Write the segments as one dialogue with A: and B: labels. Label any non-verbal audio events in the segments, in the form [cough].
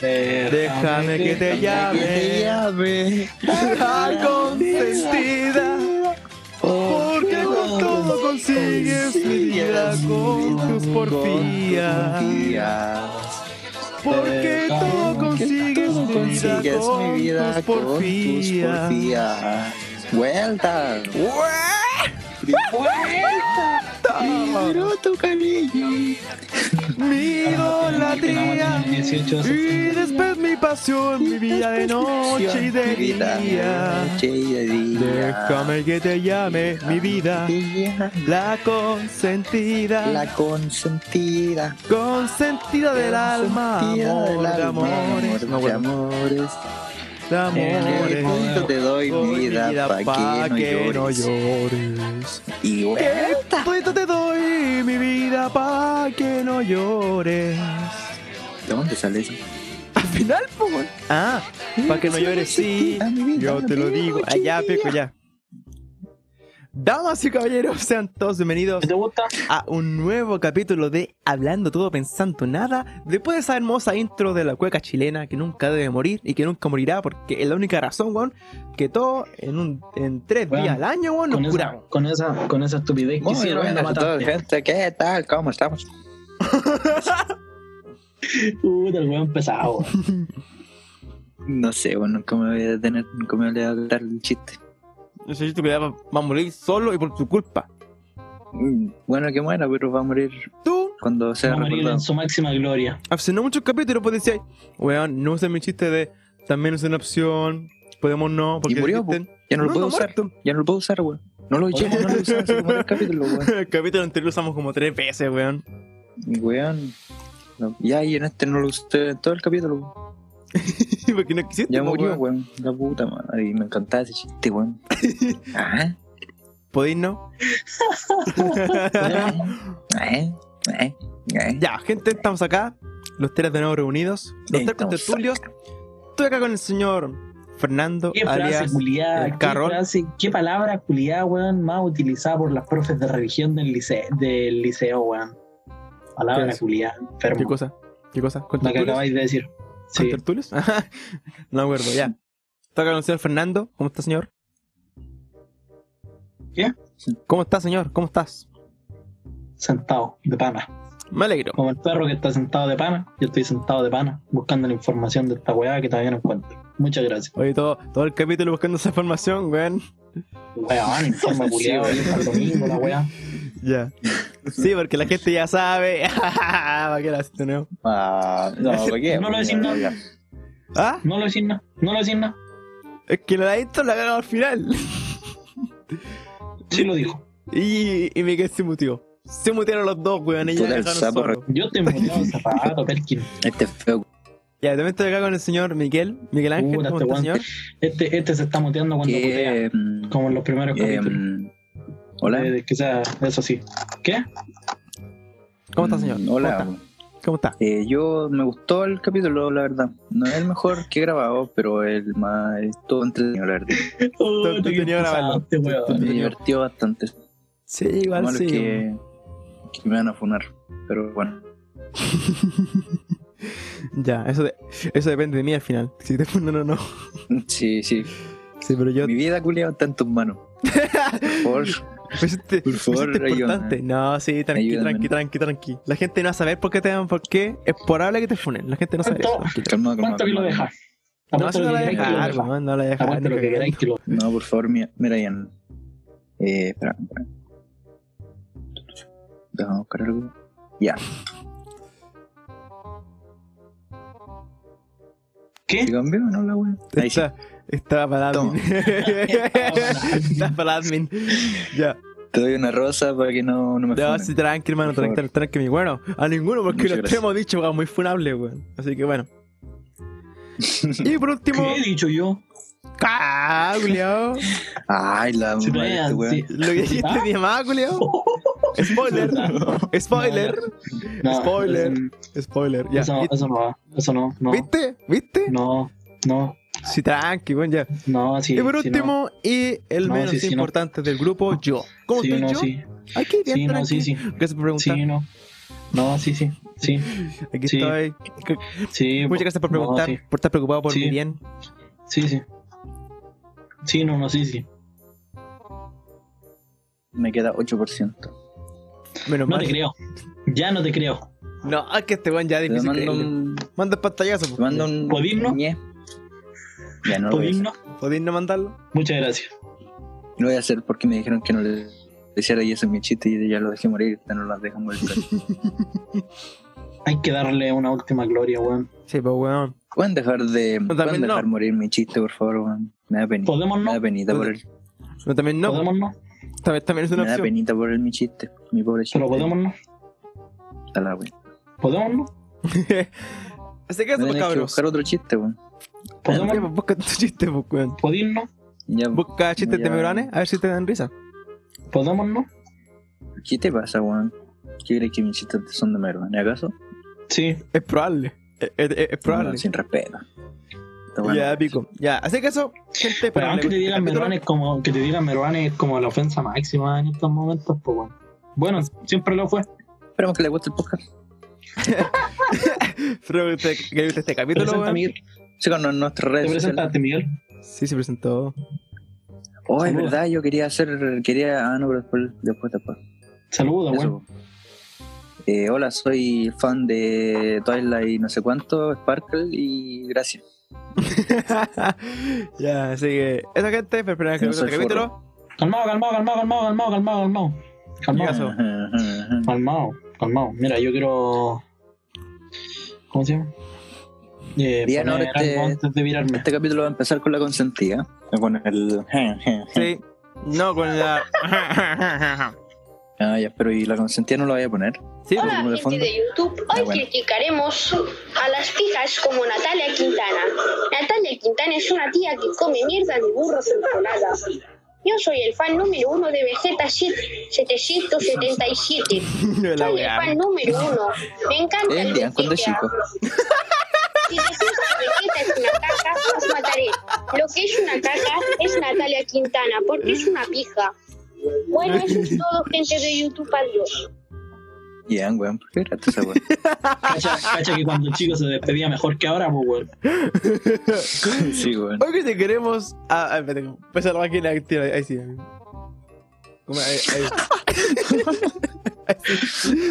A: Déjame que te llame la consentida. Porque con todo consigues mi vida con tus porfías. Porque todo consigues mi vida con tus porfías.
B: porfías. Vuelta. Vuelta. Miró tu cabello.
A: Mi idolatría. Y después mi pasión, mi vida de noche y de
B: Vida,
A: día.
B: noche y de día.
A: Déjame que te llame mi vida,
B: Día,
A: la consentida,
B: La consentida.
A: consentida del alma,
B: Consentida del
A: amor de
B: alma,
A: amores, no,
B: amor de
A: bueno,
B: amores. Qué
A: de amores.
B: bonito te doy mi vida pa'
A: pa'
B: que no llores.
A: llores.
B: Y
A: Qué
B: vuelta.
A: bonito Pues te doy mi vida pa' que no llores.
B: ¿De dónde sale eso?
A: Al final, pues. bueno. Ah, pa' que no
B: Sí,
A: llores,
B: sí,
A: sí.
B: a mi vida,
A: Yo te lo
B: mi
A: digo.
B: noche
A: Allá,
B: y
A: peco,
B: día.
A: ya. Damas y caballeros, sean todos
B: [laughs]
A: bienvenidos
C: ¿Te gusta?
A: a un nuevo capítulo de Hablando Todo Pensando Nada. Después de esa hermosa intro de la cueca chilena que nunca debe morir y que nunca morirá, porque es la única razón, weón, que todo en, un, en tres
C: Weón,
A: días al año, weón,
C: Con
A: nos
C: esa,
A: curamos.
C: con esa, con esa estupidez que
B: Muy
C: hicieron
B: buenas
C: la
B: a toda la
C: mataste.
B: gente. ¿Qué tal? ¿Cómo estamos?
C: Puta, el weón pesado.
B: No sé, bueno, ¿cómo me voy a detener? ¿Cómo me voy a dar el chiste?
A: Necesito que ya va va a morir solo y por tu culpa.
B: Mm, Bueno, que muera, pero va a morir
A: Tú,
B: cuando sea
C: Va a morir
B: recordado.
C: en su máxima gloria.
A: hace no muchos capítulos, pues decías, weón, no usen mi chiste de también es una opción, podemos no, porque
B: murió, pues,
A: existen-
B: Ya no lo
A: No,
B: puedo
A: no
B: usar, ya no lo puedo usar, weón. No lo
C: Oye.
B: llevo, no lo usaba hace como tres capítulos, weón.
A: [laughs] El capítulo anterior lo usamos como tres veces, weón. [laughs]
B: Weón. No, ya, y en este no lo usé en todo el capítulo, weón.
A: porque no quisiste,
B: Ya
A: pues,
B: murió,
A: weón.
B: weón. La puta madre. Y me encantaba ese chiste,
A: [laughs]
B: weón. Ah, Ajá. [laughs]
A: ¿Podéis no? [laughs]
B: Ajá. Ajá. Ajá.
A: ya, gente, estamos acá. Los tres de nuevo reunidos. Los tres
B: Estamos
A: contertulios. Estoy acá con el señor Fernando,
C: Qué frase
A: alias.
C: culiada,
A: el
C: qué
A: Carrol.
C: frase, qué palabra culiada, weón, más utilizada por las profes de religión del, lice- del liceo, weón.
A: ¿Qué
C: Palabra
A: es?
C: culiada,
A: ¿Qué
C: enfermo.
A: cosa? ¿Qué cosa?
C: La que
A: ¿Contertulios?
C: acabáis de decir.
A: [laughs]
C: Sí.
A: ¿Contertulios? Ajá. no me acuerdo, ya. Estoy acá con el señor Fernando. ¿Cómo está, señor?
C: ¿Qué?
A: ¿Cómo está, señor? ¿Cómo estás?
C: Sentado, de pana.
A: Me alegro.
C: Como el perro que está sentado de pana, yo estoy sentado de pana, buscando la información de esta weá que todavía no encuentro. Muchas gracias.
A: Oye, todo, todo el capítulo buscando esa información, weón.
C: Weón, informa
B: Sí,
C: culiado,
B: weón.
C: hoy es el domingo, la weá.
A: Ya. Sí, porque la gente ya sabe. [laughs] ¿Para qué la haces de nuevo?
B: Ah,
A: [laughs]
B: no, ¿por qué?
C: No lo decís nada.
B: Ya.
A: ¿Ah?
C: No lo decís nada, no lo decís nada.
A: Es que la intro la ganado al final.
C: Sí lo dijo.
A: Y, y Miguel se mutió. Se mutearon los dos, weón. Y ya
B: Puta, el
A: dejaron
B: sapo
A: solo.
C: Yo te
B: [laughs]
C: muteado zapato, Perkin.
B: Este es feo.
A: Ya, también estoy acá con el señor Miguel. Miguel Ángel,
C: Puta,
A: ¿cómo
C: este
A: está, señor?
C: weón. Este, este se está muteando cuando putea,
B: Que, mm,
C: como en los primeros
B: eh,
C: capítulos.
B: mm, hola.
C: Eh, que sea, eso sí. ¿Qué?
A: ¿Cómo está,
B: Mm,
A: señor?
B: Hola.
A: ¿Cómo está? ¿Cómo está?
B: Eh, yo me gustó el capítulo, la verdad. No es el mejor que he grabado, pero el más estuvo entretenido, la verdad.
C: Oh,
A: tú tenías grabarlo.
B: Me
A: Entretenido.
B: divertió bastante.
A: Sí, igual
B: Malo
A: sí.
B: que, que me van a funar, pero bueno. [laughs]
A: Ya, eso, de- eso depende de mí al final. Si te [laughs] funden o no.
B: Sí, sí.
A: Sí, pero yo.
B: Mi vida culiada está en tus manos. Por favor,
A: [laughs] Me siento-
B: por
A: me siento
B: favor,
A: este importante.
B: ayúdame.
A: No, sí, tranqui,
B: Ayúdame.
A: tranqui, tranqui, tranqui. La gente no va a saber por qué te dan, por qué. Es probable que te funen. La gente no sabe eso.
C: ¿Cuánto?
B: Calma,
A: tranquilo.
B: calma.
C: ¿Cuánto que lo
B: calma.
C: dejas?
A: No, se
C: Apuesto
A: no
C: lo
A: la
C: que queráis que lo
A: dejar,
C: dejas.
A: weón, no la dejar.
C: Apuesto lo que queráis que lo
B: No, por favor, mira, mira Ian. Eh, espera, espera. Déjame buscar algo. Ya, ¿te
C: ¿Qué?
B: cambió o no la wea? Ahí sí,
A: Está, estaba para
B: Toma. [laughs]
A: admin. estaba para admin. Ya.
B: te doy una rosa para que no, no me
A: No,
B: funen.
A: sí, tranqui, hermano,
B: Por
A: tranqui, tranqui, tranqui, mi bueno. A ninguno, porque
B: Muchas
A: lo
B: gracias.
A: hemos dicho, weón, muy funable, weón. Así
B: [laughs]
A: que bueno. Y por último,
C: ¿Qué he dicho yo?
A: ¡Ah, culiao!
B: Ay, la
C: Si no
B: madre de
C: es
B: este weón.
A: [laughs]
C: así. [laughs]
A: Lo que dijiste
C: ¿Ah?
A: mi mamá,
C: [laughs]
A: culiao. Spoiler, spoiler,
C: No,
A: Spoiler.
C: eso-
A: spoiler. Ya.
C: Eso, no- eso no va. Eso no. No.
A: ¿Viste? ¿Viste?
C: No. No.
A: Sí, tranqui, weón, ya.
C: No. Sí.
A: y por
C: sí, no.
A: último, y el
C: No,
A: menos
C: sí, sí, no.
A: importante del grupo, yo. ¿Cómo
C: Sí,
A: estoy
C: no,
A: yo?
C: sí.
A: Aquí bien
C: Sí, no,
A: tranqui.
C: sí, sí.
A: Gracias por preguntar.
C: Sí, no. No, sí, sí. Sí,
A: Aquí
C: Sí.
A: estoy.
C: sí.
A: Muchas gracias por
C: No,
A: preguntar,
C: sí.
A: por estar preocupado por
C: Sí.
A: mi bien.
C: Sí, sí. Sí, no, no, sí, sí.
B: Me queda 8%.
A: Menos
C: No
A: mal.
C: te creo. Ya no te creo.
A: No, es que este weón ya
B: Te
A: es difícil.
B: mando
A: creerle.
B: un.
A: Manda el pantallazo. po.
B: Te mando un.
C: ¿Podisno?
B: ñe. Ya no lo voy, a hacer.
C: ¿Podisno?
A: ¿Podéis no mandarlo?
C: Muchas gracias.
B: lo voy a hacer porque me dijeron que no le hiciera y eso es mi chiste y ya lo dejé morir. Ya no lo dejan
A: [laughs]
B: morir.
C: Hay que darle una última gloria, weón.
A: Sí, pues weón.
B: Pueden dejar de.
A: Pero también
B: Pueden dejar
A: no. Pues
B: morir mi chiste, por favor, weón. Me da penita.
C: ¿Podemos
B: Me da
C: no?
B: penita por él.
A: Pero también no.
C: ¿Podemos no?
A: También, también es
B: Me
A: una
B: da
A: opción.
B: penita por él mi chiste. Mi pobre chiste.
C: ¿Pero podemos no?
B: A la wea.
C: ¿Podemos no?
A: Así que eso,
B: Me
A: pues
B: tenés que
A: cabros.
B: buscar otro chiste, weón.
C: ¿Podemos
A: Ya,
C: no?
A: pues, Busca tu chiste, pues weón.
C: ¿Podisno?
B: Ya,
A: Busca chistes
B: Ya.
A: de Mebranes, a ver si te dan risa.
C: ¿Podemos no?
B: ¿qué te pasa, weón? ¿Qué crees que mis chistes son de mierda? ¿Ni acaso?
C: Sí.
A: Es probable. Es, es- es probable.
B: No, sin respeto. Ah, Está bueno.
A: Ya, pico. Ya, así que eso, gente,
C: Pero
A: para
C: aunque te digan
A: este
C: Meruane como que te digan Meruane es como la ofensa máxima en estos momentos, pues bueno. Bueno, siempre lo fue.
B: Esperemos que les guste el podcast.
A: Espero que te- que le guste este capítulo,
C: Presenta,
A: weón.
C: Miguel.
B: Síganos en nuestras
C: Te
B: redes sociales.
C: presentaste, Miguel.
A: Sí, se presentó. [laughs]
B: Oh, es
C: Saluda.
B: verdad, yo quería hacer. Quería. Ah, no, pero después, después, después.
C: Saludos,
B: Eso.
C: weón.
B: Eh, hola, soy fan de Twilight no sé cuánto, Sparkle, y gracias.
A: ya, así que esa gente, espero que les
B: No
A: guste este
B: soy
A: capítulo.
C: Calmado, calmado, calmado, calmado, calmado, calmado, calmado. Calmado,
A: Eso.
C: calmado, calmado. Mira, yo quiero. ¿Cómo se llama? Eh,
B: Digan
C: poner
B: ahora este-
C: algo antes de
B: [laughs]
C: virarme.
B: Este capítulo va a empezar con la consentida. Con el. [laughs]
A: Sí. No, con la. [laughs]
B: Ah, ya, pero y la consentida no la voy a poner.
A: sí,
B: Hola,
A: pues,
B: como
D: Hola
B: de fondo.
D: gente de YouTube,
B: Ah,
D: hoy
B: bueno.
D: criticaremos a las tijas como Natalia Quintana. Natalia Quintana es una tía que come mierda de burros en coladas. Yo soy el fan número uno de Vegeta 7- 777.
A: la
D: Soy el
A: weá.
D: fan número uno. Me encanta
B: Es
D: el
B: bien, cuando es
D: Vegeta. [laughs]
B: chico.
D: Si decís que Vegeta es una caca, os mataré. Lo que es una caca es Natalia Quintana, porque es una pija. Bueno, eso es todo, gente de YouTube. Adiós.
B: Ya, weón, ¿por qué gratis
C: [laughs]
B: esa weón?
C: Cacha, cacha que cuando el chico se despedía mejor que ahora, pues weón.
B: Sí, weón.
A: Hoy que te queremos. Ah, ah, espérate, pesa la máquina. tira, Ahí sí. Como ahí- ahí.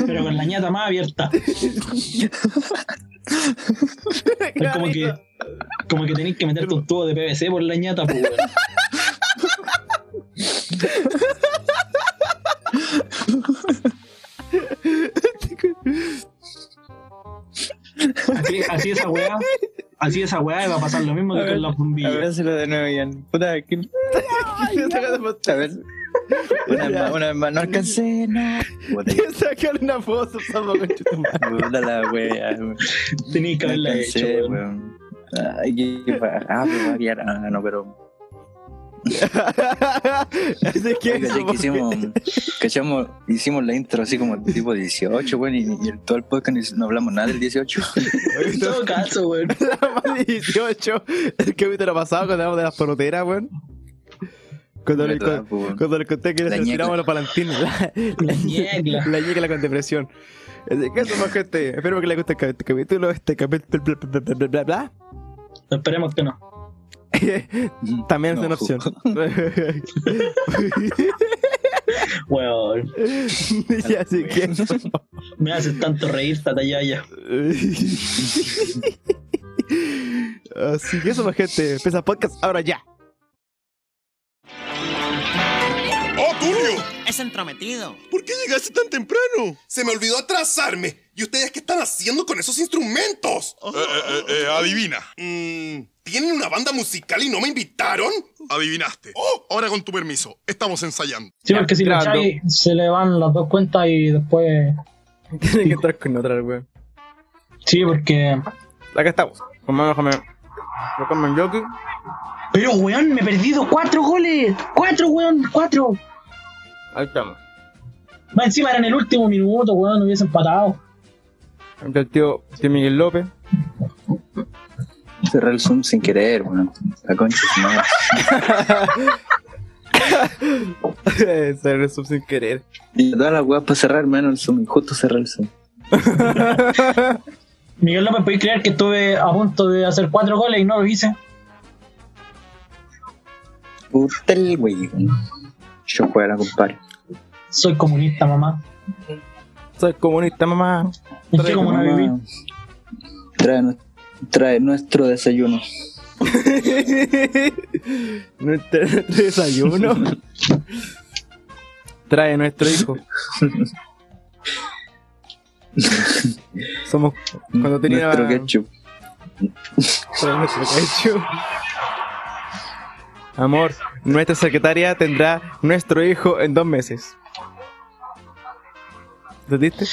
C: Pero con la ñata más abierta. Es como
A: [laughs]
C: que, como que tenéis que meterte un tubo de PVC por la ñata, pues weón. Así, así esa weá, así esa weá va a pasar lo mismo que
B: A ver,
C: con las
B: A
C: bombillas.
B: ver, hazlo de nuevo, Ian. Puta, que-
C: [laughs]
B: [laughs]
A: Saca la foto.
B: A ver. Una vez más, una vez más. No alcancé, no. Puta, que-
A: Sacar una foto, papá, con tu madre.
B: puta la wea.
C: [laughs]
B: weón.
C: Tenéis que
B: No
C: haberla hecho,
B: alcancé,
C: weón.
B: weón. Ay, qué- qué pa- Ah, pero va a quedar. Ah, no, pero.
A: [laughs] Así que
B: Oiga,
A: eso,
B: ya que hicimos, cachamos, hicimos la intro así como tipo 18, weón, y, y todo el podcast ni- no hablamos nada del
A: [laughs]
B: 18.
A: Oye,
C: En todo caso, weón.
A: Era más 18. El que viste lo pasado cuando hablamos de las poroteras, weón. Cuando, le,
B: ¿Verdad,
A: cuando,
B: weón?
A: le conté que
B: La
A: le
B: ñecla.
A: tiramos los palantines. La,
C: La
A: la,
C: ñegla.
A: ñecla con depresión. Así que eso, más pues, gente. Espero que les guste el cap- este capítulo. Este capítulo. Bla, bla, bla, bla, bla, [laughs] bla.
C: Esperemos que no.
A: También es
B: No, [laughs]
A: una opción. [laughs]
C: Weón.
A: y así que.
B: [laughs]
A: eso.
C: Me haces tanto reír, tatallaya.
A: así que eso, más gente. Empieza podcast ahora ya.
E: ¡Oh, Tulio!
F: Es entrometido.
E: ¿Por qué llegaste tan temprano?
G: Se me olvidó atrasarme. ¿Y ustedes qué están haciendo con esos instrumentos?
E: Eh, adivina.
G: Mm, ¿Tienen una banda musical y no me invitaron? ¡Oh!
E: Adivinaste. Ahora con tu permiso, estamos ensayando.
C: Sí, porque si
A: Claro.
C: lo echáis, se le van las dos cuentas y después.
A: Tienen que entrar con otra, weón.
C: Sí, porque.
A: Acá estamos. Comemos, comemos. Yo como en Yoki.
C: Pero, weón, me he perdido cuatro goles. Cuatro, weón, cuatro.
A: Ahí estamos.
C: Más encima era en el último minuto, weón, hubiese empatado.
A: Entra el tío, tío Miguel [laughs] López.
B: [laughs] Cerré el Zoom sin querer, weón. La concha, no.
A: Se resume sin querer.
B: Y todas las weas para cerrar, menos el Zoom. Justo cerré el Zoom.
C: Miguel López, ¿podéis creer que estuve a punto de hacer cuatro goles y no lo hice?
B: Puta el güey. Yo fuera, compadre.
C: Soy comunista, mamá.
A: Soy comunista, [laughs] mamá.
C: Es que como no
B: Mamá,
C: viví.
B: Trae, nu- trae nuestro desayuno.
A: nuestro
B: [laughs]
A: desayuno. [laughs] Trae nuestro hijo. Somos cuando tenía
B: Nuestro ketchup.
A: Trae nuestro ketchup. Amor, nuestra secretaria tendrá nuestro hijo en dos meses. ¿Entendiste?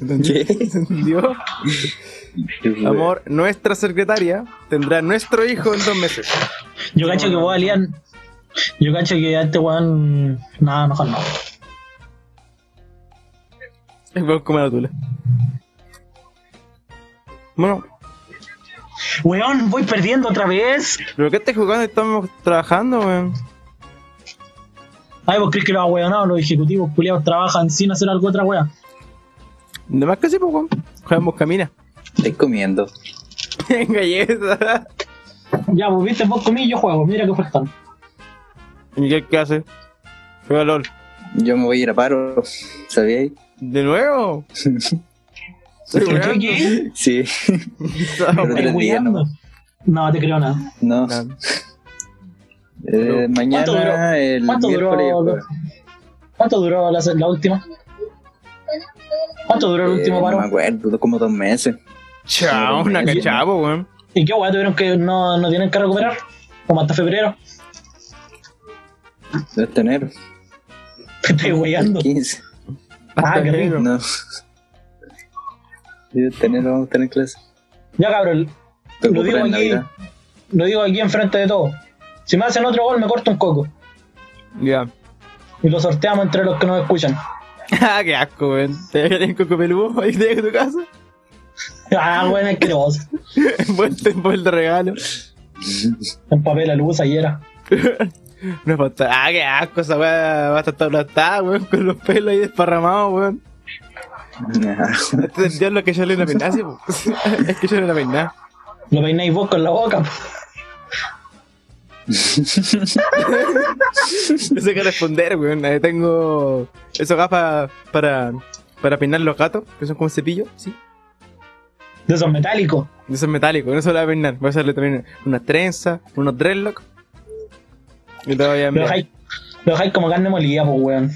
A: ¿Entendió? ¿Entendió? Amor, nuestra secretaria tendrá nuestro hijo en dos meses.
C: Yo cacho que vos alían. Yo cacho que a este weón. Nada, mejor no.
A: Es bueno comer la tula. Bueno,
C: Weón, voy perdiendo otra vez.
A: ¿pero qué estás jugando? Estamos trabajando, weón.
C: Ay, vos crees que los weonados, los ejecutivos culiados trabajan sin hacer algo otra wea.
A: De más que sí, pues, weón. Jugamos camina. [laughs]
B: Estoy comiendo.
A: Galleta.
C: Ya, vos viste, vos comí y yo juego. Mira qué faltan.
A: ¿Y qué, qué hace? Juega LOL.
B: Yo me voy a ir a paro. ¿Sabíais?
A: ¿De nuevo? Estoy
C: ¿Te creo
A: weando.
C: que?
B: Sí. Pero
C: ¿Estás
B: tres días,
C: weando?
B: ¿no?
C: No, te creo nada.
B: No. [laughs]
A: No.
B: Eh, mañana,
C: duró?
B: el
C: ¿Cuánto
B: miércoles.
C: duró?
B: pues,
C: ¿Cuánto duró la, la última? ¿Cuánto duró el
B: eh,
C: último
B: no me
C: paro?
B: acuerdo, duró como dos meses.
A: Chao, una cachavo, weón.
C: ¿Y qué weá tuvieron que no, no tienen que recuperar? Como hasta febrero. [laughs]
B: Hasta enero.
C: Te estoy weyando.
B: 15.
C: Ah, qué rico.
B: No. [laughs] Yo hasta enero vamos a tener clase.
C: Ya cabrón,
B: Tengo
C: Lo
B: que
C: digo
B: comprar en
C: aquí.
B: Navidad.
C: lo digo aquí enfrente de todo. Si me hacen otro gol me corto un coco.
A: Ya. [laughs]
C: Y lo sorteamos entre los que nos escuchan.
A: Ah, qué asco, weón. Te dejan en coco peludo [laughs] ahí te dejan en tu casa.
C: Ah, weón, es que vos.
A: Envuelto en papel de regalo.
C: En papel la luz ayer. era.
A: No falta. Ah, qué asco, esa weá va a estar aplastada, weón, con los pelos ahí desparramados, weón. [laughs] Este
B: Ajá.
A: Entendió lo que yo le la peinada, sí, po. [laughs] Es que yo le la peinada.
C: Lo peináis vos con la boca. po.
A: No sé qué responder, weón. Eh, Tengo esos gafas para, para peinar los gatos, que son como cepillo, sí.
C: De esos metálicos.
A: De esos metálicos, no se lo voy a peinar. Voy a hacerle también unas trenzas, unos dreadlocks. Y te voy a
C: Lo
A: enviar. [laughs]
C: dejáis, lo dejáis como carne molida, pues weón.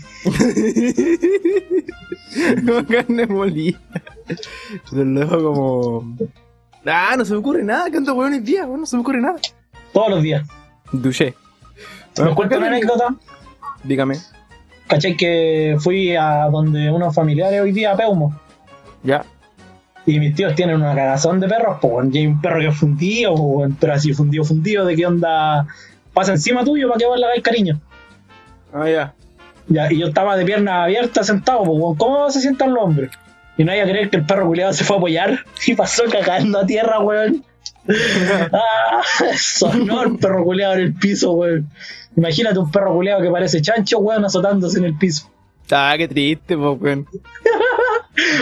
A: como carne molida. Te lo dejo como. Ah, no se me ocurre nada, canto weones días, weón, no se me ocurre nada.
C: Todos los días.
A: Duché.
C: ¿Me cuento una anécdota?
A: Dígame.
C: ¿Cachai que fui a donde unos familiares hoy día a Peumo?
A: Ya.
C: Y mis tíos tienen una cagazón de perros, pues weón. Y hay un perro que es fundido, po, weón, pero así fundido, fundido, de qué onda pasa encima tuyo para que vos le hagáis cariño.
A: Ah, ya.
C: Ya, y yo estaba de piernas abiertas sentado, pues weón. ¿Cómo se sientan los hombres? Y no hay a creer que el perro culiado se fue a apoyar [laughs] y pasó cagando a tierra, weón. Ah, sonó el perro culeado en el piso, weón. Imagínate un perro culeado que parece chancho, weón, azotándose en el piso.
A: Ah, qué triste, po, weón.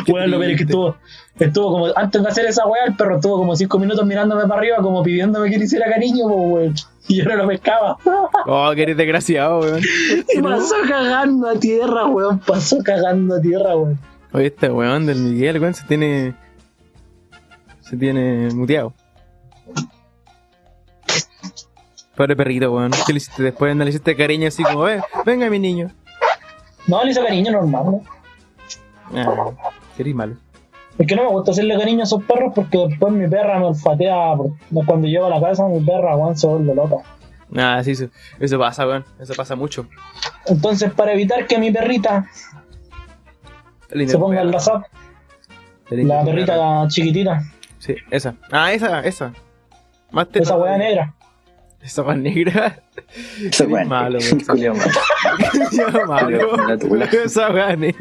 C: Weón, lo peor es que estuvo, estuvo como, antes de hacer esa weá, el perro estuvo como cinco minutos mirándome para arriba, como pidiéndome que le hiciera cariño, po, weón. Y yo no lo pescaba.
A: Oh, que eres desgraciado, weón.
C: Y pasó cagando a tierra, weón. Pasó cagando a tierra, weón.
A: Oye, este weón del Miguel, weón, se tiene. Se tiene muteado. Pobre perrito, weón. ¿Qué le hiciste después? ¿No le hiciste cariño así como, eh, venga mi niño?
C: No, le hice cariño normal, ¿no?
A: Ah, eres malo.
C: Es que no me gusta hacerle cariño a esos perros porque después mi perra me olfatea. por- Cuando llego a la casa, mi perra, weón, se vuelve loca.
A: Ah, sí, eso, eso pasa, weón. Eso pasa mucho.
C: Entonces, para evitar que mi perrita
A: Linda
C: se ponga
A: perra.
C: en la zap,
A: Linda
C: la
A: perra.
C: perrita chiquitita,
A: Sí, esa. Ah, esa, esa. Más te-
C: esa weá negra.
A: Esa weá negra.
B: Esa
A: Eres
B: weá. [laughs]
A: malo, weón.
B: Culiao malo.
A: Ya, Mario.
B: La tula.
A: [laughs] Esa weá, ne.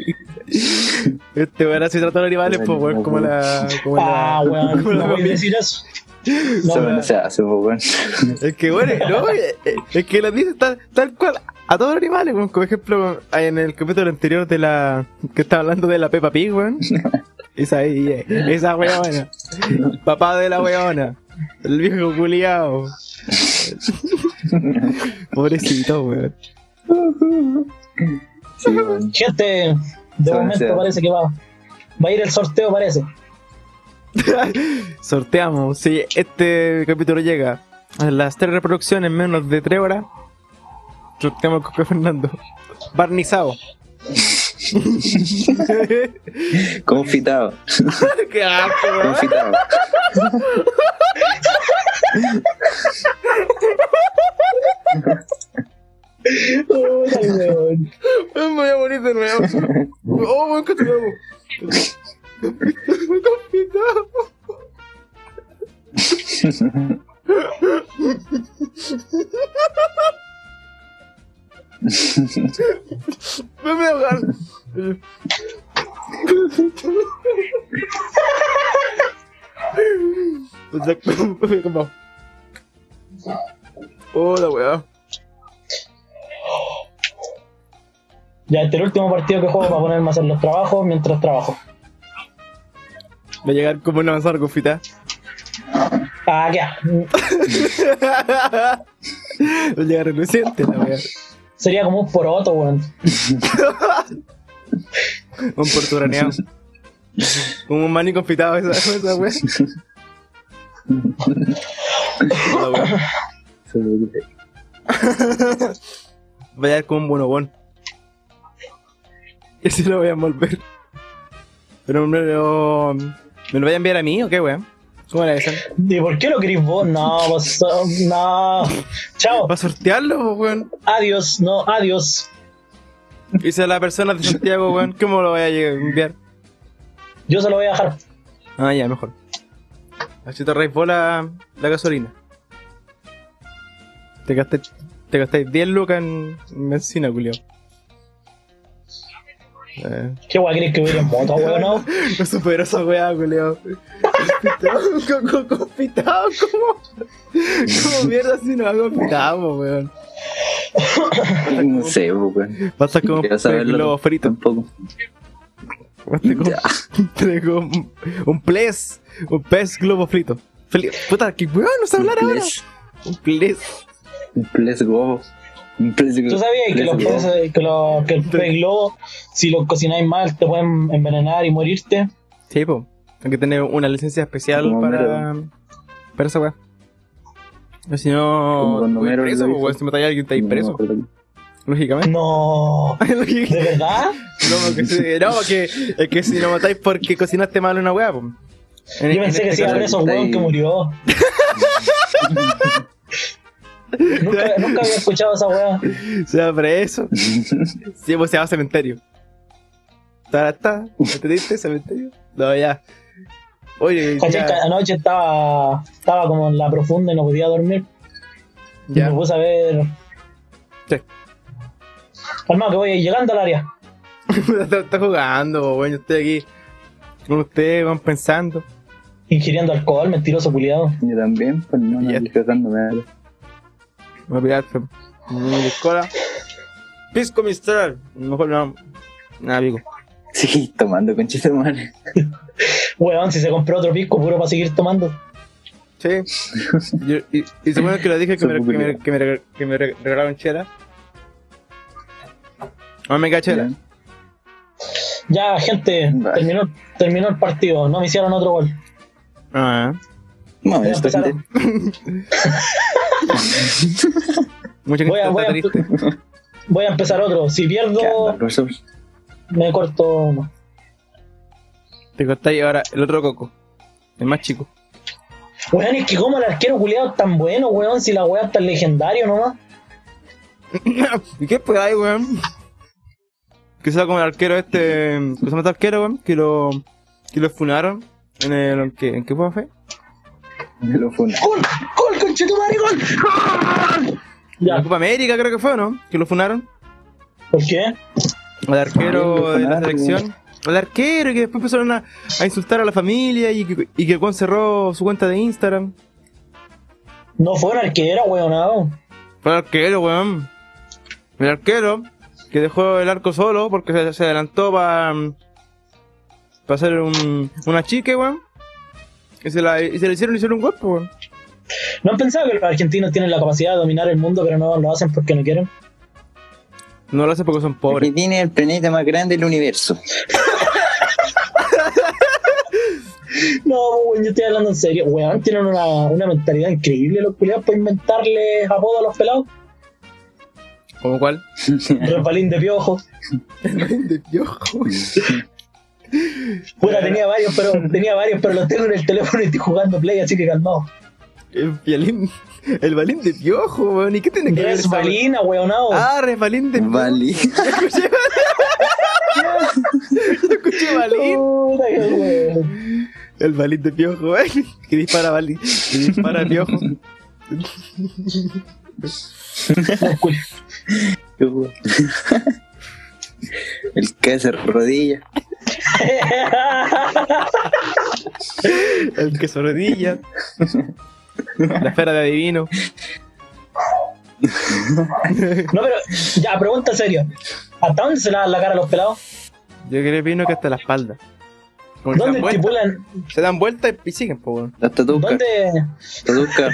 A: Este weón así trata a los animales, pues weón, como la. Como la
C: [laughs] Ah, weón,
A: [laughs] como la
C: no voy a
A: comida.
C: decir eso.
B: Esa
C: No,
B: weá no
C: weón.
B: se hace, po, weón.
A: Es que bueno, no, eh, eh, es que la dice tal, tal cual. a todos los animales, weón. Por ejemplo, en el capítulo anterior de la. que estaba hablando de la Peppa Pig,
C: [laughs]
A: weón. Esa ahí, eh, esa weona. Papá de la weona. El viejo
C: [laughs]
A: culiao. Pobrecito, weón.
B: Sí, weón.
C: Gente, de
B: Son
C: momento
B: ansiedad.
C: parece que va, va a ir el sorteo, parece.
A: Sorteamos. Si este capítulo llega a las tres reproducciones en menos de tres horas, sorteamos con Fernando. Barnizado.
B: Confitado,
A: [laughs] Qué asco, weón.
C: [laughs]
B: confitado.
C: Puta, weón.
A: Me voy a morir de nuevo. Oh, weón, que te nuevo. Me confitado. Me voy a ahogar. O sea, como- Oh, la weá.
C: Ya, este es el último partido que juego para ponerme a hacer los trabajos mientras trabajo.
A: Va a llegar como una manzana [laughs] confita.
C: Ah, ya.
A: Va a llegar reluciente la weá.
C: Sería como un poroto, weón.
A: Un porturaneado. Como un maní confitado esa, esa weá. La weá. Va a llegar como un [laughs] bonobón. Y así lo voy a envolver. Pero me lo. ¿Me lo voy a enviar a mí o qué weá? ¿Cómo era esa?
C: ¿Y por qué lo querís vos? No, vos, so- no. Chao.
A: ¿Va a sortearlo, po, weón?
C: Adiós, no, adiós.
A: Y si a la persona de Santiago, weón, ¿cómo lo voy a lle- enviar?
C: Yo se lo voy a dejar.
A: Ah, ya, mejor. Así te raipó la, la gasolina. Te gasté, te gastáis 10 lucas en en benzina, culio. Eh,
C: ¿Qué weón querés que hubiera en moto, weón? No.
A: [laughs] no supero esa weá, culio. Confitado, co- co- confitado, [laughs] ¿cómo? ¿Cómo mierda si no hago confitado, weón?
B: No sé, pues, weón.
A: Pasa como
B: Quiero
A: un
B: saberlo.
A: globo frito.
B: Tampoco.
A: Basta con- [laughs]
B: Ya.
A: Traigo un, un ples, un pez globo frito. Fli- Puta, que weón, no sé hablar
B: Un
A: ahora.
B: ples.
A: Un ples.
B: Un ples globo. Un ples globo.
C: ¿Tú sabías que los
B: Ples globo.
C: peces, que, los, que el pez globo, si los cocináis mal, te pueden envenenar y morirte?
A: Sí, po. Hay que tener una licencia especial
B: Como
A: para. Para esa weá. O Si no.
B: Como cuando
A: te voy
B: Homero lo
A: preso, po,
B: hizo.
A: weón. Si matáis a alguien, estáis
B: No, pues.
A: preso.
B: me acuerdo. [laughs]
A: Lógicamente. [laughs]
C: No. ¿De
A: Lógic-
C: verdad?
A: no, porque si, no, que, es que si lo matáis porque cocinaste mal una weá, po. En-
C: Yo
A: en este
C: pensé que se iba a
A: caso-
C: ver esos huevos
A: [laughs]
C: que murió. nunca, nunca había escuchado esa hueá.
B: pues.
A: Se
B: [laughs]
A: abre eso. Sí, pues se llama cementerio. Tarata, ¿entendiste? Cementerio. No, ya. Oye,
C: ¿Cachai? Que
A: ya.
C: Anoche estaba, estaba como en la profunda y no podía dormir.
A: ya. [laughs]
C: Y me puse a ver.
A: Sí.
C: Calmado, que voy llegando al área.
A: está, está jugando, po, weón. Yo estoy aquí con ustedes, van pensando.
C: Ingiriendo alcohol, mentiroso culiado.
B: Yo también, pues no, no,
A: Ya.
B: estoy cagándome. ahora.
A: Me voy a pegar mi cola. Pisco Mistral. Mejor no. Nada, pico.
B: Sí, tomando conchita, man.
C: Huevón, si se compró otro pisco puro para seguir tomando.
A: Sí. Yo- y, y se acuerdan que le dije que me, que me, que me reg- que me reg- regalaron chela. No me cachela.
C: Ya, gente,
B: Vale.
C: terminó, terminó el partido. No me hicieron otro gol.
A: Ah.
B: No,
C: Ya
B: esto
C: empezaron.
A: Mucha gente
C: Voy a-
A: está
C: voy a-
A: triste.
C: Voy a empezar otro. Si pierdo, me corto uno.
A: Te cortáis ahora el otro coco. El más chico.
C: Weón, es que como el arquero culiado es tan bueno, weón, si la weá es tan legendario nomás.
A: ¿Y qué pues hay, weón? Que sea como el arquero este. ¿Cómo se llama este arquero, weón? Que lo. Que lo funaron. ¿En el. ¿En qué, en qué juego fue?
B: Me lo funa.
C: ¡Gol! ¡Gol, conchetumare, gol! ¡Gol!
A: En la
C: Ya,
A: Copa América creo que fue, ¿no? Que lo funaron.
C: ¿por qué?
A: Al
B: Sí, lo
A: arquero de la
B: funaron,
A: selección. Al arquero, y que después empezaron a, a insultar a la familia y que, y que el weón cerró su cuenta de Instagram.
C: No fue un arquero, weón, no.
A: Fue el arquero, weón. El arquero, que dejó el arco solo porque se, se adelantó para hacer un, una chique, weón. Y se, la, y se le hicieron, hicieron un gol, pues, weón.
C: ¿No han pensado que los argentinos tienen la capacidad de dominar el mundo, pero no lo hacen porque no quieren?
A: No lo hace porque son
B: Porque [laughs]
A: pobres.
B: tiene el planeta más grande del
C: [laughs]
B: universo.
C: No, weón, yo estoy hablando en serio. Weón, tienen una, una mentalidad increíble los culiados para inventarles apodos a
A: [laughs]
C: los pelados.
A: ¿Como cuál?
C: Rampalín de piojo.
A: de piojo.
C: Puta, tenía varios,
A: [laughs]
C: pero tenía varios, pero los tengo en el teléfono y estoy jugando play, así que calmado.
A: El balín, el balín de piojo, weón. ¿Y qué tiene que ver?
C: Es
A: esa weón?
C: balina, weonado.
A: Ah, resbalín de piojo.
B: Vale.
A: Escuché, Yo escuché balín.
C: Puta, qué weón.
A: [laughs] El balín de piojo, eh. [laughs] Que dispara balín. Que dispara piojo.
C: Los culi-
B: [laughs] El cáncer rodilla.
A: El que se rodilla. La esfera de adivino.
C: No, pero ya, pregunta seria. ¿Hasta dónde se lavan la cara los pelados?
A: Yo creo vino que hasta la espalda. Como que se
C: ¿Dónde
A: dan vuelta,
C: estipulan?
A: se dan vuelta y- y siguen, po, weón.
B: Hasta Tuca.
C: ¿Dónde,
B: Hasta
C: [laughs]
B: Tuca.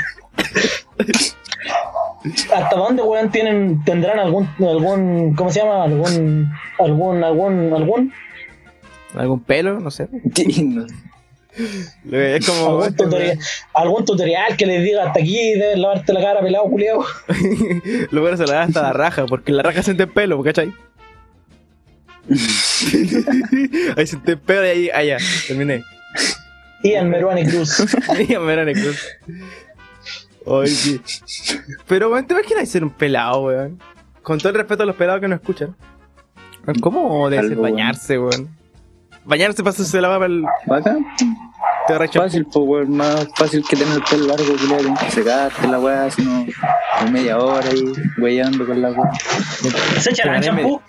C: ¿Hasta dónde, weón, tienen, tendrán algún, algún, ¿cómo se llama? Algún, algún, algún, algún,
A: ¿Algún pelo? No sé.
B: Digno.
A: Lo que- Es como.
C: algún, tutorial, algún tutorial que les diga hasta aquí debes lavarte la cara, pelado, culiao.
A: [laughs] Lo bueno se la da hasta la raja, porque la raja siente pelo, ¿cachai? [laughs] ahí siente pelo y ahí, allá, terminé.
C: Ian Meruane
B: [laughs]
C: Cruz.
A: [laughs] Ya me era necruz. Ay, sí. Pero, weón, ¿te imaginas ser un pelado, weón? Con todo el respeto a los pelados que nos escuchan. Weón, ¿Cómo debe ser
B: Algo, weón.
A: bañarse, weón? Bañarse para hacerse la barba el
B: Vaca.
A: te arracha-
B: Fácil, pues, weón. Más fácil que tener el pelo largo, que le que secarte la weá, sino en media hora ahí, weyando con la weá.
C: ¿Se echarán
A: Te gané
C: champú?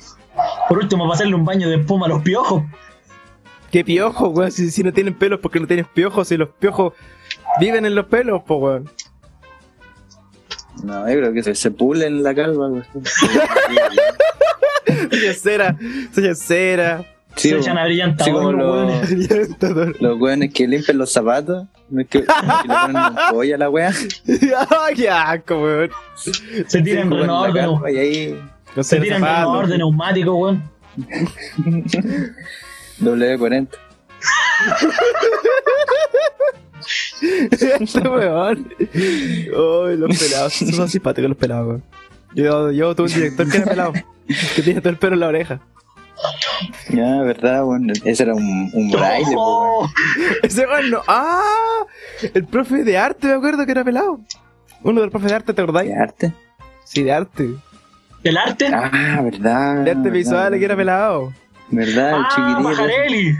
C: Por último, para hacerle un baño de espuma a los piojos.
A: ¿Qué piojos, weón? Si, si no tienen pelos, porque no tienen piojos? Si los piojos viven en los pelos, po, weón.
B: No, yo creo que se, se pule en la calva,
C: [laughs]
B: weón.
A: Se echan cera, se echan cera. [laughs]
B: Sí,
C: se
B: weón.
C: echan a brillante.
B: Sí, como los,
A: Orientador.
B: [laughs] los weones que limpian los zapatos, no es que, que le ponen
A: [laughs]
B: una polla a la weá,
A: [laughs] ¡Ay, qué asco, weón!
C: Se
B: [laughs]
C: tiran
B: como en la
C: renovador de neu-
B: calva y ahí
A: No
C: se tiran renovador de neumático, weón.
B: W40.
A: Este weón. Ay, los pelados. Son simpáticos los pelados, weón. Yo, yo tuve un director que era pelado. Que tenía todo el pelo en la oreja.
B: Ya, verdad, weón. Ese era un, un braille, po, pues, weón.
C: ¡Oh!
A: Ese weón no. ¡Ah! El profe de arte, me acuerdo que era pelado. Uno del profe de arte, ¿te acordáis?
B: ¿De arte?
A: Sí, de arte.
C: ¿El arte?
B: Ah, verdad.
A: De arte
B: verdad,
A: visual, que era
B: verdad.
A: pelado.
B: Verdad, el
C: ¡Ah,
B: chiquitito.
C: Majarelli!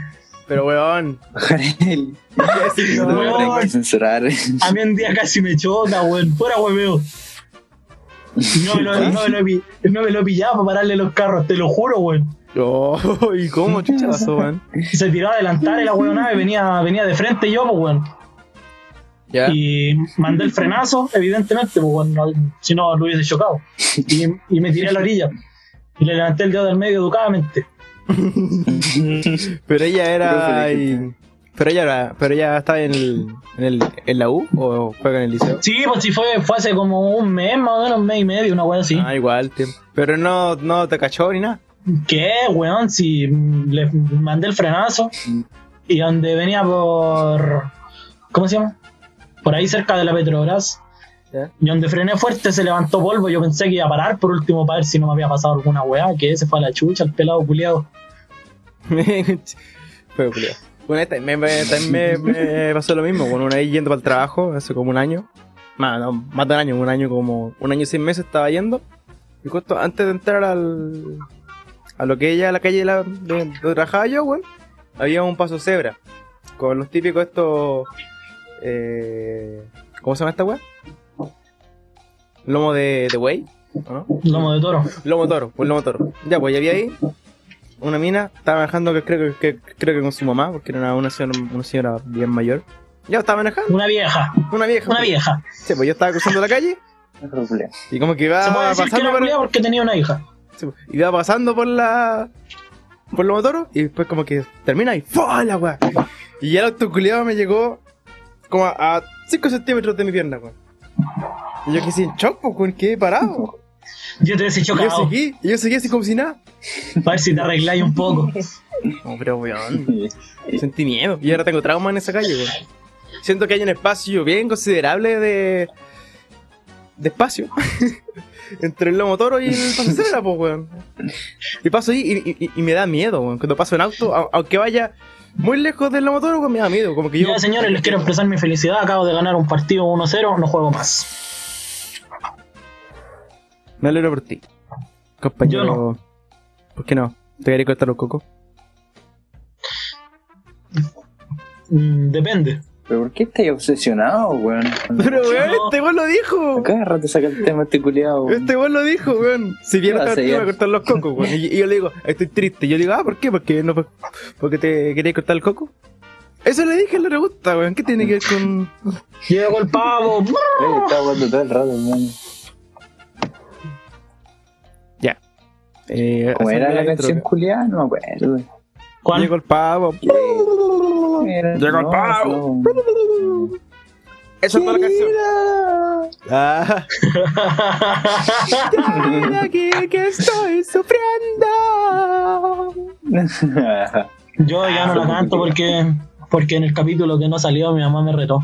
A: Pero weón.
B: Bajarel.
A: Sí,
B: No,
A: no.
B: lo tengo que censurar. [laughs]
C: A mí un día casi me choca, weón. Fuera, hueveo. No me lo, no me lo, pi- no me lo pillaba para pararle los carros, te lo juro, weón.
A: Oh, ¿Y cómo chucha pasó, weón?
C: Se tiró a adelantar y la weonada y venía, venía de frente yo, pues, weón.
A: Ya.
C: Y mandé el frenazo, evidentemente, pues, weón. no- si no, lo hubiese chocado. Y, y me tiré a la orilla. Y le levanté el dedo del medio educadamente.
A: Pero ella era.
B: Profe,
A: y- pero ella era. Pero ella estaba en el. En, el, en la U o juega en el liceo.
C: Sí, pues sí, fue, fue hace como un mes, más o menos, un mes y medio, una weón así.
A: Ah, igual, tío. Pero no, no te cachó ni nada.
C: ¿Qué, weón? Si mm, le mandé el frenazo y donde venía por. ¿Cómo se llama? Por ahí cerca de la Petrobras.
A: Ya.
C: Y donde frené fuerte se levantó polvo. Yo pensé que iba a parar por último para ver si no me había pasado alguna weá. Que ese fue a la chucha, el pelado culiado.
A: [laughs] Pero, culiao. Una vez también me, también me- me pasó lo mismo. Bueno, una vez yendo para el trabajo, hace como un año. Más, no, más de un año, un año como. Un año y seis meses estaba yendo. Y justo antes de entrar al. A lo que ella, a la calle de la, de- donde trabajaba yo, weón. Había un paso cebra. Con los típicos estos. Eh, ¿Cómo se llama esta weá? Lomo de, de buey. ¿o ¿no?
C: Lomo de toro.
A: Lomo toro, pues lomo toro. Ya, pues ya había ahí una mina, estaba manejando que creo que, que- creo que con su mamá, porque era una, una señora, una señora bien mayor. Ya estaba manejando,
C: Una vieja.
A: una vieja.
C: Una vieja.
A: Sí, pues yo estaba cruzando la calle
B: No hay problema.
A: Y como que
C: Se puede
A: va
C: decir que
A: Ah, pasando
C: era
A: por,
C: culiao porque tenía una hija.
A: sí, po, y va pasando por la por los motoros y después como que termina y ¡fua! la weá. Y ya el auto culiado me llegó como a 5 centímetros de mi pierna, weón. Y yo quedé sin shock, po, weón, quedé parado.
C: Yo te hubiese
A: Y yo
C: chocado.
A: seguí, y yo seguí así como si nada.
C: Para ver si te arregláis un poco.
A: No, pero weón. Sentí miedo. Y ahora tengo trauma en esa calle, weón. Siento que hay un espacio bien considerable de. de espacio. [laughs] Entre el lomo toro y el pasacera, pues, weón. Y paso ahí y, y- y me da miedo, weón. Cuando paso en auto, a- aunque vaya muy lejos del lomo toro, weón, me da miedo. Como que yo.
C: Ya, señores, les quiero expresar mi felicidad. Acabo de ganar un partido 1-0. No juego más.
A: Me alegro por ti. Compañero.
C: Yo
A: ¿Por qué no? ¿Te quería cortar los cocos?
C: Mm, depende.
B: ¿Pero por qué estás obsesionado, weón?
A: Pero, weón,
C: No.
A: este weón lo dijo.
B: Cada rato saca el tema este culiado.
A: Este weón lo dijo, weón. Si bien
B: Ya,
A: estaba
B: Ah, sí,
A: tío,
B: ya.
A: me a cortar los cocos, weón. Y, y yo le digo, estoy triste. Yo le digo, ah, ¿por qué? Porque no porque te quería cortar el coco. Eso le dije en la pregunta, weón. ¿Qué tiene que ver con.?
C: Llegó el pavo.
B: Estaba hablando todo el rato, hermano.
A: Eh,
B: ¿Cómo era
A: hacerle
B: la
A: intro,
B: canción
A: weón.
B: culiada? No me acuerdo.
C: ¿Cuál?
A: Llegó el pavo. Eh.
B: Era-
A: Llegó el
B: no,
A: pavo.
B: no.
A: Esa es toda la canción.
B: [laughs]
A: Ah, Tan aquí que estoy sufriendo.
C: Yo ya no la canto porque, porque en el capítulo que no salió mi mamá me retó.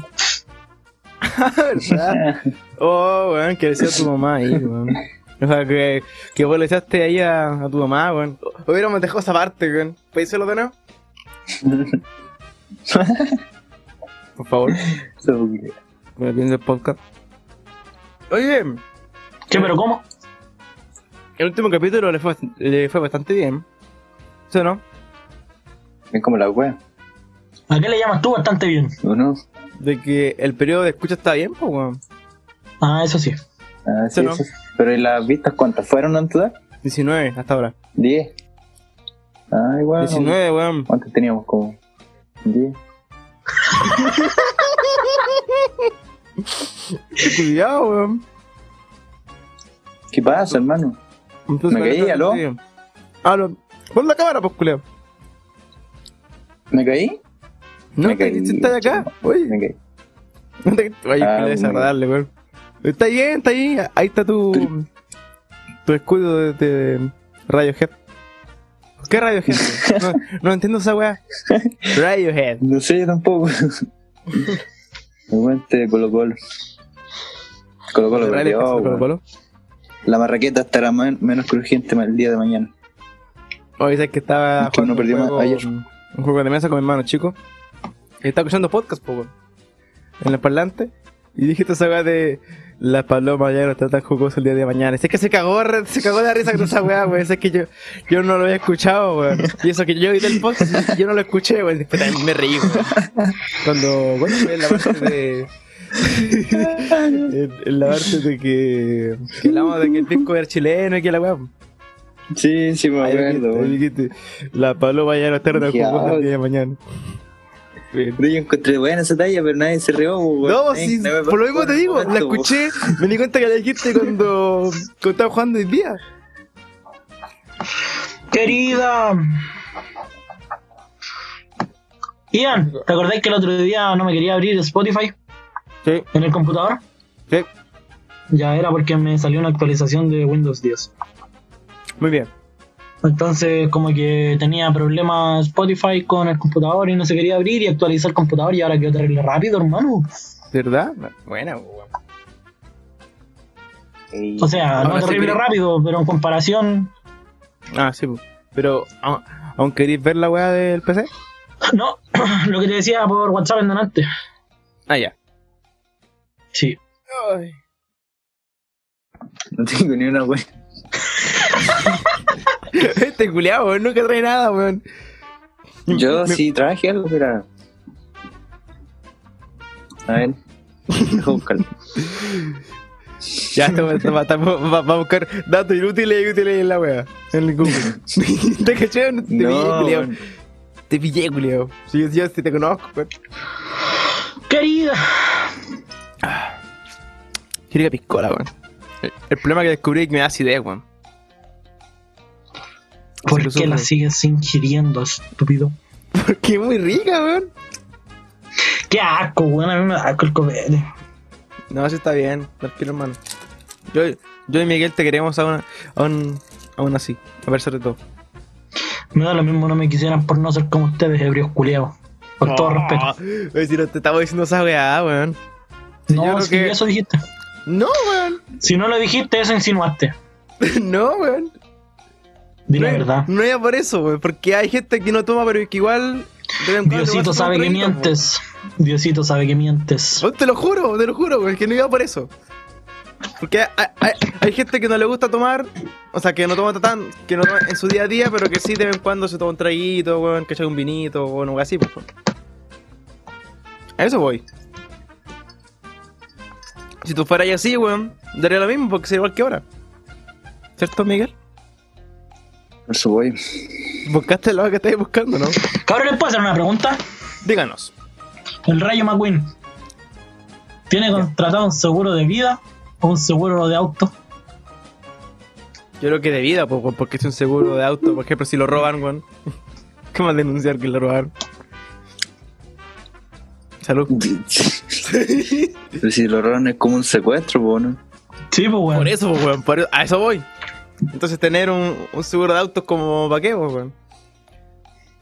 A: [laughs] ¿Verdad?
B: [laughs]
A: Oh, weón, que le decía a tu mamá ahí, weón. O sea, que, que vos le echaste ahí a, a tu mamá, weón. Hubiéramos dejado esa parte, weón. ¿Puedes hacerlo de nuevo? [laughs] Por favor, me atiende el podcast. Oye,
C: ¿Qué, pero cómo?
A: el último capítulo le fue, le fue bastante bien. ¿Sí o no?
B: Es como la wea,
C: ¿A qué le llamas tú bastante bien?
B: ¿o no?
A: De que el periodo de escucha está bien, pues, weón.
C: Ah, eso sí.
B: Ah, sí,
A: Sí, no.
B: sí. Pero ¿y las vistas cuántas fueron en total?
A: 19 hasta ahora.
B: 10. Ay, weón.
A: 19, weón.
B: ¿Cuántas Ah, teníamos? Como 10.
A: Cuidado, weón.
B: ¿Qué pasa, hermano?
A: Entonces,
B: Me caí,
A: ahorita-
B: aló.
A: sí. Aló. Pon la cámara, pues, culeo.
B: ¿Me caí?
A: No,
B: Me
A: te
B: caí.
A: estás acá. Oye,
B: Me caí.
A: no te Oye,
B: Ah,
A: qué desagradable, weón. Está bien, está ahí. Ahí está tu. Tu escudo de, de Radiohead. ¿Por
B: [laughs]
A: qué Radiohead? weón? No, no entiendo esa weá. Radiohead.
B: No sé, yo tampoco. [laughs] Aguante de Colo Colo. Colo Colo
A: Radiohead,
B: perdió,
A: Colo
B: weón.
A: Colo.
B: La marraqueta estará men- menos crujiente el día de mañana.
A: Oye, sabes Oh, que estaba
B: [laughs] Que no
A: un
B: perdimos
A: juego-
B: ayer.
A: Un juego de mesa con mi hermano chico. Y estaba escuchando podcast, po, weón. En el parlante. Y dijiste esa weá de. La paloma ya no está tan jugosa el día de mañana. Es que se cagó, re- se cagó de la risa con esa weá, weón. Es que yo, yo no lo había escuchado, weón. Y eso que yo oí del podcast, yo no lo escuché, weón. Después también me reí, weón. Cuando, bueno, en la parte de. [laughs] en, en la parte de que. Que hablamos de que el disco era chileno y que la weá.
B: Sí, sí, me
A: Ahí
B: acuerdo.
A: dijiste, ahí
B: weón.
A: dijiste, la paloma ya no está tan
B: Ya.
A: jugosa el día de mañana. Bien.
B: Yo encontré buena esa talla, pero nadie se rió, pues, weón.
A: eh, No,
B: Nadie-
A: sí,
B: nadie me
A: por lo mismo
B: pasó
A: te
B: el
A: digo, la
B: momento, weón.
A: escuché, me di cuenta que la dijiste cuando, cuando estaba jugando hoy día.
C: Querida. Ian, ¿te acordáis que el otro día no me quería abrir Spotify
A: Sí,
C: en el computador?
A: sí,
C: Ya era porque me salió una actualización de Windows 10.
A: muy bien.
C: Entonces, como que tenía problemas Spotify con el computador y no se quería abrir y actualizar el computador y ahora quiero arregle rápido, hermano.
A: ¿Verdad? Buena, weón.
C: O sea,
A: Ahora
C: no
A: sí
C: terrible
A: que-
C: rápido, pero en comparación. [clears throat]
A: Ah, sí, pues. pero a- aún queréis ver la weá del PC.
C: No, [clears throat] lo que te decía por WhatsApp en delante.
A: Ah, ya.
C: Sí.
B: [laughs] No tengo ni una weón.
A: [laughs] [laughs] este culiado, weón, nunca trae nada, weón.
B: Yo sí traje algo, pero. A ver. Deja buscarlo.
A: Ya, este weón va, está- va- va a buscar datos inútiles y útiles en la weá. En el [laughs] Google. ¿Te caché? No, [laughs] te pillé,
B: No,
A: culiao.
B: weón.
A: Te pillé, culiao. Si yo, yo sí te conozco, weón.
C: Querida.
A: Quiero ir a piscola, weón. El, el problema que descubrí es que me da acidez, weón. Se
C: ¿Por
A: lo
C: qué
A: sufro.
C: la sigues ingiriendo, estúpido?
A: Porque es muy rica, weón.
C: Qué asco, weón. A mí me da asco el copete.
A: No, sí está bien, tranquilo hermano. Yo, yo y Miguel te queremos aún, aún, aún así, a pesar de todo.
C: Me da lo mismo, no me quisieran por no ser como ustedes, ebrios culiados. Con
A: Ah.
C: todo respeto.
A: Oye, si no te estamos diciendo esa weá, weón. Si yo
C: No,
A: creo
C: si
A: que-
C: eso dijiste.
A: No, weón. [laughs]
C: Si no lo dijiste, eso insinuaste.
A: No, weón.
C: Di la
A: No-
C: verdad.
A: No es por eso, weón. Porque hay gente que no toma, pero que igual. de vez en cuando
C: Diosito
A: igual se toma
C: sabe
A: un
C: que
A: traguito,
C: mientes. Diosito sabe que mientes.
A: weón. Oh, Te lo juro, te lo juro, weón, que no iba por eso. Porque hay, hay- hay gente que no le gusta tomar, o sea, que no toma tan, que no toma en su día a día, pero que sí de vez en cuando se toma un traguito, weón, que echa un vinito, o algo así, pues. weón. A eso voy. Si tú fueras así, weón, daría lo mismo porque sería igual que ahora. ¿Cierto, Miguel?
B: Por eso
A: [laughs]
B: voy.
A: Buscaste lo que estáis buscando, ¿no?
C: Cabrón, ¿les puedo hacer una pregunta?
A: Díganos.
C: El Rayo McQueen. ¿Tiene contratado un seguro de vida o un seguro de auto?
A: Yo creo que de vida, po, weón, porque es un seguro de auto, por ejemplo, si lo roban, weón. [laughs] ¿Cómo denunciar que lo robaron? Salud.
B: Pero si lo roban es como un secuestro, po, ¿no?
C: Sí, pues, weón.
A: Por eso, po, weón, por- e, a eso voy. Entonces tener un, un seguro de auto es como pa' qué, po, weón.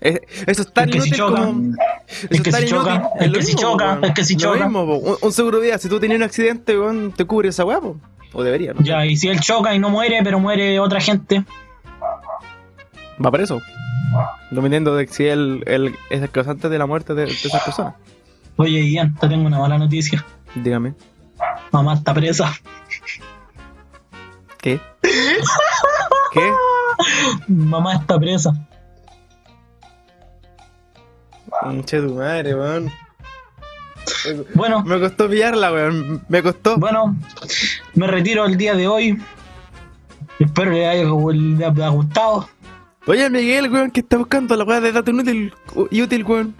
A: Es- eso es tan
C: Es que si
A: inútil
C: chocan,
A: como. eso
C: es que
A: tan
C: si chocan,
A: inútil,
C: es
A: lo
C: que si
A: mismo, po,
C: chocan,
A: weón.
C: es que si
A: Lo
C: chocan.
A: mismo, po. un, un seguro de vida, si tú tenías un accidente, weón, te cubre esa weá, po. O debería, ¿no?
C: Ya, y si él choca y no muere, pero muere otra gente.
A: Va preso. Dependiendo de si él, él es el causante de la muerte de, de esas personas.
C: Oye, Ian, te tengo una mala noticia.
A: Dígame.
C: Mamá está presa. [laughs]
A: ¿Qué? ¿Qué?
C: Mamá está presa.
A: Conche tu madre, weón.
C: Bueno,
A: Me costó pillarla, weón. Me costó.
C: bueno, me retiro el día de hoy. Espero le haya, le haya gustado.
A: Oye, Miguel, weón, que está buscando la weá de dato inútil u- y útil, weón.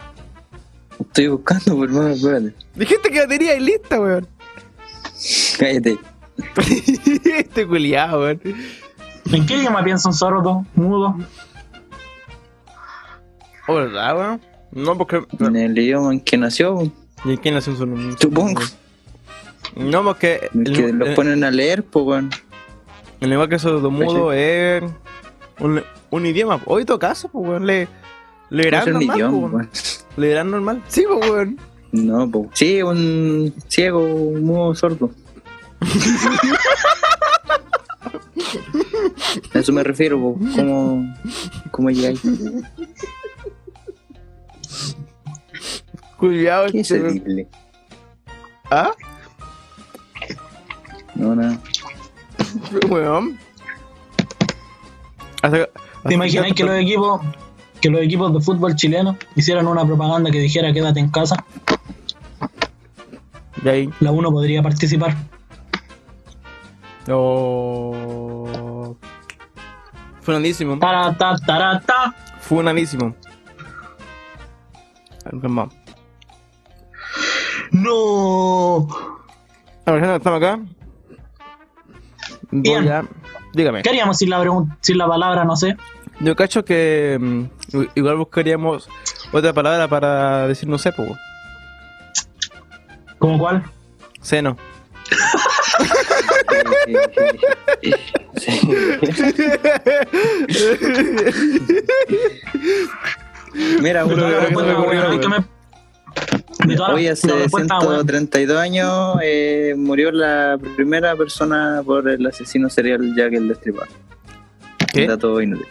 B: Estoy buscando, por hermano, espérate.
A: Dijiste que la tenía ahí lista, weón. [laughs]
B: Cállate.
A: este culiado, weón.
C: ¿En qué idioma piensa un sordo mudo?
A: Oh, ¿Verdad, weón? No, porque.
B: En el idioma en que nació, po.
A: ¿Y quién nació un solo?
B: supongo.
A: No, porque.
B: En el que
A: el- eh.
B: los ponen a leer, po, weón.
A: El lenguaje sordomudo es un, un idioma. Hoy todo caso, pues, weón. Le,
B: No
A: leerán
B: es un
A: normal,
B: idioma,
A: pues,
B: weón.
A: Leerán normal. Sí, pues, weón.
B: No, po. Sí, un ciego, un mudo, sordo. A eso me refiero, po. ¿Cómo, cómo llegáis?
A: Cuidado,
B: ¿Qué es
A: este, weón.
B: edible?
A: ¿Ah?
B: No, nada.
A: Weón. Hasta- hasta-
C: ¿Te imagináis que los equipos que los equipos de fútbol chilenos hicieran una propaganda que dijera quédate en casa?
A: De ahí.
C: La uno podría participar.
A: Oh. Funadísimo.
C: Tarata, tarata.
A: Funadísimo. Vamos.
C: No.
A: A ver, estamos acá. Voy
C: Bien.
A: a... Dígame.
C: ¿Qué haríamos sin la, pregun- sin la palabra, no sé?
A: Yo cacho que mm, i- igual buscaríamos otra palabra para decir no sé, po. weón.
C: ¿Como cuál?
A: Seno.
C: [laughs]
B: Mira,
A: Pero yo
C: Toda
A: creo
C: la
A: que
C: respuesta,
A: no me ocurrió,
C: weón, que me- de toda la-
B: hoy
C: la
B: hace
C: respuesta, weón.
B: 132 años eh, murió la primera persona por el asesino serial Jack el Destripador.
A: ¿Qué?
B: Dato inútil.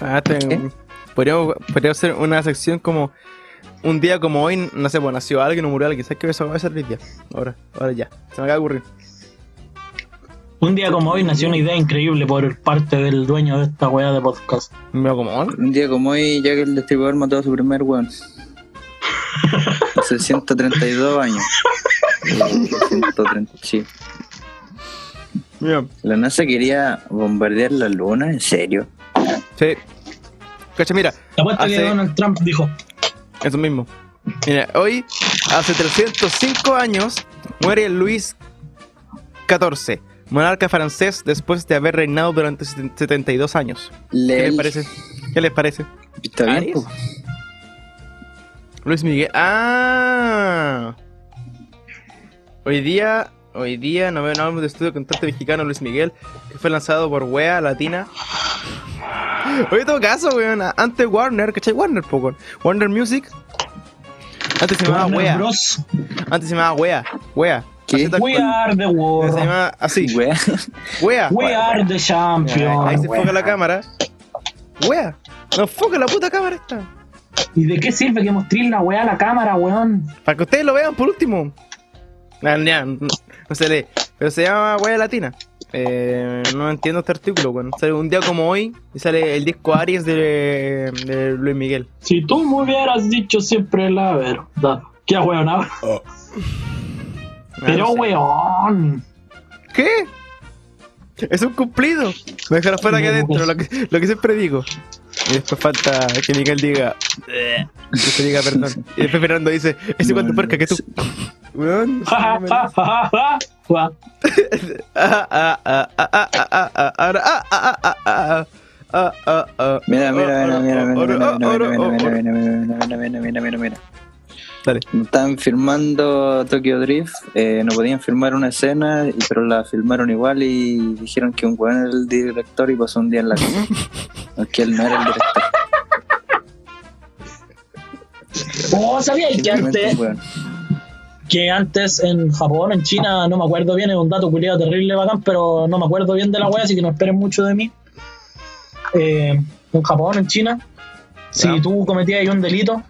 A: Ah, te-
B: ¿Qué?
A: Podríamos, podríamos hacer una sección como un día como hoy, no sé, pues nació alguien o murió alguien, ¿sabes qué eso va a ser el día? Ahora, ahora ya. Se me acaba de ocurrir.
C: Un día como hoy nació una idea increíble por parte del dueño de esta weá de podcast.
A: Me veo como hoy.
B: Un día como hoy, Jack el Destripador mató a su primer weón. Hace 132 años. Eh, 130, sí.
A: Mira,
B: La NASA quería bombardear la luna, ¿en serio?
A: Sí. Cacha, mira,
C: La apuesta
A: Hace-
C: que Donald Trump dijo.
A: eso mismo. Mira, hoy, hace 305 años, muere Luis 14. Monarca francés después de haber reinado durante 72 años. ¿Qué les
B: Ley.
A: parece? ¿Qué les parece?
B: Está bien,
A: Aries.
B: po.
A: Luis Miguel. ¡Ah! Hoy día, hoy día no veo un álbum de estudio de cantante mexicano Luis Miguel que fue lanzado por Wea Latina. [laughs] Oye, todo caso, weón. Antes Warner, ¿cachai? Warner, poco. Warner Music. Antes se llamaba
C: Warner
A: Wea.
C: Bros.
A: Antes se llamaba Wea. Wea.
B: ¿Qué?
A: Así tal
C: We
A: cual.
C: are the
A: Se
C: world.
A: llamaba
B: [laughs]
A: así.
B: Wea.
A: Wea.
C: We are
A: Ahí-
C: the
A: Ahí se
C: champions.
A: enfoca la cámara. Wea. No enfoca la puta cámara esta.
C: ¿Y de qué sirve que mostréis la weá a la cámara, weón?
A: Para que ustedes lo vean por último. Nah, nah, no, no se lee. Pero se llama Huella Latina. Eh, no entiendo este artículo, weón. Sale un día como hoy y sale el disco Aries de, de Luis Miguel.
C: Si tú me hubieras dicho siempre la verdad. ¿Qué weón?
A: Ah,
C: Pero
A: no sé.
C: weón.
A: ¿Qué? Es un cumplido. Me dejaron fuera aquí adentro, lo que, lo que siempre digo. Y después falta que Miguel
C: [laughs]
A: diga. "Bleh", Que se diga perdón. Y después Fernando dice: Es igual de puerca que
C: [laughs]
A: tú. Weón.
C: Ja, ja, ja, ja, ja, [laughs] ja.
A: [laughs]
B: Mira, mira,
A: Mira,
B: mira, mira,
A: oh,
B: mira, mira, mira, mira, mira, mira, mira, mira, mira, mira, mira, mira, mira.
A: Dale.
B: Estaban firmando Tokyo Drift, eh, no podían firmar una escena, y- pero la filmaron igual y dijeron que un weón era el director y pasó un día en
A: [laughs]
B: la cama. Aunque él no era el director.
C: Oh, sabía que
B: simplemente
C: antes,
B: un weón.
C: que antes en Japón, en China, no me acuerdo bien, es un dato culiado terrible bacán, pero no me acuerdo bien de la wea, así que no esperen mucho de mí. Eh, en Japón, en China, si
A: Ya.
C: tú cometías ahí un delito,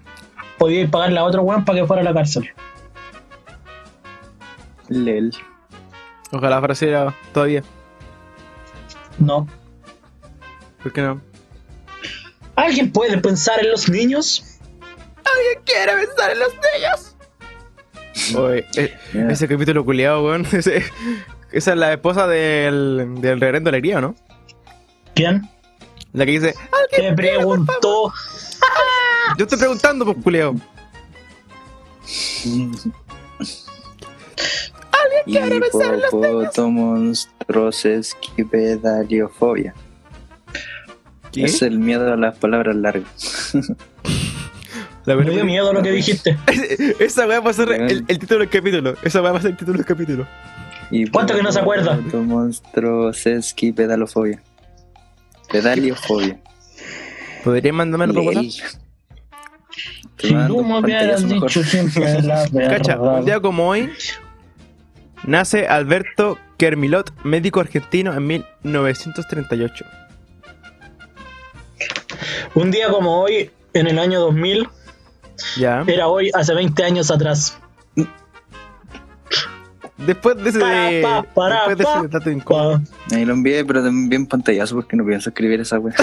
C: podías pagarle a otro weón para que fuera a la cárcel.
B: Lel.
A: Ojalá frasera todavía.
C: No.
A: ¿Por qué no?
C: ¿Alguien puede pensar en los niños?
A: ¡Quiero besar en los niños! Oye, eh,
B: Mira.
A: ese capítulo culiado, weón. [laughs] Ese- Esa es la esposa del, del reverendo Alegría, ¿no?
C: ¿Quién?
A: La que dice, "Ah,
C: Te preguntó.
A: yo estoy preguntando, pues culiado.
B: Hipopótamos, troces, pedaliofobia.
A: ¿Qué?
B: Es el miedo a las palabras largas.
A: La
C: Me dio miedo lo que dijiste.
A: [laughs] Esa weá va a ser el, el título del capítulo. Esa weá va a ser el título del capítulo.
B: Y
C: ¿Cuánto que no se acuerda?
B: Tu monstruo, Sesky, pedalofobia. Pedaliofobia.
A: ¿Podrías mandarme la propuesta?
B: Lel. Te
C: Si
B: mando
C: tú me hubieras
B: pantallazo mejor.
C: dicho siempre la
A: Cacha, un
C: verdad.
A: día como hoy nace Alberto Kermilot, médico argentino en 1938.
C: Un día como hoy, en el año 2000,
A: Ya.
C: era hoy hace 20 años atrás.
A: Después de ese,
C: Para, pa, para,
A: después de ese
C: pa.
A: dato incómodo.
C: Pa-
B: Ahí lo envié, pero también pantallazo porque no pienso escribir esa wea.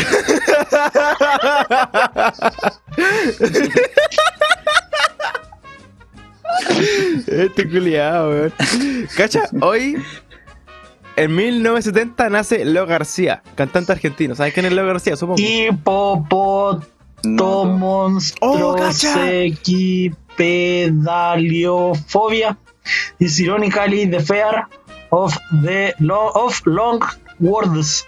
A: Este culiado, weón. Cacha, hoy en 1970 nace Leo García, cantante argentino. ¿Sabes quién es Leo García? Supongo.
C: Hipopotomonstruo
B: No, no.
A: Oh, cacha.
C: pedaliofobia is ironically the fear of the lo- of long words.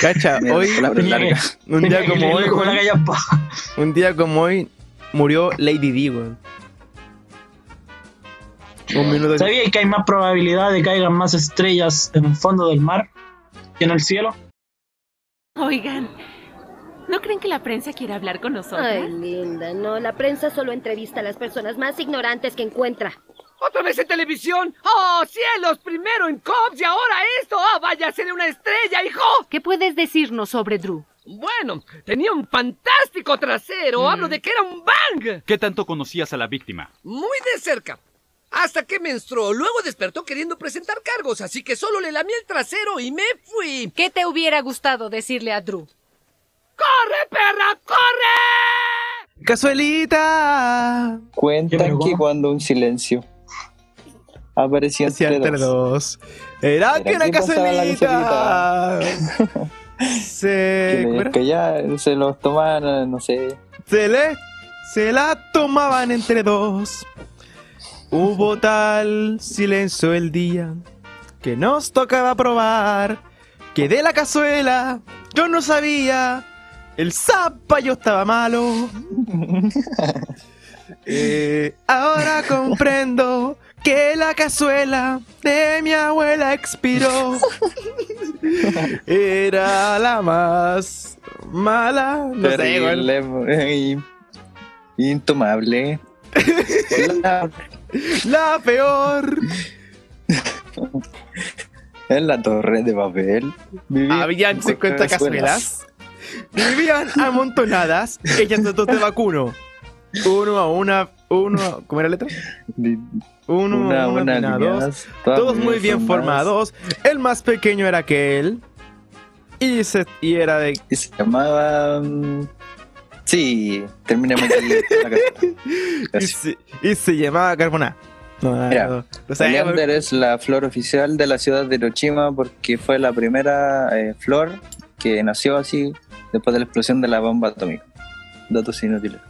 A: Cacha,
B: Mira,
A: hoy,
B: las palabras
C: Tenía
B: largas.
A: un día como hoy,
C: Con la
A: weón,
C: gallapa.
A: un día como hoy murió Lady D, weón.
C: Oh.
A: Un minuto de
C: ¿Sabías que hay más probabilidad de que caigan más estrellas en el fondo del mar que en el cielo?
F: Oigan, ¿no creen que la prensa quiere hablar con nosotros?
H: Ay, linda, no, la prensa solo entrevista a las personas más ignorantes que encuentra.
I: ¡Otra vez en televisión! ¡Oh, cielos! Primero en Cops y ahora esto. ¡Ah, vaya a ser una estrella, hijo!
F: ¿Qué puedes decirnos sobre Drew?
I: Bueno, tenía un fantástico
F: Mm.
I: trasero. Hablo de que era un bang.
J: ¿Qué tanto conocías a la víctima?
I: Muy de cerca. Hasta que menstruó. Luego despertó queriendo presentar cargos, así que solo le lamí el trasero y me fui.
F: ¿Qué te hubiera gustado decirle a Drew?
I: ¡Corre, perra! ¡Corre!
A: ¡Cazuelita!
C: Ya,
B: Cuentan
C: pero
B: que
C: ¿cómo?
B: cuando un silencio aparecía
A: Hacia
B: entre
A: entre
B: dos.
A: dos. Era
B: Era
A: que una
B: que pasaba la
A: cazuelita.
B: Que
A: [laughs] Se. ¿cómo
B: le-
A: Eh, era?
B: Que ya se los tomaban, no sé.
A: Se le. Se la tomaban entre dos. Hubo tal silencio el día que nos tocaba probar que de la cazuela yo no sabía. El zapallo estaba malo. Eh, ahora comprendo que la cazuela de mi abuela expiró. Era la más mala. No sé, igual.
B: Terrible, [laughs] eh, Intomable. La-
A: La peor.
B: en la torre de Babel. vivía-
A: Habían 50 cazuelas. Vivían amontonadas. Ellas trató de vacuno. Uno a una. Uno a- ¿Cómo era la letra?
B: Di-
A: Uno
B: Una,
A: a una,
B: una,
A: una, dos.
B: alineadas, todas
A: Todos muy bien formados. El más pequeño era que él. Y, se, y era de.
B: Y se llamaba. mm, Sí, terminamos aquí la cazuela.
A: Y
B: Gracias.
A: se, y se llamaba Carbona. No, no,
B: Mira,
A: no, no sé,
B: Oleander es la flor oficial de la ciudad de Hiroshima porque fue la primera eh, flor que nació así después de la explosión de la bomba atómica. Datos inútiles.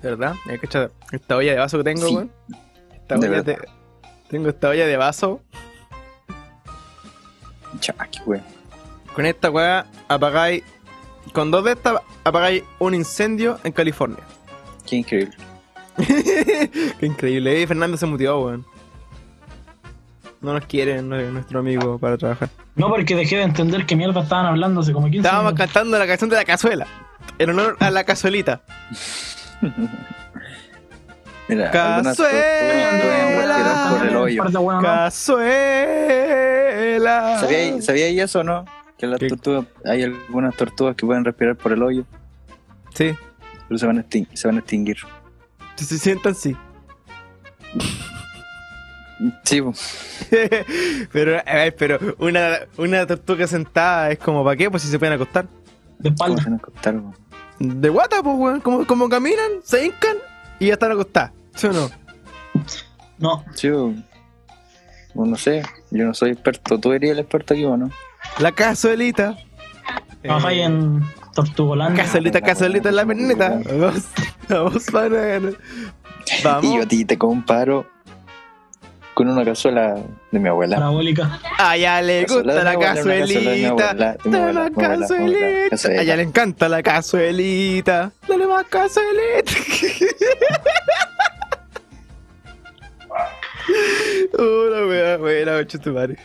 A: ¿Verdad? Mira, cacha, Esta olla de vaso que tengo,
B: Sí,
A: weón. Esta
B: de
A: olla de-
B: verdad.
A: Tengo esta olla de vaso.
B: Chaki, güey.
A: Con esta weá apagáis. Con dos de estas apagáis un incendio en California.
B: Qué increíble.
A: [laughs] Qué increíble. Eh, Fernando se mutió, weón. No nos quieren no- nuestro amigo para trabajar.
C: No, porque dejé de entender qué mierda estaban hablando hace como 15
A: Estábamos
C: minutos.
A: cantando la canción de la cazuela. En honor a la cazuelita.
B: Mira, algunas tortugas Eh,
A: Cazuela.
B: fueron por el hoyo.
C: Parte, weón, ¿no?
A: Cazuela.
B: ¿Sabía, sabía eso o no? Que las
A: ¿Qué?
B: tortugas, hay algunas tortugas que pueden respirar por el hoyo,
A: Sí.
B: pero se van a, extin- se van a extinguir.
A: Si se sientan, sí. [laughs]
B: Sí, pues, po.
A: pero, a ver, pero una, una tortuga sentada es como, ¿para qué? Pues si se pueden acostar.
C: De
B: ¿cómo
C: espalda.
B: se van a cortar, pues? po?
A: De guata, pues, weón. Como, como caminan, se hincan y ya están acostadas. ¿Sí o no?
C: No.
B: Sí, po. Bueno, no sé, yo no soy experto. ¿Tú eres el experto aquí o no?
A: La cazuelita.
C: Trabajáis
A: Eh,
C: en Tortugolandia.
A: Cazuelita, cazuelita en la perneta. Vamos, vamos para ganar.
B: Y yo a
A: Vamos.
B: ti te comparo con una cazuela de mi abuela.
C: Parabólica.
A: A ella le
B: Cazuela
A: gusta
B: de
A: la
B: mi abuela, una cazuela de mi
A: cazuelita.
B: abuela, de mi abuela,
A: Dale más
B: mi abuela, mi abuela,
A: cazuelita.
B: cazuela.
A: A ella le encanta la cazuelita. Dale más cazuelita. [laughs] Una wea buena, ocho tu madre.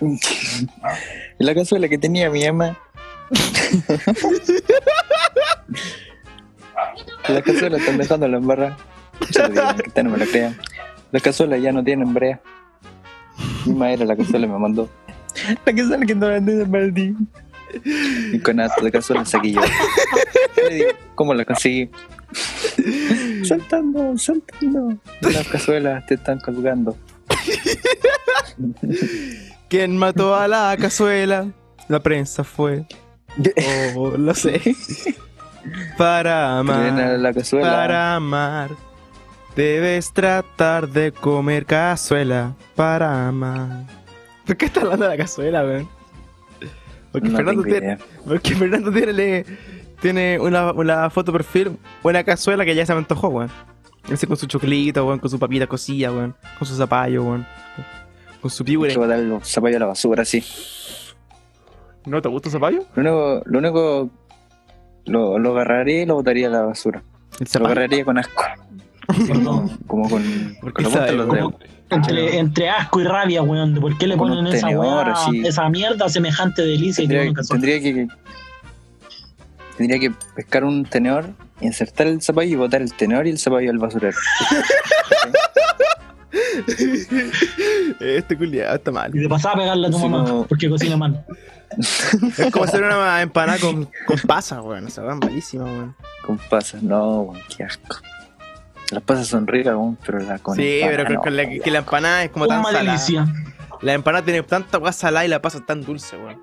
B: La cazuela que tenía mi mamá. Las cazuelas están dejando la barra. no me la crean. Las cazuelas ya no tienen brea. Mi madre era la cazuela me mandó. La cazuela que no vendí de Maldí. Y con esto de cazuela saqué yo. Le digo, ¿Cómo la conseguí? Saltando, saltando. Las cazuelas te están colgando.
A: ¿Quién mató a la cazuela? La prensa fue. Oh, lo
B: [laughs]
A: sé. Para
B: Truena
A: amar.
B: la cazuela.
A: Para amar. Debes tratar de comer cazuela. Para amar. ¿Por qué está hablando de la cazuela, weón? Porque,
B: No
A: Fernando
B: tengo
A: tiene,
B: idea.
A: porque Fernando tiene, le- tiene una, una foto perfil, una cazuela que ya se me antojó, weón. Ese con su choclito, weón, con su papita cosilla, weón. Con su zapallo, weón. Con su
B: Hay
A: piure.
B: que botar los zapallos a la basura, sí.
A: ¿No te gusta el zapallo?
B: Lo único, lo único lo, lo agarraría y lo botaría a la basura.
A: El
B: Lo [laughs]
A: zapallo.
B: agarraría con asco. [laughs]
C: Perdón.
B: Como con,
A: ¿Por
B: con la
A: qué
B: punta de los
A: sabe,
B: dedos.
C: Entre, entre asco y rabia, weón. ¿De por qué le
B: Con
C: ponen
B: un
C: esa
B: tenedor,
C: weá,
B: así.
C: esa mierda semejante delicia y
B: Tendría,
C: tiene una cazuela?
B: tendría que tendría que pescar un tenedor, insertar el zapallo y botar el tenedor y el zapallo al basurero.
A: Este culiado está mal.
C: Y de pasada pegarle a tu
B: Sí,
C: mamá,
B: como-
C: porque
B: [laughs]
C: cocina mal.
A: Es como hacer una empanada con, con pasas, weón. O sea, van malísima, weón.
B: Con pasas, no, weón, qué asco. Las pasas son ricas, weón, pero la con
A: sí,
B: empanada,
A: pero con,
B: no,
A: con la,
B: weón.
A: que la empanada es como tan
C: Una
A: salada.
C: delicia.
A: La empanada tiene tanta guasa salada y la pasa tan dulce, weón.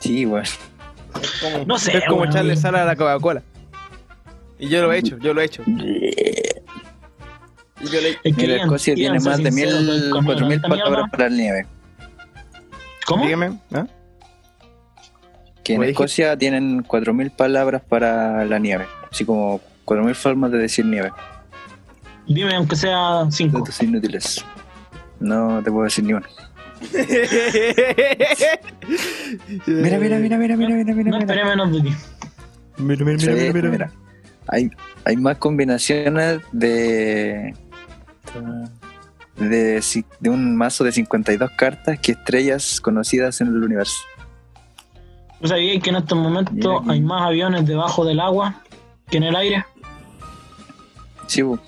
B: Sí, weón.
A: Como-
C: No sé,
A: Es como
C: weón.
A: echarle sal a la Coca-Cola. Y yo lo he hecho, yo lo he hecho. Y yo le
C: Es que
B: Mira,
C: Ian-
B: Escocia
C: Ian,
B: tiene
C: sé
B: más de mil,
C: sincero, weón, cuando
B: cuatro mil
C: esta mierda-
B: palabras para el nieve.
C: ¿Cómo?
A: Dígame, [laughs] ¿ah?
B: Que en
A: Oye,
B: Escocia tienen 4.000 palabras para la nieve, así como 4.000 formas de decir nieve.
C: Dime, aunque sea cinco.
B: Datos inútiles. No te puedo decir ni
A: Eh,
B: uno. Mira, mira, mira, mira, mira, mira, mira.
C: No esperé
B: mira.
C: menos de ti.
A: Eh, Mira, mira,
B: Sí,
A: mira, mira, mira.
B: mira. Hay, hay más combinaciones de, de. ci- de un mazo de 52 cartas que estrellas conocidas en el universo.
C: ¿Tú sabías que en estos
B: Mira
C: momentos
B: aquí.
C: hay más aviones debajo del agua que en el aire?
B: Sí, bu.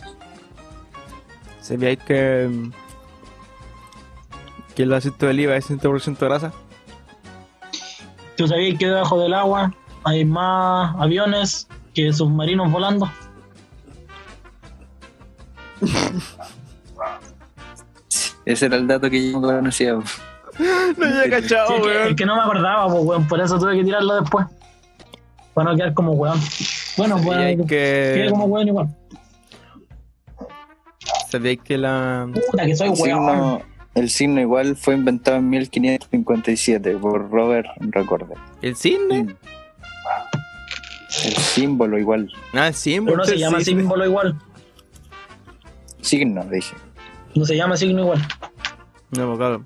A: Se ve ahí que. mm, Que el aceite de oliva es 100% grasa.
C: ¿Tú sabías que debajo del agua hay más aviones que submarinos volando?
A: Ah,
B: Ese era el dato que yo no conocía. bu.
A: [laughs] No había
C: Sí,
A: cachado,
C: es, que, es
A: weón.
C: que no me acordaba, pues, weón, por eso tuve que tirarlo después. Para no quedar como weón. Bueno,
A: Sí,
C: pues,
A: hay que-
C: quedé como weón igual.
A: Se ve que la.
C: Puta, que soy
B: El
C: weón.
B: signo, el signo igual fue inventado en 1557 por Robert Recorder.
A: ¿El cisne?
B: Mm. El símbolo igual.
A: Ah, el símbolo.
C: Pero no se
A: el
C: llama
A: cisne.
C: símbolo igual.
B: Signo, dije.
C: No se llama signo igual.
A: No, pues, claro.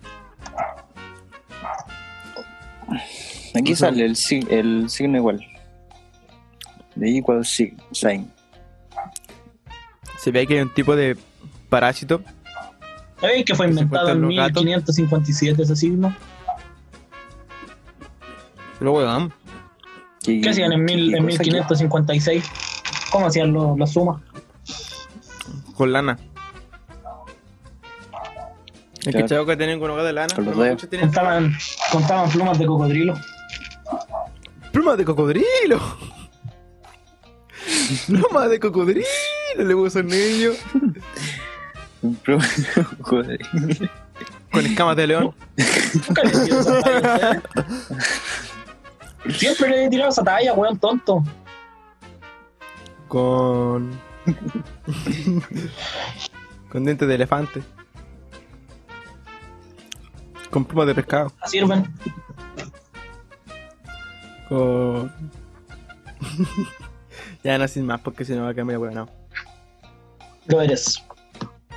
B: Aquí
A: Ujú.
B: sale el, si- el signo igual. The equal sig- sign.
A: Se ve que hay un tipo de parásito.
C: ¿Sabéis que fue
A: Que se
C: inventado en
A: encuentran los gatos.
C: 1557 ese signo?
A: Lo weón.
B: Que-
C: ¿Qué hacían en, mil-
B: que-
C: en
B: cosa que-
C: 1556? ¿Cómo hacían los las sumas?
A: Con lana. ¿Has
B: Claro.
A: cachado que tienen con hogar de lana?
B: Con los
A: No,
B: dedos.
A: muchos tienen
C: Contaban, contaban plumas de cocodrilo.
A: ¡Plumas de
B: [laughs]
A: cocodrilo! ¡Plumas de cocodrilo! Le puso el niño.
B: [laughs] Joder.
A: Con escamas de león.
C: Nunca le he tirado esa talla, ¿eh? Siempre le he tirado esa talla, weón, tonto.
A: Con. [laughs] con dientes de elefante. Con plumas de pescado.
C: La sirven.
A: Con. [laughs] ya no sin más porque si no va a cambiar, bueno.
C: Lo eres.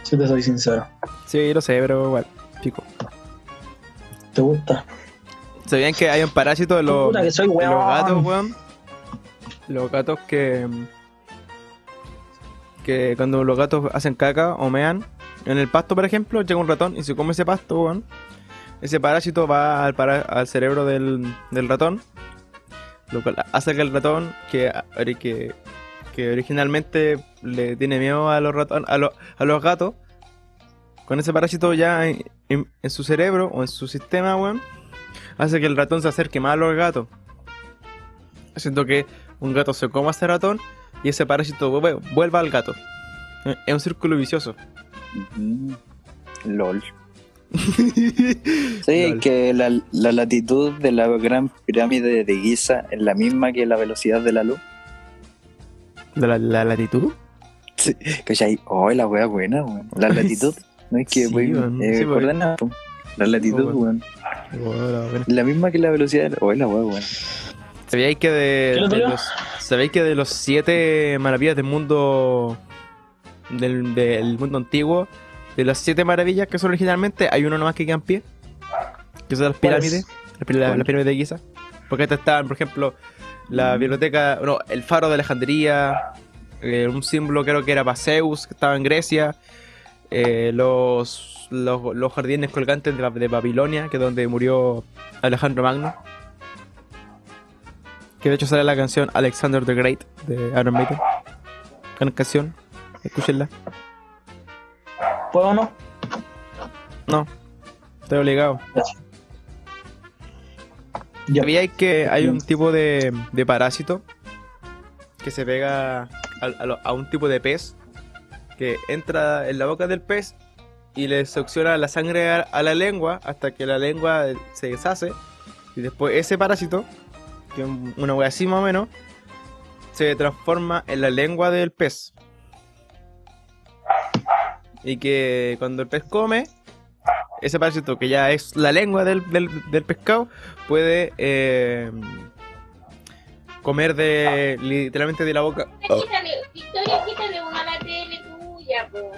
C: Si te soy sincero.
A: Sí, lo sé, pero igual, chico.
C: ¿Te gusta?
A: ¿Sabían que hay un parásito de los,
C: Puta que soy
A: de los
C: weón.
A: gatos, weón? Los gatos que. Que cuando los gatos hacen caca o mean en el pasto, por ejemplo, llega un ratón y se come ese pasto, weón. Ese parásito va al, para- al cerebro del, del ratón, lo cual hace que el ratón, que, que, que originalmente le tiene miedo a los, raton- a, lo- a los gatos, con ese parásito ya en, en- en su cerebro o en su sistema, weón, hace que el ratón se acerque más a los gatos. Haciendo que un gato se coma a ese ratón y ese parásito vuelve- vuelva al gato. Eh, Es un círculo vicioso.
B: Ujú. LOL. Sí,
A: Lol.
B: que la, la latitud de la gran pirámide de Giza es la misma que la velocidad de la luz.
A: [laughs] ¿La, la- la latitud?
B: ¿Cachai? Oh, la wea buena, weón.
A: [laughs]
B: La latitud. No es que,
A: Sí,
B: wey,
A: weón.
B: eh,
A: Sí, weón.
B: coordenadas, po. La latitud,
A: Oh,
B: weón. La misma que la velocidad de la. Oh, la wea, weón.
A: ¿Sabíais que de,
C: ¿Qué lo
A: de
C: tiró?
A: los, ¿sabíais que de los siete maravillas del mundo del, del mundo antiguo, de las siete maravillas que son originalmente, hay uno nomás que queda en pie? Que son las
C: ¿Cuál es?
A: pirámides, las pir- las
B: ¿Cuál?
A: pirámides de Giza. Porque estas están, por ejemplo, la biblioteca, no, el faro de Alejandría, eh, un símbolo creo que era para Zeus, que estaba en Grecia, eh, los, los, los jardines colgantes de, Ba- de Babilonia, que es donde murió Alejandro Magno. Que de hecho sale la canción Alexander the Great de Iron Maiden. Gran canción, escúchenla.
C: ¿Puedo o no?
A: No, estoy obligado.
C: Ya.
A: ¿Sabíais que hay un tipo de, de parásito que se pega a, a lo- a un tipo de pez que entra en la boca del pez y le succiona la sangre a, a la lengua hasta que la lengua se deshace? Y después ese parásito, que es un- una wea así más o menos, se transforma en la lengua del pez. Y que cuando el pez come, ese parásito que ya es la lengua del, del- del pescado puede eh, comer de literalmente de la boca.
D: Oh. Quítale, Victoria, quítale una a la tele tuya, po.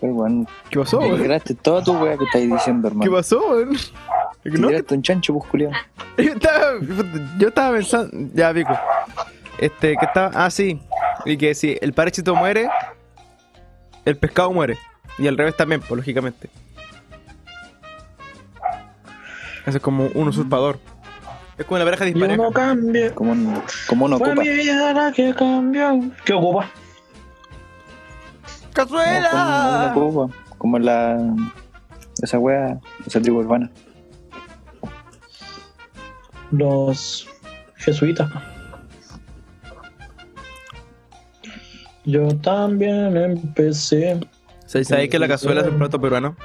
B: Pero bueno.
A: ¿Qué pasó, weón?
B: Tiraste toda tu weá que estáis diciendo, hermano.
A: eh. ¿Qué pasó, weón?
B: Te
A: No,
B: tiraste un chancho, pues, culiao.
A: [laughs] Yo estaba, yo estaba pensando. Ya, pico. Este, que estaba. Ah, sí. Y que si el parásito muere, el pescado muere. Y al revés también, pues, lógicamente. Eso es como un usurpador. Es como la pareja
C: Yo
A: dispareja.
C: no cambio.
B: Como un, como un
C: Fue
B: ocupa.
C: mi vida la que cambió. ¿Qué ocupa?
A: ¡Cazuela!
B: Como, como, como la. Esa wea, esa tribu urbana. [laughs]
C: Los jesuitas. Yo también empecé.
A: ¿Sabéis sabéis que la cazuela es un plato peruano?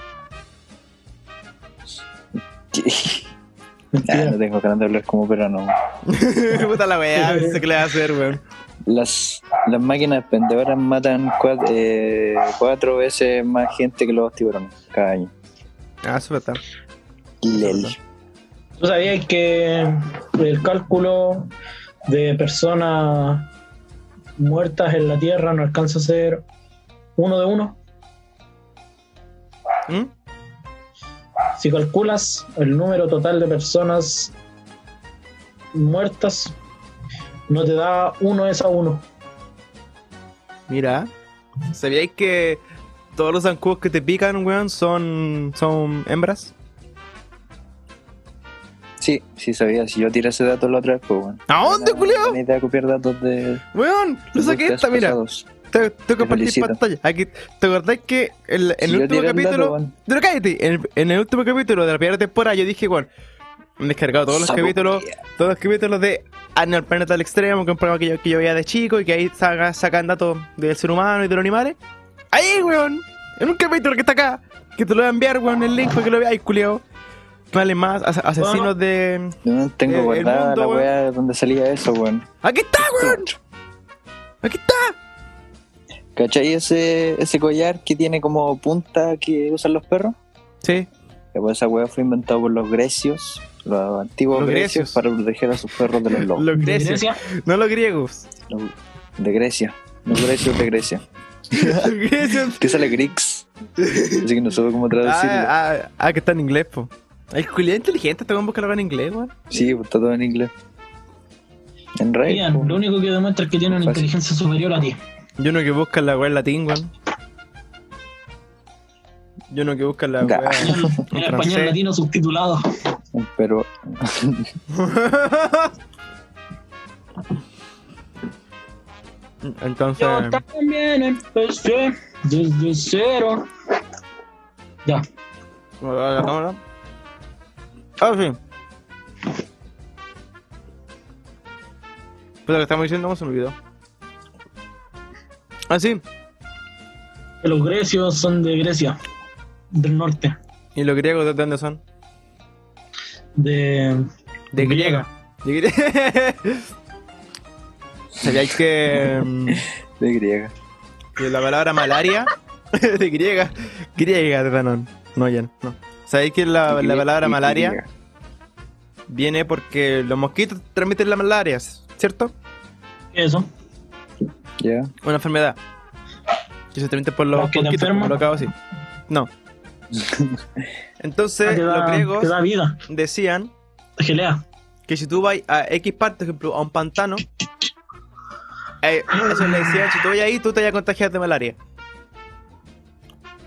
B: Ah,
C: Mentira.
B: no tengo ganas de hablar como peruano.
A: [laughs] Puta la weá, no sé qué le va a hacer, weón.
B: Las, las máquinas vendedoras matan cuat- eh, cuatro veces más gente que los tiburones cada año.
A: Ah, eso está.
B: Lel.
C: ¿Tú sabías que el cálculo de personas muertas en la Tierra no alcanza a ser uno de uno?
A: ¿Mm?
C: Si calculas el número total de personas muertas, no te da uno es a uno.
A: Mira, ¿sabíais que todos los zancudos que te pican, weón, son, son hembras?
B: Sí, sí sabía. Si yo tiré ese dato la otra vez, pues bueno.
A: ¿A dónde, culiao?
B: Necesitaba copiar datos de.
A: Weón, lo saqué
B: de
A: esta, mira.
B: pasados.
A: Te- Tengo que compartir
B: felicito.
A: pantalla. Aquí, ¿te acordás que el- en,
B: Si
A: el
B: yo
A: último
B: tiré el dato,
A: capítulo.
B: weón.
A: Pero cállate, en, el- en el último capítulo de la primera temporada yo dije, weón, han descargado todos los
B: Saco
A: capítulos,
B: pie.
A: todos los capítulos de Anne al planeta al extremo, que es un programa que yo, que yo veía de chico y que ahí saca- sacan datos del ser humano y de los animales. Ahí, weón, en un capítulo que está acá, que te lo voy a enviar, weón, el link para que lo veáis, culiao. Vale más, as- asesinos de.
B: Yo no
A: Eh,
B: tengo
A: el
B: guardada
A: mundo,
B: la
A: weón.
B: weá donde salía eso, weón.
A: ¡Aquí está, weón! ¡Aquí está!
B: ¿Cachai ese, ese collar que tiene como punta que usan los perros?
A: Sí,
B: Que, pues, esa weá fue inventado por los grecios, los antiguos
A: Los
B: grecios,
A: grecios.
B: para proteger a sus perros de los lobos.
A: los
C: ¿De
A: grecios,
C: Grecia?
A: no los [laughs] griegos.
B: Los- de Grecia, los grecios de Grecia.
A: los grecios.
B: Que sale
A: [laughs]
B: Grix. Así que no supe cómo traducirlo.
A: Ah, ah, ah, que está en inglés, po. Ay, culiao inteligente, tengo que buscarlo en inglés, weón.
B: Sí, pues está todo en inglés. En rey.
C: Mira, lo único que demuestra es que tiene una
B: Fácil.
C: inteligencia superior a ti.
A: Yo no que busca la weá en latín, weón. Yo no que busca la
B: Ga.
A: weá
C: En
A: en
C: español
A: francés.
C: latino subtitulado.
B: Pero
A: Entonces,
C: Yo también empecé desde cero. Ya.
A: ¿me va la cámara? Ah, sí. Pero Pues lo que estamos diciendo, se me olvidó. Ah, sí.
C: que Los grecios son de Grecia, del norte,
A: ¿Y los griegos de dónde son? [laughs]
C: de
A: De griega. De griega. ¿Sabíais que, mm,
B: de griega.
A: que la palabra malaria [laughs] de griega? Griega, perdón. No, ya no, no. ¿Sabéis que Ah, la, la
B: Griega
A: palabra
B: y
A: malaria
B: griega.
A: viene porque los mosquitos transmiten la malaria, ¿cierto?
C: eso.
B: Ya.
A: Una enfermedad que se transmite por los
C: ¿Los que te
A: mosquitos,
C: enferman?
A: colocados así. No.
C: Ah,
A: Entonces,
C: te,
A: los
C: da, te da
A: griegos
C: vida,
A: decían
C: te gelea.
A: que si tú vas a X parte, por ejemplo, a un pantano, eh, eso le decían, si tú vas ahí, tú te vas a contagiar de malaria.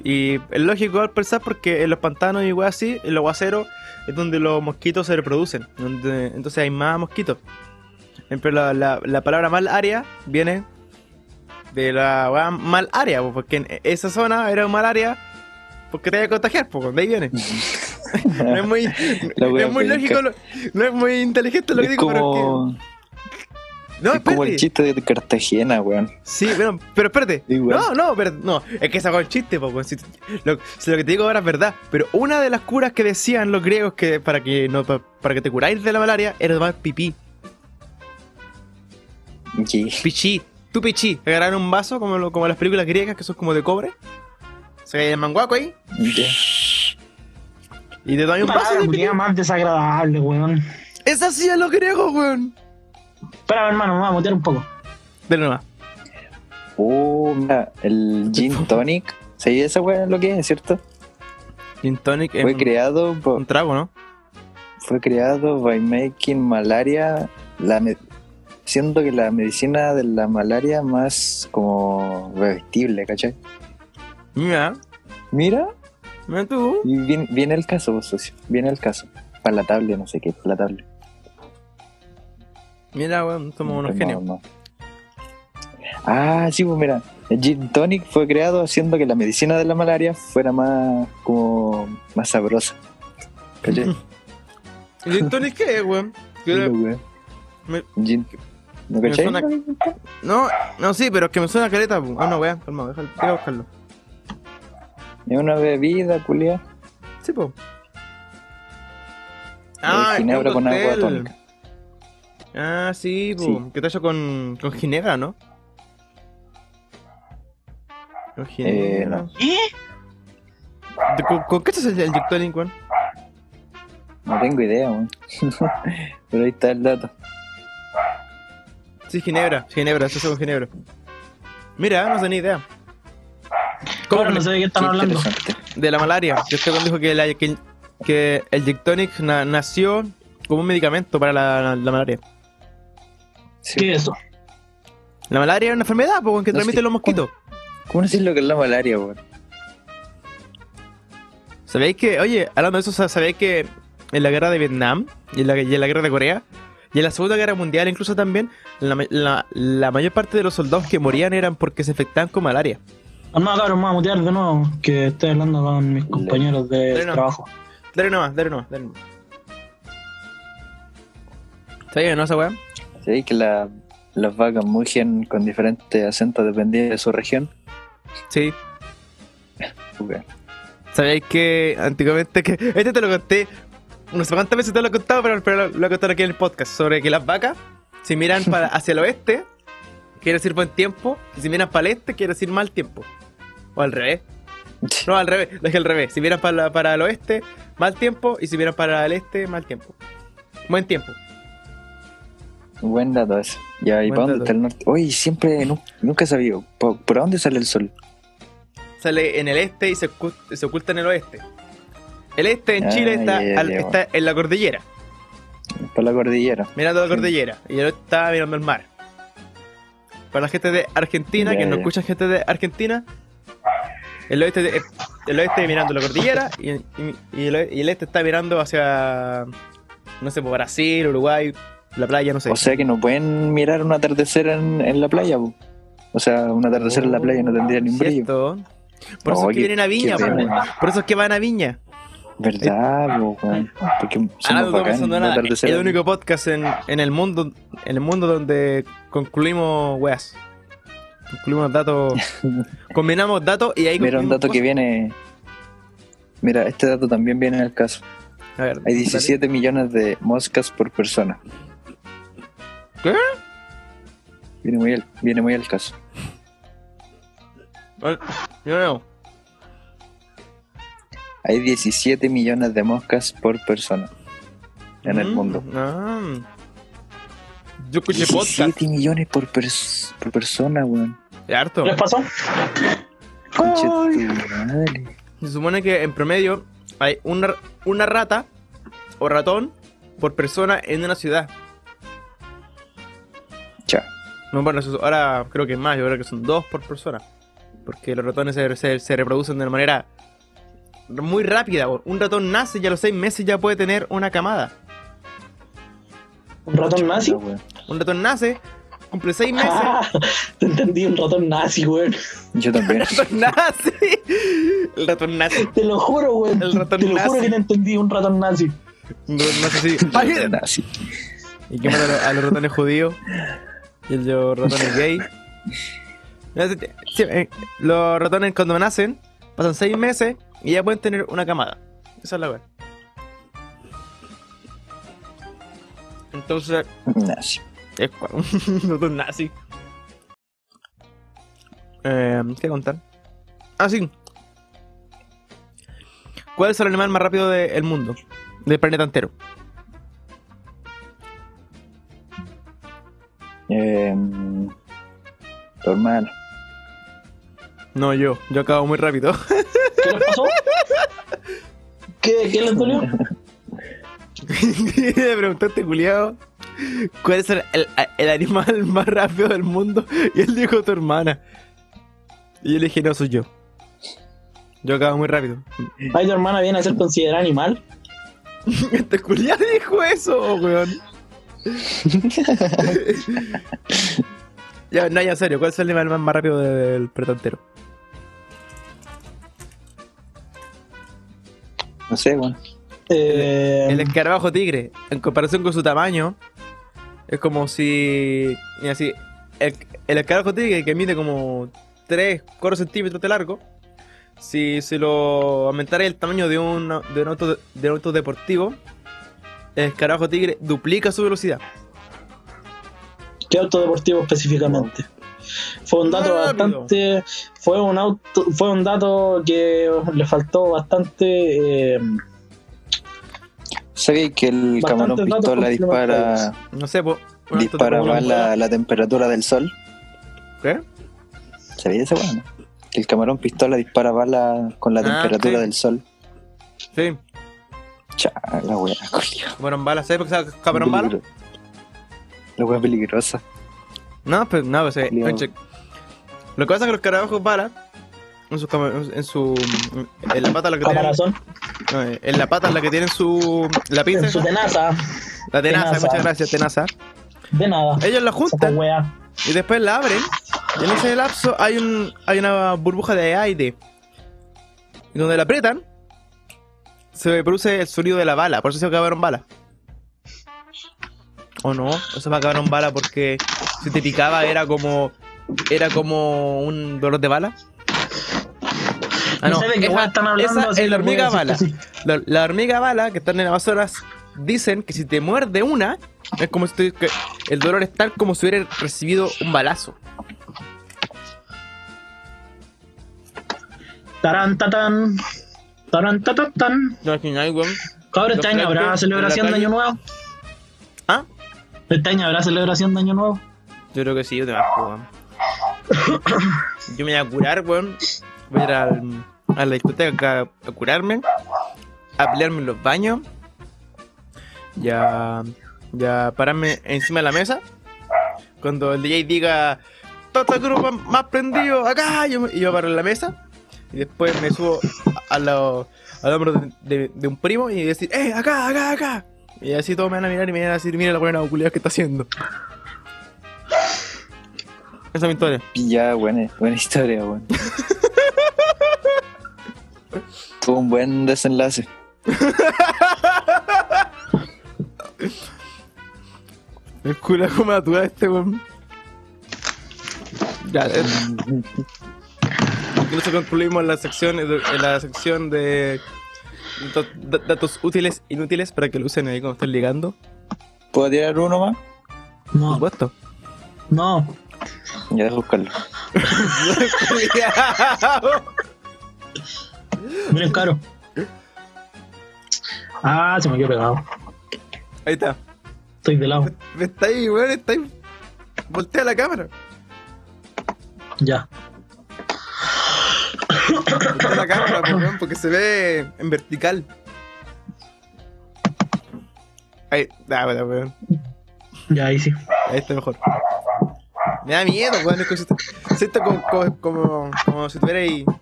A: Y es lógico al pensar porque en los pantanos y weas así, el aguacero es donde los mosquitos se reproducen, donde, entonces hay más mosquitos. Eh, Pero la, la, la palabra malaria viene de la wea malaria, po, porque en esa zona era un malaria porque te vas a contagiar, pues, de ahí viene. [laughs] No es muy,
B: [laughs] La wea
A: es muy
B: penca.
A: lógico, lo- no es muy inteligente lo que
B: Es
A: digo, pero
B: como,
A: es que. No,
B: es como el
A: espérate.
B: chiste de Cartagena, weón.
A: Sí, pero, pero espérate.
B: Igual.
A: No, no, pero, no. Es que sacó el chiste, po, weón. Si- lo, si lo que te digo ahora es verdad. Pero una de las curas que decían los griegos que para que no pa- para que te curáis de la malaria era tomar pipí.
B: Y-
A: Pichí. Tú pichí. Agarrar un vaso como, lo- como las películas griegas que son como de cobre. Se cae el manguaco ahí.
B: ya.
A: Y te tomas un vaso
C: Palabra
A: de pipí.
C: culiá más desagradable, weón.
A: Eso hacían los griegos, weón.
C: Espera, hermano, me voy a mutear un poco.
A: De nuevo.
B: Oh, mira, el gin tonic Sí, esa weá es lo que es, ¿cierto?
A: Gin Tonic es
B: Fue
A: un-
B: creado por,
A: un trago, ¿no?
B: fue creado by making malaria la me- siendo que la medicina de la malaria más como revestible, ¿cachai?
A: Mira,
B: Mira,
A: mira tú.
B: y bien- viene el caso, vos, socio, viene el caso. Palatable, no sé qué, palatable.
A: Mira, weón, somos unos
B: No,
A: genios.
B: no. Ah, sí, pues mira, el gin tonic fue creado haciendo que la medicina de la malaria fuera más como más sabrosa.
A: [laughs]
B: ¿Cachai?
A: ¿Y Gin Tonic qué, weón? Yo
B: Mira,
A: le-
B: weón.
A: me-
B: Gin- ¿No
A: me
B: cachai?
A: suena- No, no, sí, pero es que me suena careta. pu. Ah, no, weón, calma, déjalo, voy a buscarlo.
B: Es una bebida, culia.
A: Sí, po.
B: Eh, ginebra
A: Ah, es un
B: con agua
A: cóctel.
B: tónica.
A: Ah, sí, po.
B: Sí.
A: Que está hecho con, con ginebra, ¿no? Con
B: Eh,
A: ginebra.
B: no.
C: ¿Qué?
A: ¿De- ¿Con, con qué se hace el Jack Tonic, weón?
B: No tengo idea, weón. [laughs] Pero ahí está el dato.
A: Sí, ginebra, ginebra, se hace con ginebra. Mira, no sé ni idea.
C: Ahora no sé de qué están
B: Qué
C: hablando.
B: interesante.
A: De la malaria. Que este weón dijo que, la- que, que el Jack Tonic na- nació como un medicamento para la, la- la malaria.
B: Sí.
C: ¿Qué es eso?
A: La malaria es una enfermedad, po, weón, que
B: No
A: transmiten
B: sé.
A: los mosquitos.
B: ¿Cómo no sé lo que es la malaria, weón?
A: ¿Sabéis que, oye, hablando de eso, sa- ¿sabéis que en la guerra de Vietnam y en la, y en la guerra de Corea y en la Segunda Guerra Mundial incluso también, la, ma- la- la mayor parte de los soldados que morían eran porque se infectaban con malaria?
C: Ah, No, cabrón, me voy a mutear de nuevo, que estoy hablando con mis compañeros de
A: Dale, no.
C: trabajo.
A: Dale nomás, dale nomás, dale nomás. ¿Sabéis no esa weá?
B: Sí, que la- las vacas mugian con diferentes acentos dependiendo de su región.
A: Sí.
B: Weón. [laughs]
A: ¿Sabéis que antiguamente que. [laughs] Este te lo conté. No sé cuántas veces te lo he contado, pero, pero lo, lo he contado aquí en el podcast. Sobre que las vacas, si
B: [laughs]
A: miran para, hacia el oeste, quiere decir buen tiempo. Y si miran para el este, quiere decir mal tiempo. O al revés. No, al revés, lo dije al revés. Si miran para, para el oeste, mal tiempo. Y si miran para el este, mal tiempo. Buen tiempo.
B: Buen dato ese. Ya, ¿y
A: Buen
B: para dónde
A: dato.
B: está el norte? Uy, siempre, nu- nunca he sabido. ¿Por, por dónde sale el sol?
A: Sale en el este y se, ocu- se oculta en el oeste. El este en
B: Ah,
A: Chile está,
B: ya,
A: al-
B: ya,
A: está en la cordillera,
B: Por la cordillera.
A: mirando la
B: Sí.
A: cordillera. Y el oeste está mirando el mar. Para la gente de Argentina,
B: Ya,
A: que no
B: ya.
A: escucha gente de Argentina, el oeste, de- el oeste mirando la cordillera y, y- y el, y el este está mirando hacia, no sé, por Brasil, Uruguay, la playa, no sé.
B: O sea que no pueden mirar un atardecer en, en la playa, po. O sea, un atardecer en la playa no tendría ni un brillo.
A: Cierto. Por eso
B: Oh,
A: es que
B: qué-
A: vienen a Viña,
B: qué
A: po.
B: pena.
A: por eso es que van a Viña.
B: ¿Verdad, po, weón? Porque somos
A: Ahora Ah, no estamos
B: bacanes,
A: pensando
B: un
A: nada. Es
B: atardecer
A: el
B: en-
A: único podcast en, en el mundo en el mundo donde concluimos weas.
B: [laughs]
A: Concluimos datos. combinamos datos y ahí
B: Mira, un
A: concluimos
B: dato que
A: cosas.
B: viene. Mira, este dato también viene al caso.
A: A ver,
B: Hay 17 millones de moscas por persona.
A: ¿Qué?
B: Viene muy al, viene muy al caso.
A: dale. Yo no.
B: Hay 17 millones de moscas por persona en el
A: Mm,
B: mundo.
A: ah. Yo escuché podcast.
B: 17 millones por, pers- por persona, weón.
A: Es harto.
C: ¿Qué les pasó?
B: Conche tu madre.
A: Se supone que en promedio hay una, una rata o ratón por persona en una ciudad.
B: Cha.
A: No, bueno, eso- ahora creo que es más, yo creo que son dos por persona. Porque los ratones se, se- se reproducen de una manera muy rápida. bo. Un ratón nace y a los seis meses ya puede tener una camada.
C: ¿Un ratón nazi?
B: No, weón.
A: Un ratón nace, cumple seis meses.
C: Ah, [laughs] te entendí, un ratón nazi, weón.
B: Yo
A: [laughs]
B: también.
A: El ratón nace. El ratón nace.
C: Te lo juro, weón.
A: El ratón
C: Te lo
A: nazi.
C: juro que te entendí, un ratón nazi.
A: Un ratón nace así. ¡Ay!
B: Nazi.
A: Y que mata a los, a los ratones judíos. Y el- los ratones gay. No, sí, sí, eh, Los ratones cuando nacen, pasan seis meses y ya pueden tener una camada. Esa es la verdad. Entonces,
B: Nazi.
A: es cua- [laughs] un ratón nazi. Eh, ¿Qué contar? Ah, sí. ¿Cuál es el animal más rápido del mundo? Del planeta entero.
B: Em, Eh, tu hermano.
A: No, yo. Yo acabo muy rápido.
C: ¿Qué les pasó? ¿Qué, qué les dolió?
A: [laughs] Le preguntaste, culiao, ¿cuál es el, el- el animal más rápido del mundo? Y él dijo tu hermana. Y yo le dije, no, soy yo. Yo acabo muy rápido. [laughs]
C: Ay, tu hermana viene a ser considerada animal.
A: Este culiao dijo eso, weón. [laughs] ya, no, ya, en serio, ¿cuál es el animal más- más rápido del pretantero?
B: No sé, weón.
C: Eh,
A: El escarabajo tigre, en comparación con su tamaño, es como si. Mira, así. El, el escarabajo tigre que mide como 3, 4 centímetros de largo, si se lo aumentara el tamaño de un, de un, auto, de un auto deportivo, el escarabajo tigre duplica su velocidad.
C: ¿Qué auto deportivo específicamente? Fue un dato
A: Rápido.
C: bastante. Fue un auto, fue un dato que le faltó bastante. eh,
B: ¿Sabéis que el
C: Bastantes
B: camarón
C: datos
B: pistola dispara,
A: No sé, po, un auto
B: dispara
A: deportivo-
B: más la, la temperatura del sol?
A: ¿Qué?
B: ¿Sabía ese weón? Que el camarón pistola dispara bala con la
A: Ah,
B: temperatura
A: sí.
B: del sol.
A: Sí,
B: Chala, weá, culiao.
A: camarón bala. ¿Sabes por qué se llama camarón bala?
B: Peligro- La weá peligrosa.
A: No, pues no, pues eh,
B: Culiao.
A: conche. Lo que pasa es que los carabajos bala, en su, cama- en su. en la pata lo que tienen.
C: caparazón
A: No, eh, en la pata en la que tienen su. la pinza.
C: en su tenaza.
A: la tenaza,
C: tenaza.
A: muchas gracias, tenaza.
C: De nada.
A: Ellos la
C: Esa
A: juntan
C: wea.
A: y después la abren. Y en ese lapso hay un. hay una burbuja de aire. Y donde la aprietan, se produce el sonido de la bala. Por eso se acabaron balas. O no, eso me acabaron balas porque si te picaba era como. Era como un dolor de bala. Ah,
C: no, sé de qué
A: esa-
C: wea están hablando.
A: esa
C: así
A: es la
C: que voy
A: hormiga
C: a decir
A: bala.
C: que sí.
A: La, la hormiga bala que están en las basuras dicen que si te muerde una, es como si te- que el dolor es tal como si hubiera recibido un balazo.
C: Tarán, tatán. Tarán, tatán, tan.
A: No, al final, weón.
C: Cabrón, este
A: Los
C: año habrá
A: flancos
C: celebración
A: en
C: de
A: la
C: Año
A: calle.
C: Nuevo.
A: ¿Ah?
C: Este año habrá celebración de Año Nuevo.
A: Yo creo que sí, yo te bajo, weón. Yo me voy a curar, weón. Voy a ir al- a la discoteca a, a curarme, a pelearme en los baños, ya. ya pararme encima de la mesa. Cuando el DJ diga, Tota grupo más prendido, acá, yo, me- y yo paro en la mesa. Y después me subo a, a lo- al hombro de, de- de un primo y decir, ¡eh, acá, acá, acá! Y así todos me van a mirar y me van a decir, mira la buena oculidad que está haciendo. Esa es mi historia.
B: Ya, buena, buena historia, weón. Tuvo un buen desenlace.
A: El culo como tú a este weón. Ya, eh. Con eso concluimos la sección, edu- eh, la sección de dato- da- datos útiles, inútiles, para que lo usen ahí cuando estén ligando.
B: ¿Puedo tirar uno más?
A: Por
C: No,
A: supuesto. [laughs]
C: no.
B: Ya, dejo buscarlo.
C: Miren, caro. Ah, se me quedó pegado.
A: ahí está.
C: Estoy de lado.
A: Está ahí, weón, está ahí. Voltea la cámara.
C: Ya.
A: Voltea la cámara, po, weón, porque se ve en vertical. Ahí, da, weón, weón.
C: Ya, ahí sí.
A: Ahí está Este mejor. Me da miedo, weón. es que Siento, siento como, como, como, como si estuviera ahí. [laughs]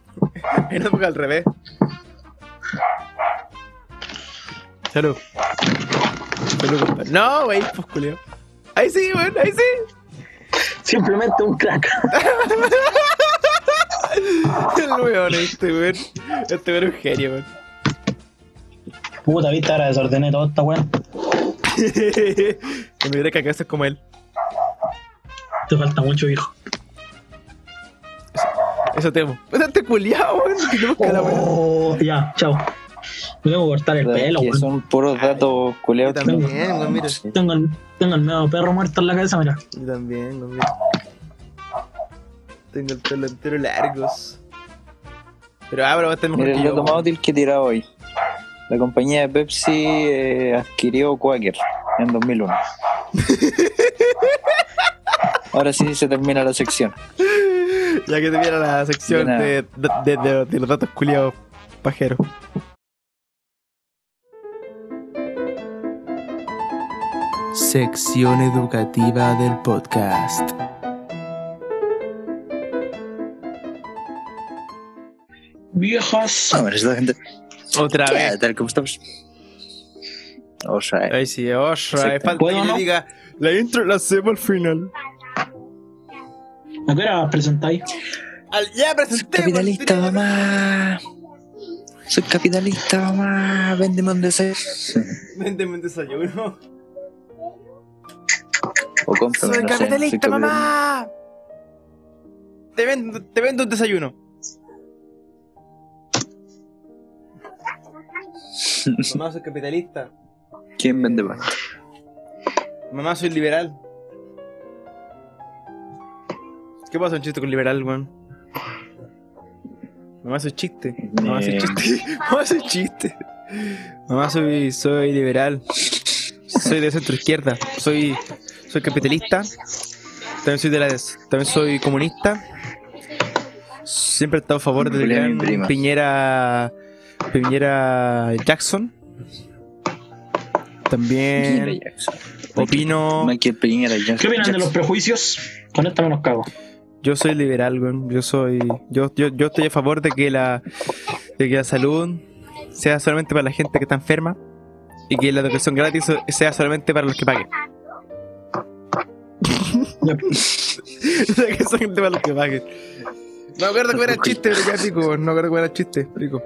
A: En época al revés. Salud. Salud, compadre. No, wey, pues culio. Ahí sí, weón, ahí sí. [laughs]
C: Simplemente un crack.
A: El weón, este weón. Este weón es un genio, weón. [laughs]
C: Puta, viste, ahora desordené toda esta weá.
A: Y me diré que acaso es como él.
C: Te falta mucho, hijo.
A: Eso temo. Pues este culiao, weón. Que te busca la weón.
C: Oh, ya, chao. Me tengo que cortar el pelo,
B: Que
C: weón.
B: son puros datos
A: Yo
B: culeados. que no-
A: también, weón, mira.
C: Tengo el, tengo el nuevo perro muerto en la cabeza, mira.
A: Yo también, no mira. Tengo el pelo entero largos. Pero ah, abro, va a estar mejor
B: Mira,
A: que
B: el
A: yo,
B: dato más
A: weón.
B: útil que he tirado hoy. La compañía de Pepsi eh, adquirió Quaker en
A: [laughs]
B: 2001. Ahora sí se termina la sección.
A: Ya que tuviera la sección
B: Bien,
A: de, de- de- de los datos culiados pajeros. Sección educativa del podcast.
C: Viejas.
B: Hombre, esta gente.
A: Otra
B: ¿Qué
A: vez.
B: tal? ¿Cómo estamos? O sea,
A: Ahí sí, ostra. Es
B: Exacto.
A: falta que
C: ¿Puedo,
A: le
C: no?
A: diga. La intro la hacemos al final.
C: ¿A qué hora presentáis?
A: Al- ya presenté.
B: capitalista, mamá. Soy capitalista, mamá. Véndeme un deseo.
A: Véndeme un desayuno.
B: O cómprame,
A: Soy
B: no sé, soy
A: capitalista,
B: capitalista.
A: mamá. Te vendo, te vendo un desayuno. Mamá, soy capitalista.
B: ¿Quién vende más?
A: Mamá, soy liberal. ¿Qué pasa un chiste con liberal, weón? Mamá, soy chiste. Mamá, soy
B: Eh.
A: chiste. [laughs] Mamá, soy chiste. Mamá, soy, soy liberal. Soy de centro izquierda. Soy, soy capitalista. También soy de la también soy comunista. Siempre he estado a favor del
B: Bulea a mi
A: gran
B: prima.
A: Piñera Piñera Jackson. También
B: Piñera Jackson.
A: Eh, opino
B: Michael Piñera Jackson.
C: ¿Qué opinan de los
B: Jackson.
C: prejuicios? Con esta me los cago.
A: Yo soy liberal, weón. Yo soy. Yo, yo, yo estoy a favor de que la. de que la salud sea solamente para la gente que está enferma. Y que la educación gratis so- sea solamente para los que paguen. [laughs]
C: Ya.
A: la educación solamente para los que paguen. No me acuerdo que era el chiste, pero ya pico, weón. No me acuerdo que era el chiste, pico.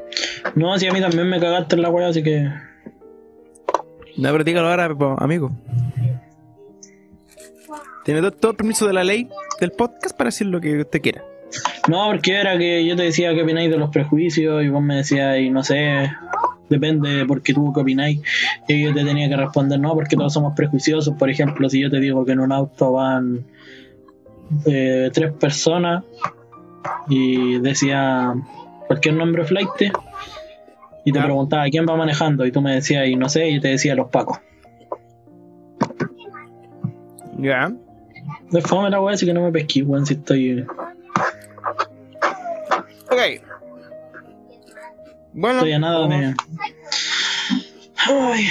C: No, si a mí también me cagaste en la weá, así que.
A: No, pero dígalo ahora, po, amigo. Tiene to- todo el permiso de la ley del podcast para decir lo que usted quiera.
C: No, porque era que yo te decía qué opináis de los prejuicios y vos me decías, y no sé, depende porque tú qué opináis. Y yo te tenía que responder, no, porque todos somos prejuiciosos. Por ejemplo, si yo te digo que en un auto van eh, tres personas y decía cualquier nombre flight y te preguntaba quién va manejando y tú me decías, y no sé, y yo te decía los pacos.
A: Ya.
C: De fome la weá, así que no me pesquí, weón, si estoy.
A: Ok. Bueno,
C: Estoy a nada de. Ay,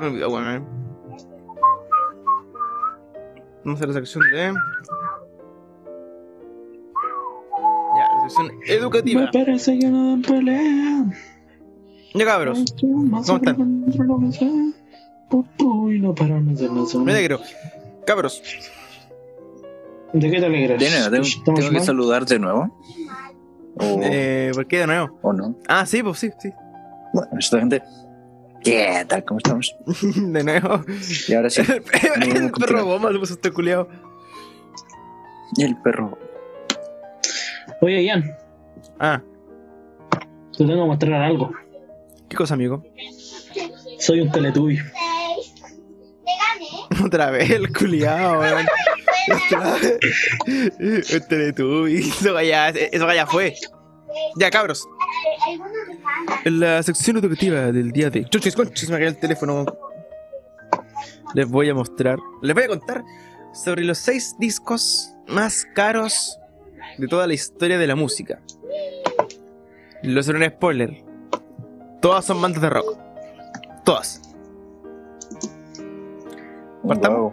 A: Me olvidó, bueno, eh. Vamos a la sección de. Ya, la sección
C: me
A: educativa.
C: parece que no dan pelea.
A: Ya, cabros. ¿Cómo están?
C: Uy, no pararon de hacer eso.
A: Me alegro. Cabros,
C: ¿De qué te alegras?
B: De nuevo, tengo,
C: ¿Estamos
B: tengo que
C: mal?
B: saludar de nuevo. O,
A: eh, ¿por qué de nuevo?
B: o no.
A: Ah, sí, pues sí, sí. [laughs]
B: Bueno, esta gente. ¿Qué tal? ¿Cómo estamos?
A: De nuevo.
B: Y ahora sí.
A: [laughs] El perro bomba se puso este culiao.
B: Y el perro.
C: Oye, Ian,
A: Ah,
C: te tengo que mostrar algo.
A: ¿qué cosa, amigo? [laughs]
C: Soy un teletubi.
A: Otra vez el culiao, weón. Otra vez. [laughs] Un Teletubby. Eso ya, eso ya fue. Ya, cabros. En la sección educativa del día de Chuchis Conchis me cayó el teléfono. Les voy a mostrar, les voy a contar sobre los seis discos más caros de toda la historia de la música. Los seré un spoiler. Todas son bandas de rock. Todas.
B: Wow.
A: Partamos.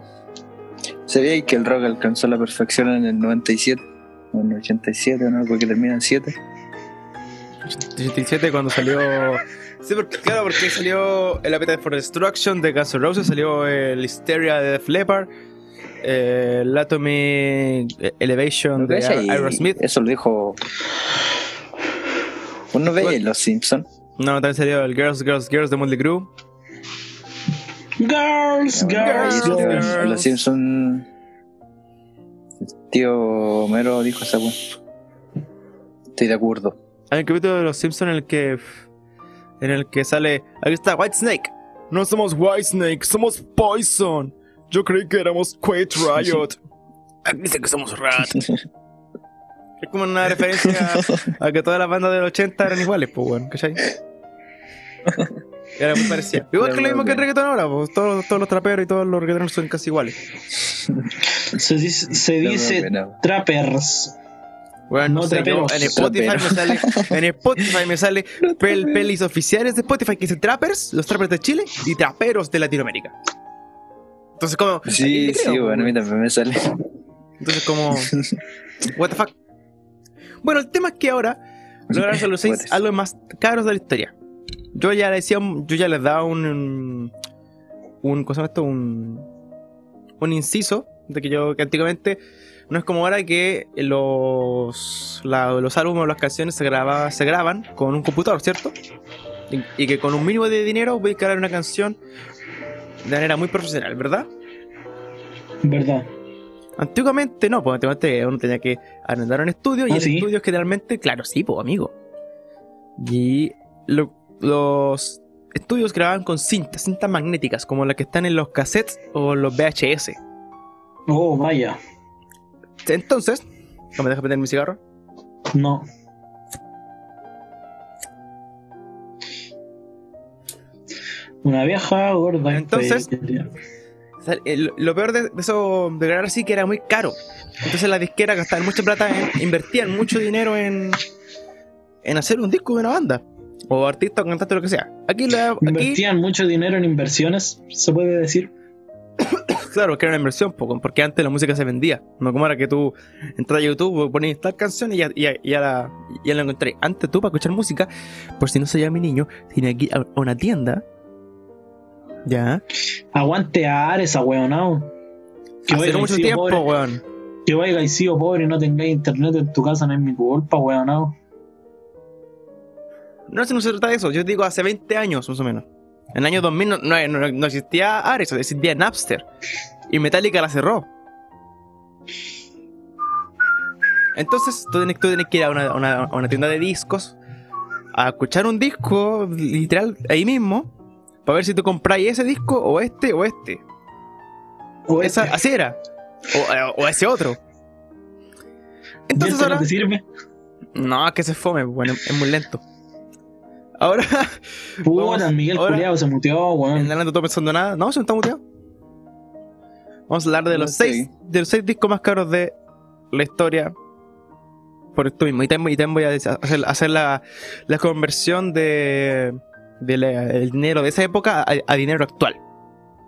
B: ¿Sabía que el rock alcanzó la perfección en el 97? O en el 87, ¿no? Porque termina en 7.
A: 87 cuando salió. [laughs] Sí, porque, claro, porque salió el Appetite for Destruction de Guns N' Roses, salió el Hysteria de Def Leppard, eh, el Atomic Elevation
B: ¿No
A: de
B: veis ahí?
A: Aerosmith.
B: Eso lo dijo. ¿Uno ve
A: Bueno.
B: Los Simpsons?
A: No, también salió el Girls, Girls, Girls de Motley Crue.
C: Girls, girls, girls.
B: Los Simpsons. Tío Homero dijo esa weá. Estoy de acuerdo.
C: [laughs]
A: Hay un capítulo de Los Simpsons en el que. En el que sale. Aquí está, White Snake. No somos White Snake, somos Poison. Yo creí que éramos [laughs] Quake Riot. Aquí Ah, dice que somos Rat. Es como una referencia [laughs] a, a que todas las bandas del 80 eran iguales, pues, weón, ¿cachai? Era muy parecida. Igual que lo mismo que el reggaetón ahora, pues. Todos, todos los traperos y todos los reggaetoneros son casi iguales.
C: Se dice, se
B: No, no,
C: dice
B: bueno.
C: trappers.
A: Bueno, no
C: No
A: sé, yo
C: traperos.
A: en Spotify me sale, en Spotify me sale pel- pelis oficiales de Spotify que dicen trappers, los trappers de Chile y traperos de Latinoamérica. Entonces como
B: Sí,
A: ¿qué
B: sí,
A: creo?
B: bueno, a mí también me sale.
A: Entonces como what the fuck. Bueno, el tema es que ahora
B: [laughs]
A: lograron son los
B: What
A: seis
B: is-
A: a los más caros de la historia. Yo ya les decía, un- yo ya les daba un un, un- ¿cómo se llama esto? Un un inciso de que yo que antiguamente no es como ahora que los la- los álbumes o las canciones se graba, se graban con un computador, ¿cierto? Y, y que con un mínimo de dinero voy a crear una canción de manera muy profesional, ¿verdad?
C: ¿Verdad?
A: Antiguamente no, pues antiguamente uno tenía que arrendar un estudio y
C: Ah,
A: el
C: ¿sí?
A: estudio generalmente, claro, sí, pues amigo. Y lo- los estudios grababan con cintas, cintas magnéticas, como las que están en los cassettes o los VHS.
C: Oh, vaya.
A: Entonces, ¿no me dejas prender mi cigarro?
C: No. Una vieja gorda.
A: Entonces-
C: imperial.
A: O sea, el- eh, lo peor de, de eso de grabar así que era muy caro. Entonces las disqueras gastaban mucha plata, en- invertían mucho dinero en, en hacer un disco de una banda. O artista o cantante, lo que sea. Aquí, la, aquí
C: Invertían mucho dinero en inversiones, se puede decir.
A: Claro, que era una inversión, po, porque antes la música se vendía. No como ahora que tú entras a YouTube, pones tal canción y ya, ya, ya la, ya la encontré. Antes tú, para escuchar música, por si no se llama mi niño, tenía que ir a una tienda. Ya.
C: Aguante a Ares, a Que
A: Hace
C: vaya
A: mucho
C: y sido
A: tiempo,
C: pobre,
A: weón.
C: que vaya y sido pobre y no tengáis internet en tu casa, no es mi culpa, weonao.
A: No, si no se trata de eso. Yo digo hace 20 años, más o menos. En el año 2000 no, no- no- no existía Ares, existía Napster. Y Metallica la cerró. Entonces, tú tienes, tú tienes que ir a una, a una- a una tienda de discos a escuchar un disco, literal, ahí mismo, para ver si tú compráis ese disco o este o este.
C: O
A: Esa-
C: este,
A: así era. O, o ese otro.
C: ¿y
A: Entonces
C: esto no
A: ahora...
C: te sirve?
A: No, es que se fome, bueno, es muy lento. Ahora... [laughs] Vamos,
C: Puta, el Miguel
A: ahora-
C: Culeado se muteó,
A: En
C: weón.
A: la no estoy pensando nada. No, se me está muteado. Vamos a hablar de
B: No
A: los,
B: estoy.
A: seis, de los seis discos más caros de la historia. Por esto mismo. Y también, y también voy a des- hacer, hacer la, la conversión de, de la- el dinero de esa época a, a dinero actual.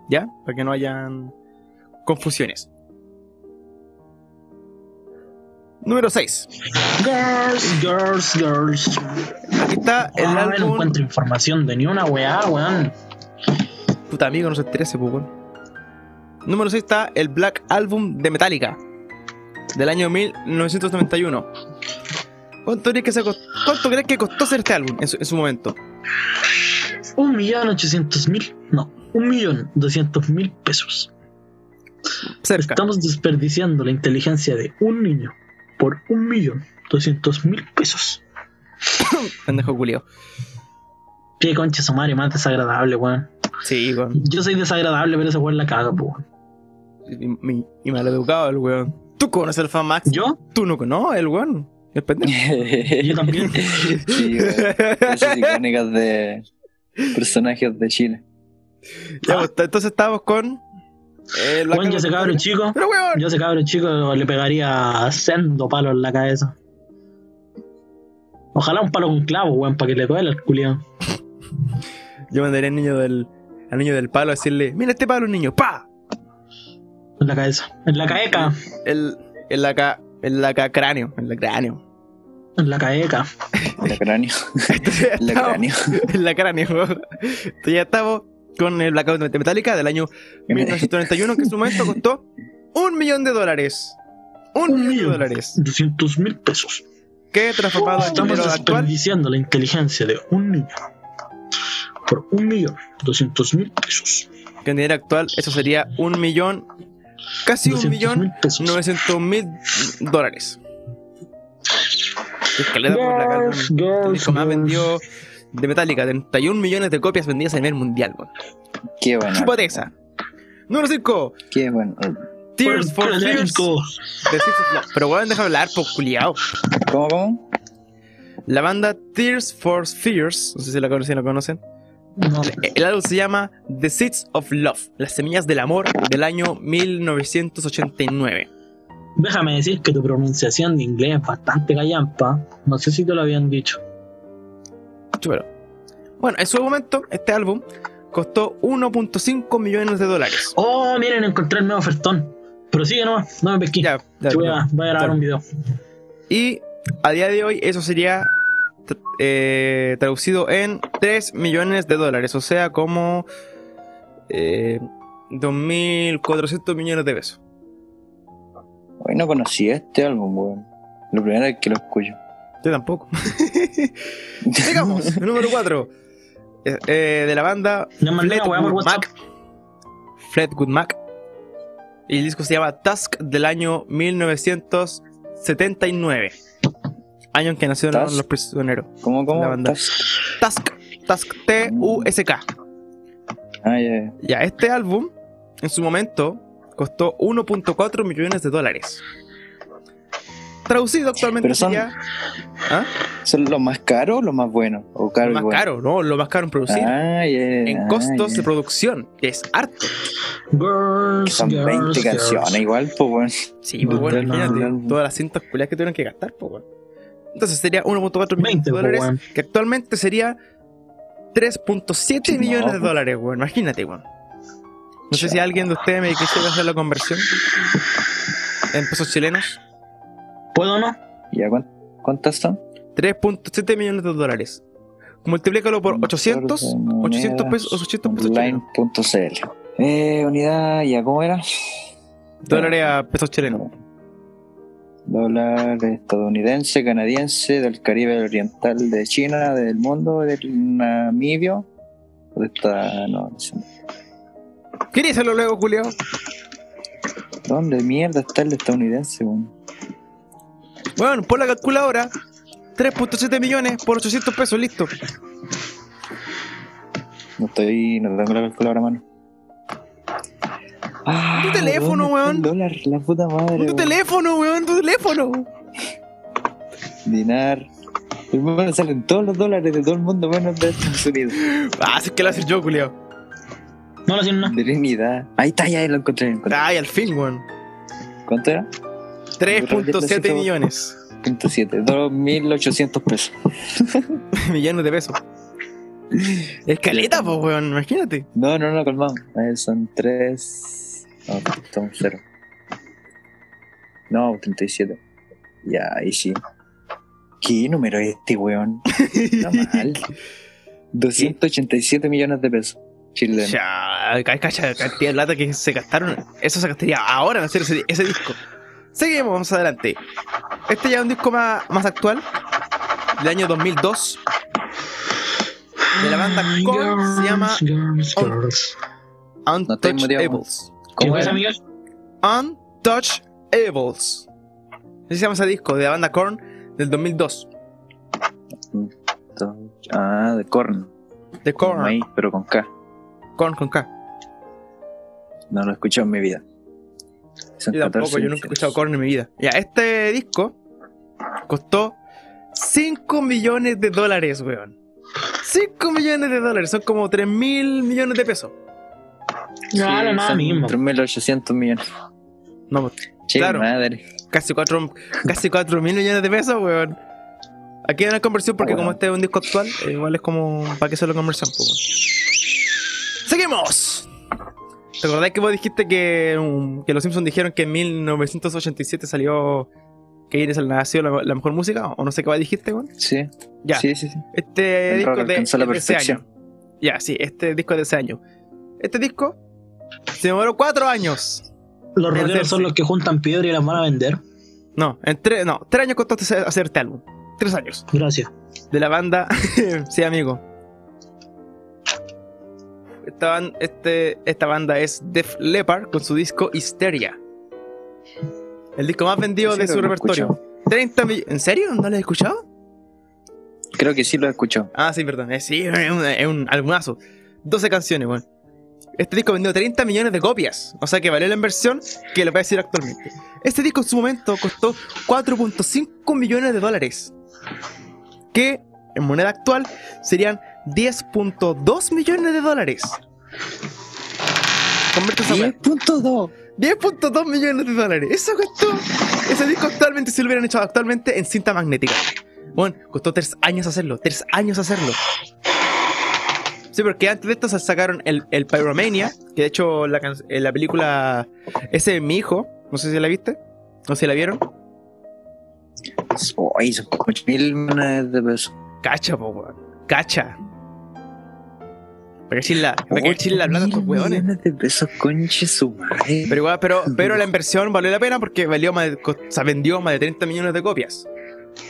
A: ¿Ya? Para que no hayan confusiones. Número 6.
C: Girls, girls, girls.
A: Aquí está el
C: Ah, no
A: álbum.
C: encuentro información de ni una weá, weón.
A: Puta amigo, no se estrese, pues, weón. Número 6 está el Black Album de Metallica. Del año 1991. ¿Cuánto crees que, se cost- cuánto crees que costó hacer este álbum en su, en su momento?
C: Un millón ochocientos mil, no, un millón doscientos mil pesos.
A: Cerca.
C: Estamos desperdiciando la inteligencia de un niño por un millón doscientos mil pesos.
A: Pendejo culio.
C: Qué concha su madre, más desagradable, weón.
A: Sí, weón.
C: Yo soy desagradable, pero ese weón la caga, po, weón.
A: Y, mi- y maleducado el weón. Tú conoces al fan Max.
C: ¿Yo?
A: Tú no conoces el weón. El pendejo.
B: [laughs] Yo
A: [laughs]
C: también.
B: Sí, güey. Frases icónicas de personajes de Chile.
A: Ya, pues, entonces estamos con. eh, la
C: Ah, Weón, yo ese
A: cara-
C: cabro chico,
A: Pero weón.
C: yo ese cabro chico le pegaría sendo palo en la cabeza. Ojalá un palo con clavo, weón, para que le duela el culiao.
A: Yo mandaría al niño del, al niño del palo a decirle: Mira este palo, niño. ¡Pa!
C: En la cabeza. En la caeca.
A: El, el laca, el laca cráneo, el cráneo. [laughs]
C: En la caeca.
B: El cráneo. El cráneo.
A: [laughs] El laca cráneo. Entonces ya estamos con el Blackout de Metallica del [laughs] año 1991, que en su momento costó un millón de dólares. Un, millón, de dólares.
C: Doscientos mil pesos.
A: Que transformado en
C: Estamos
A: dinero actual.
C: desperdiciando la inteligencia de un niño por un millón doscientos mil pesos.
A: Que en dinero actual eso sería un millón, casi un
C: 200.000
A: millón
C: pesos.
A: 900 mil dólares. Es que le da por la cara,
C: Girls, girls,
A: el disco más
C: girls.
A: vendido de Metallica, 31 millones de copias vendidas a nivel mundial. weón.
B: [laughs] Qué bueno.
A: Chúpate esa. Número 5.
B: Qué bueno.
A: Tears for
C: Por
A: Fears.
C: Franco.
A: de Six of Love. Pero weón, deja hablar, po, culiao.
B: ¿Cómo, cómo?
A: La banda Tears for Fears, Eh, no sé si la conocen, la conocen, El álbum se llama The Seeds of Love, Las Semillas del Amor, del año 1989.
C: Déjame decir que tu pronunciación de inglés es bastante gallampa. No sé si te lo habían dicho.
A: Chúpalo. Bueno, en su momento, este álbum costó 1.5 millones de dólares.
C: Oh, miren, encontré el nuevo ofertón. Prosigue nomás, no me pesquí.
A: Ya, ya,
C: Yo voy, a,
A: ya.
C: voy a grabar
A: Dale.
C: un video.
A: Y a día de hoy eso sería tr- eh, traducido en 3 millones de dólares, o sea, como eh, 2.400 millones de pesos.
B: Hoy no conocí este álbum, weón. La primera vez que lo escucho.
A: Yo tampoco. Sigamos, [laughs] número 4. de la banda
C: Le mandé una weá por
A: Fleetwood
C: WhatsApp.
A: Mac. Fleetwood Mac. Y el disco se llama Tusk del año 1979. Año en que nacieron
B: Tusk.
A: los prisioneros.
B: [laughs] ¿Cómo, cómo?
A: La banda.
B: Estás-
A: Tusk. Tusk. T-U-S-K.
B: Ah, ya, ya.
A: Ya, este álbum, en su momento, costó 1.4 millones de dólares. Traducido actualmente
B: Pero son-
A: sería- ¿Ah?
B: ¿Son los más caros o los más buenos? O caro
A: Lo
B: y
A: más
B: bueno?
A: caro, ¿no? Lo más caro en producir.
B: Ah, ya,
A: en
B: ah,
A: costos
B: ya.
A: de producción, que es harto.
C: Girls,
B: Que son 20
C: girls,
B: canciones
C: girls.
B: igual, pues bueno.
A: Sí, pues bueno,
C: Del
A: imagínate
B: álbum.
A: todas las cintas culiadas que tuvieron que gastar, pues bueno. Entonces sería 1.4 millones
C: 20,
A: de
C: pues,
A: dólares,
C: weón.
A: que actualmente sería 3.7
B: No,
A: millones de
B: pues.
A: dólares, weón. Imagínate, weón. No sé si alguien de ustedes me quisiera hacer la conversión en pesos chilenos.
C: ¿Puedo o no?
B: ¿Ya cuán- cuántas son?
A: 3.7 millones de dólares. Multiplícalo por 800, 800 pesos, 800 pesos chilenos.
B: Online.cl. Eh, unidad, ¿ya cómo era?
A: Dólares a pesos chilenos.
B: Dólar estadounidense, canadiense, del Caribe Oriental, de China, del mundo, del Namibio. De esta, no, no sé.
A: ¿Quieres hacerlo luego, Julio?
B: ¿Dónde mierda está el estadounidense? weón?
A: Bueno, por la calculadora, 3.7 millones por 800 pesos, listo.
B: No estoy, no tengo la calculadora a mano. Ah,
A: Tu teléfono,
B: ¿dónde está
A: weón.
B: el dólar, la puta madre.
A: Tu
B: weón?
A: teléfono, weón, tu teléfono.
B: Dinar. Hermano, salen todos los dólares de todo el mundo menos de Estados Unidos.
A: Ah, si es que lo haces yo, Julio.
C: No lo tienen nada.
B: De Trinidad. Ahí está, ya lo encontré. lo encontré.
A: Ay, al fin, weón. Ah.
B: ¿Cuánto era?
A: 3.7 millones. [laughs]
B: 0.7, 2.800 pesos.
A: millones de pesos. Escaleta, pues, weón, imagínate.
B: No, no, no, calmado. A ver, son 3. No, son 0. No, 37. Ya, ahí sí. ¿Qué número es este, weón?
A: [laughs]
B: Está mal. 287 millones de pesos. Chile.
A: Ya, ca- cacha, cantidad de plata que se gastaron. Eso se gastaría ahora en hacer ese, ese disco. Seguimos, vamos adelante. Este ya es un disco más, más actual, del año 2002. De la banda Korn, se llama
C: Girls,
A: On-
C: girls.
B: estoy
A: Untouchables.
B: muteado.
C: ¿Qué
B: ¿Cómo
C: cosa,
B: era?
C: Miguel?
A: Untouchables. Así se llama ese disco de la banda Korn del 2002.
B: Ah, de Korn.
A: De
B: Como
A: Korn,
B: ahí, pero con K.
A: Korn con K.
B: No lo he escuchado en mi vida. Son
A: Yo
B: 14
A: tampoco, yo nunca he
B: millones.
A: escuchado Korn en mi vida. Ya, este disco costó 5 millones de dólares, weón. 5 millones de dólares, son como 3 mil millones de pesos.
C: No, no, nada
B: Son
C: mismo.
B: 3.800 millones.
A: No,
B: Che,
A: Claro.
B: madre.
A: casi 4 casi cuatro mil millones de pesos, weón. Aquí hay una conversión porque
B: Ah, bueno.
A: como este es un disco actual, eh, igual es como para que se lo conversan, po, weón. ¡Seguimos! ¿Te acordás que vos dijiste que, um, que los Simpsons dijeron que en 1987 salió que Iris nació la, la mejor música? ¿O no sé qué más dijiste, weón?
B: Sí,
A: Ya,
B: sí, sí. sí.
A: este
B: El rock
A: disco de,
B: alcanzó la
A: es de ese año.
B: perfección.
A: Ya, sí, este disco es de ese año. Este disco se demoró cuatro años.
C: Los
A: El
C: rockeros
A: tercer-
C: son los que juntan piedra y las van a vender.
A: No, en tres, no, tres años costó hacer hacer este álbum. Tres años.
C: Gracias.
A: de la banda. [laughs] sí, amigo. Esta, ban- este, esta banda es Def Leppard con su disco Hysteria. El disco más vendido
B: Sí,
A: de
B: lo
A: su
B: he
A: repertorio. 30 millones. ¿En serio? ¿No lo has escuchado?
B: Creo que sí lo he escuchado.
A: Ah, sí, perdón. Eh, sí, es un, es un albumazo. 12 canciones, bueno. Este disco vendió 30 millones de copias. O sea que valió la inversión que lo voy a decir actualmente. Este disco en su momento costó 4.5 millones de dólares. Que en moneda actual serían 10.2 millones de dólares. Convierte esa weá.
B: 10.2.
A: 10.2 millones de dólares. Eso costó. Ese disco actualmente, si lo hubieran hecho actualmente, en cinta magnética. Bueno, costó tres años hacerlo. Tres años hacerlo. Sí, porque antes de esto se sacaron el, el Pyromania. Que de hecho, la, can- eh, la película. Ese es mi hijo. No sé si la viste. No sé si la vieron.
B: Oye, son como 8 mil millones de pesos.
A: Cacha, po, weón. Cacha. Para que chila, para que chila hablando estos weones.
B: millones de pesos, conche su madre.
A: Pero igual, pero, pero la inversión valió la pena porque valió más de- co- o sea, vendió más de 30 millones de copias.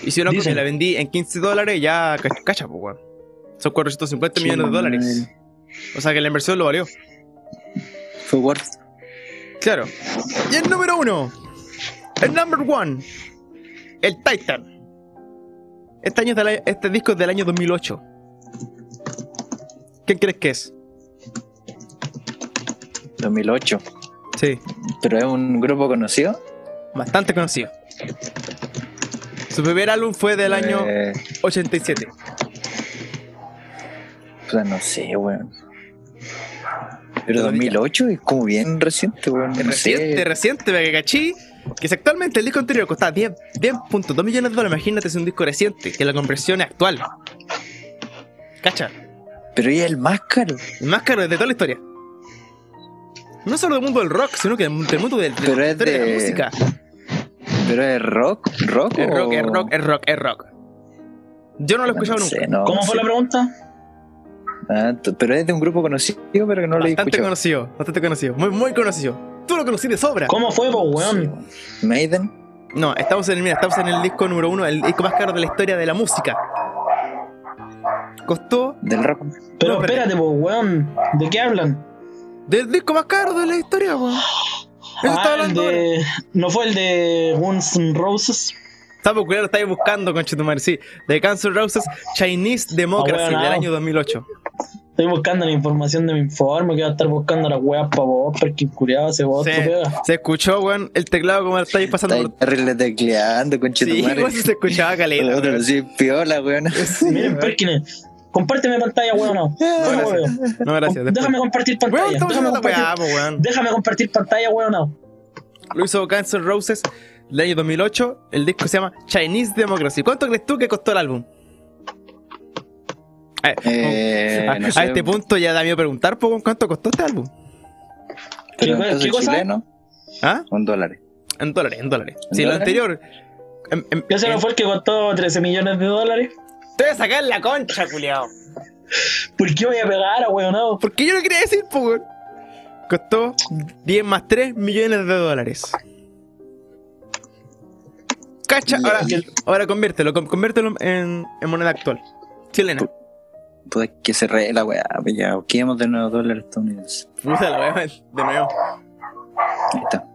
A: Y si una
C: Dicen.
A: copia la vendí en 15 dólares, ya ca- cacha, po, weón. Son 450 millones de dólares. O sea que la inversión lo valió.
B: Fue worth.
A: Claro. Y el número uno. El number one. El Titan. Este, año es del a- este disco es del año 2008. ¿Quién crees que es?
B: 2008.
A: Sí.
B: Pero es un grupo conocido.
A: bastante conocido. Su primer álbum fue del año
B: Eh,
A: 87.
B: o sea, no sé, weón. Pero
A: Pero
B: 2008 es como bien reciente, weón. No
A: Reciente,
B: sé.
A: reciente, me cachí. Que si actualmente el disco anterior costaba 10 10.2 millones de dólares, imagínate si un disco reciente, que la conversión es actual. Cacha,
B: Pero ella es el más caro.
A: el más caro de toda la historia. No solo del mundo del rock, sino que del del mundo del, del-
B: Pero
A: de,
B: es
A: la historia de la
B: de-
A: música.
B: Pero es rock, rock.
A: Es rock,
B: o- Ah,
A: es rock, es rock, es rock. Yo no lo he escuchado
B: No
A: nunca.
B: sé, no,
C: ¿Cómo
B: no
C: fue la
B: sé.
C: pregunta?
B: Ah, t- pero es de un grupo conocido, pero que no lo he
A: bastante
B: escuchado.
A: conocido, bastante conocido, muy, muy conocido. Tú lo conocí de sobra.
C: ¿Cómo fue, po, weón?
B: Maiden.
A: No, estamos en, el- mira, estamos en el disco número uno, el disco más caro de la historia de la música. Costó
B: Del rock.
C: Pero
A: No, espérate.
C: espérate, po, weón. ¿De qué hablan?
A: del disco más caro de la historia, weón. Eso
C: Ah,
A: estaba
C: el
A: hablando. ahora.
C: de... ¿No fue el de Guns N' Roses?
A: Está popular, lo estáis buscando, conchetumare, sí. De Guns N' Roses, Chinese Democracy,
C: Ah, bueno,
A: del
C: no.
A: año 2008.
C: Estoy buscando la información de mi informe, que va a estar buscando las weas para vos, porque curiado se vos
A: Se, se escuchó, weón, el teclado como lo estáis pasando.
B: Está
A: por-
B: terrible tecleando, conchito.
A: Sí, weón, se escuchaba caleta.
B: otro
A: weón.
B: sí, piola,
A: [laughs]
B: weón.
C: Miren, Perkins, compárteme pantalla, weón.
A: No,
C: No, no,
A: gracias.
C: weón.
A: No, gracias. después.
C: Déjame compartir pantalla.
A: Weón, estamos
C: déjame,
A: haciendo la
C: compartir,
A: weá, po, weón.
C: déjame compartir pantalla, weón. No.
A: Lo hizo Guns N' Roses del año 2008. El disco se llama Chinese Democracy. ¿Cuánto crees tú que costó el álbum? A, ver,
B: Eh,
A: a-
B: no
A: a
B: sé.
A: este punto ya da miedo preguntar po, cuánto costó este álbum.
B: Pero
C: ¿Qué-
B: entonces
C: qué cosa?
B: chileno,
A: ¿Ah?
B: un dólar.
A: En dólares, en dólares.
B: ¿En
A: Si lo
B: dólares?
A: anterior. Em, en- en-
C: Ese no
A: en-
C: fue el que costó 13 millones de dólares.
A: Te voy a sacar la concha, culiao.
C: ¿Por qué voy a pegar a weón? No?
A: Porque yo lo quería decir, po, weón. Costó 10 más 3 millones de dólares. Cacha, ahora, ahora conviértelo, con- conviértelo en, en moneda actual. Chilena.
B: Puta que se re la weá, pues ya, quedemos de nuevo dólares estadounidenses.
A: Puta la weá, de nuevo.
B: Ahí está.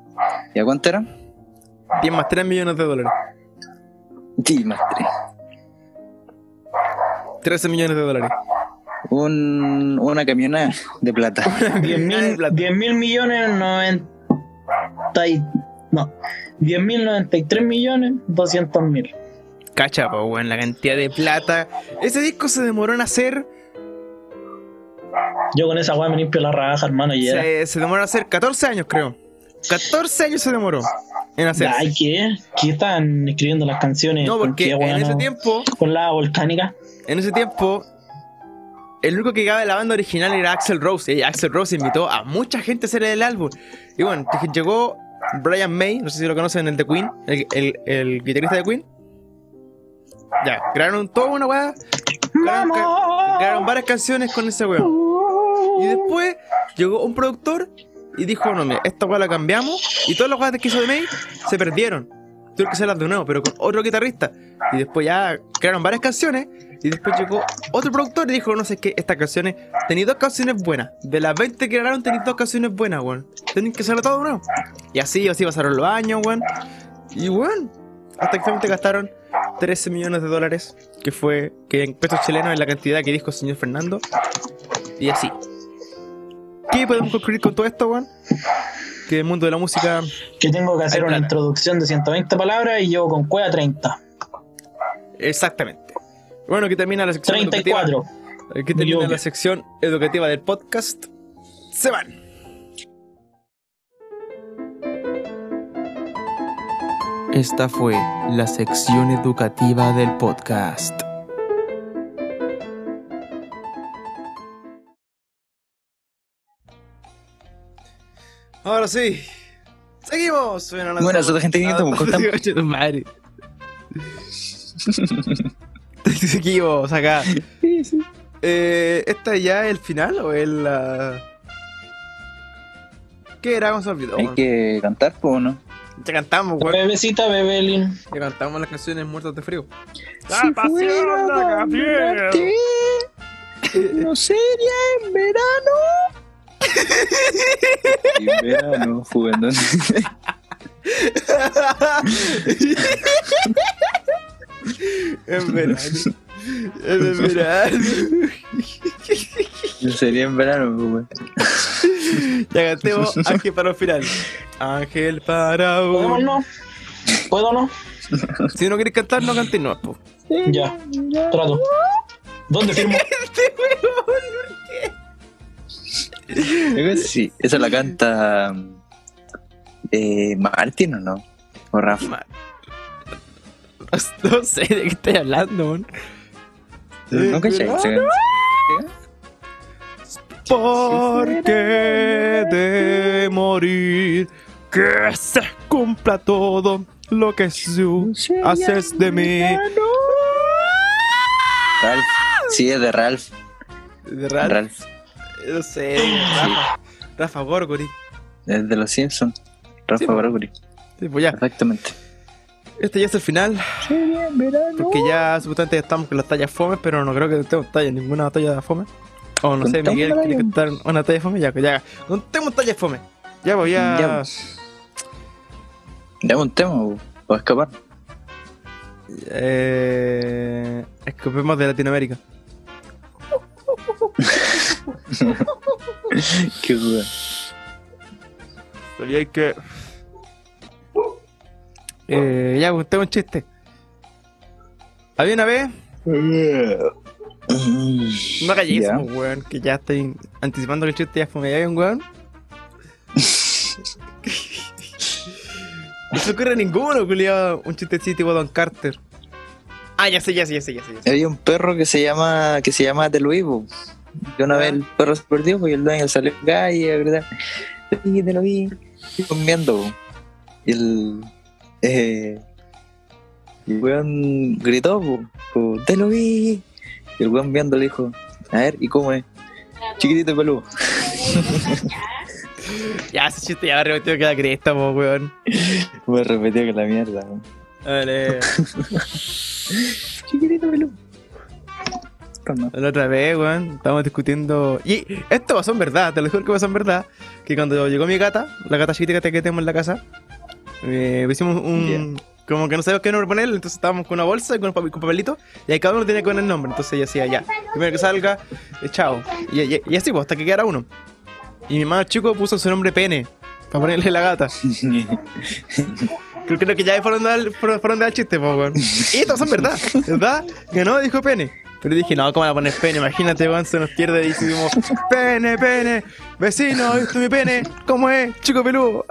B: ¿Y a cuánto era?
A: 10 más 3 millones de dólares.
B: Sí, más tres.
A: 13 millones de dólares. [laughs]
B: Un, una camioneta de plata.
A: [laughs]
B: [laughs]
C: 10 mil,
A: plata.
C: millones 90 y, no 10 mil 93 millones 200 mil
A: Cacha, po, weón, la cantidad de plata. Ese disco se demoró en hacer.
C: yo con esa weá me limpio la raja hermano y era
A: Se, se demoró en hacer 14 años, creo. 14 años se demoró en hacer.
C: ay qué qué están escribiendo las canciones
A: No,
C: ¿Con
A: porque
C: qué, weá,
A: en ese
C: no?
A: tiempo,
C: con la volcánica
A: en ese tiempo, el único que llegaba de la banda original era Axel Rose. Y Axel Rose invitó a mucha gente a hacer el álbum. Y bueno, llegó Brian May, no sé si lo conocen, el de Queen, el, el- el guitarrista de Queen. Ya, crearon toda una weá. Crearon, ca- crearon varias canciones con ese weón. Y después llegó un productor y dijo, no, mira, esta weá la cambiamos. Y todas las weas que hizo de May se perdieron. Tuve que hacerlas de nuevo, pero con otro guitarrista. Y después ya crearon varias canciones. Y después llegó otro productor y dijo, no sé, es que estas canciones... Tenéis dos canciones buenas. De las 20 que crearon, tenéis dos canciones buenas, weón. Tenéis que hacerlo todo de nuevo. Y así, así pasaron los años, weón. Y weón, hasta que finalmente gastaron 13 millones de dólares. Que fue, que en pesos chilenos es la cantidad que dijo el señor Fernando. Y así. ¿Qué podemos concluir con todo esto, weón? Que el mundo de la música.
C: que tengo que hacer
A: Hay
C: una
A: plata.
C: introducción de 120 palabras y yo con cueva 30
A: Exactamente. Bueno, que termina la sección. educativa.
C: 34
A: Aquí termina la sección educativa del podcast. Se van. Esta fue la sección educativa del podcast. Ahora sí. Seguimos.
B: Buenas, otra gente que estamos
A: [laughs]
B: contando.
A: madre. Seguimos acá. Eh, ¿Esta ya es el final o es la.? ¿Qué era, Gonzalo? Olvidó,
B: Hay
A: weón.
B: que cantar, po, ¿o ¿no?
A: Ya cantamos, weón.
C: Bebecita, bebelín.
A: Ya cantamos las canciones muertas de frío.
B: Si fuera a admirarte, no sería en
A: [laughs]
B: verano. En verano, jugando. [laughs]
A: En verano. En verano.
B: No sería en verano, po, weón.
A: Ya cantemos [laughs] Ángel para un final. Ángel para
C: ¿Podemos
A: un.
C: no?
A: Uh.
C: ¿Puedo no?
A: Si no querés cantar, no cantes, no. po.
C: Ya. Trato. ¿Dónde firmo?
B: Yo creo que Sí, esa la canta. Eh, Martín o no? O Rafa.
A: [laughs] No sé de qué estoy hablando, weón.
B: ¿No cachai? esa canción?
A: Porque de morir que se cumpla todo lo que tú haces de mí.
B: Ralph. Sí, es de Ralph.
A: De
B: Ralph.
A: Ralph, no sé, Rafa, Rafa Gorgori.
B: Es de los Simpsons. Rafa
A: Sí, po.
B: Barbary.
A: Sí, pues ya,
B: Exactamente.
A: este ya es el final, porque ya supuestamente ya estamos con las tallas fome, pero no creo que tengamos talla, ninguna talla de fome. O no sé,
B: Contamos,
A: Miguel, ¿quiere
B: Brian.
A: contar una talla de fome? Ya, ya, contemos talla de fome. Ya, pues ya.
B: Ya, Dame un tema, po, o escapar.
A: Eh, escapemos de Latinoamérica.
B: Qué duda.
A: Pero ya hay que. Eh, ya, pues tengo un chiste. Había una vez.
B: Mm.
A: No calles,
B: Ya.
A: weón, que ya estoy anticipando que el chiste ya fue. Había un weón. no se ocurre ninguno, culiado. Un chiste así tipo Don Carter. Ah, ya sé, ya sé, ya sé, ya sé. ya sé.
B: Había un perro que se llama que se llama de Luis, po. que una
A: Ya.
B: vez el perro se perdió po, y el dueño salió a la calle a gritar, "Oye, te lo vi comiendo. po". Y el eh, y el weón gritó, po, po, te lo vi. Y el weón viendo le dijo, a ver, ¿y cómo es?
D: [laughs]
B: Chiquitito y peludo.
A: Ya, ese chiste ya me arrepentido que la cresta, po, weón.
B: Me repetía que la mierda. po.
A: Dale.
B: Chiquitito y
A: [laughs]
B: peludo. No.
A: La otra vez, weón, estábamos discutiendo. Y esto pasó en verdad, te lo juro que pasó en verdad. Que cuando llegó mi gata, la gata chiquitita que tenemos en la casa, eh, hicimos un. Como que no sabíamos qué nombre ponerle, entonces estábamos con una bolsa y con, un pa- con papelito, y ahí cada uno tenía que poner el nombre. Entonces ella decía, ya, primero que salga, eh, chao. Y, y- y así, pues, hasta que quedara uno. Y mi hermano chico puso su nombre Pene, para ponerle la gata. Creo, creo que ya fueron de fueron, fueron de al chiste, po, weón. Y estas son verdad, ¿verdad? Que no, dijo pene. Pero dije, no, ¿cómo la pones pene? Imagínate, weón, se nos pierde y decimos, pene, pene, vecino, ¿viste mi pene? ¿Cómo es? Chico peludo.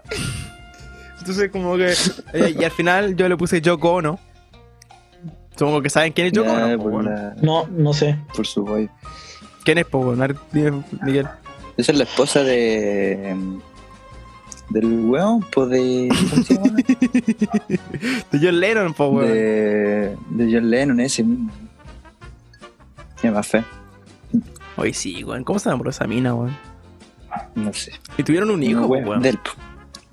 A: Entonces, como que. eh, y al final yo le puse Yoko Ono. Supongo que saben quién es Yoko Ono.
B: Ya,
A: po,
B: por,
A: weón.
B: la-
C: No, no sé.
B: por su boy.
A: ¿Quién es, po, weón? A ver, dime, Miguel.
B: Esa es la esposa de. mm, del weón, pues de. ¿Cómo se
C: [laughs]
B: llama?
A: De John Lennon, po, weón.
B: de, de John Lennon, ese mismo. Se llama Fe,
A: Oye, sí, weón. ¿Cómo se enamoró esa mina, weón?
B: no sé.
A: Y tuvieron un hijo,
B: Una
A: po,
B: wea
A: weón.
B: del po.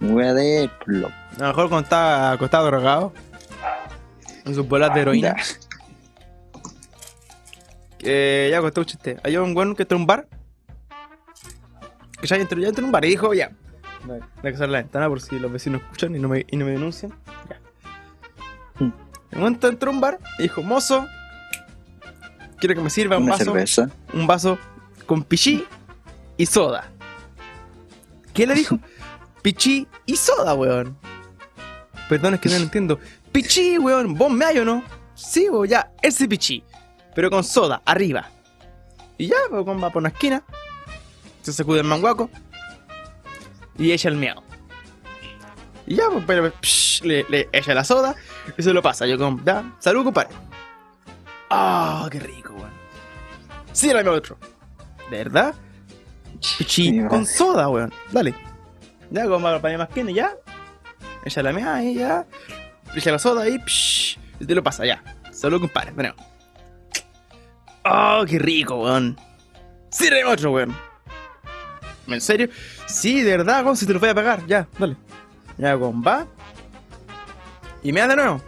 B: Una wea del po, loco.
A: A lo mejor cuando estaba, cuando estaba drogado. En sus bolas de heroína.
B: Ya.
A: Eh, ya conté un chiste. Hay un weón que entró a un bar. Que ya entró, ya entró a un bar y dijo, ya. Voy a cerrar la ventana por si los vecinos escuchan y no me, y no me denuncian. Ya.
B: Mm.
A: El weón entró a un bar y dijo, mozo, quiero que me sirva un
B: Una
A: vaso,
B: cerveza.
A: un vaso con pichí y soda. ¿Qué le dijo? pichí y soda, weón. Perdón, es que no lo entiendo. Pichí, weón, ¿vos me hay o no? Sí, weón, ya, ese pichí. Pero con soda, arriba. Y ya, pues, weón, va por una esquina. Se sacude el manguaco. Y echa el miedo. Y ya, pues, pero, psh, le, le echa la soda. Y se lo pasa. Yo, como, ya, salud, compadre. Ah, qué rico, weón. Sí, el otro. ¿De verdad? Pichi, con soda, weón. Dale. Ya, como para para más que ya. Ella la mea ahí, ya. Le echa la soda ahí, psh, y te lo pasa, ya. Salud, compadre. Bueno. Oh, qué rico, weón. Sí, el otro, weón. ¿En serio? Sí, de verdad, weón, si te lo voy a pagar, ya, dale. Ya, weón, va. Y me da de nuevo.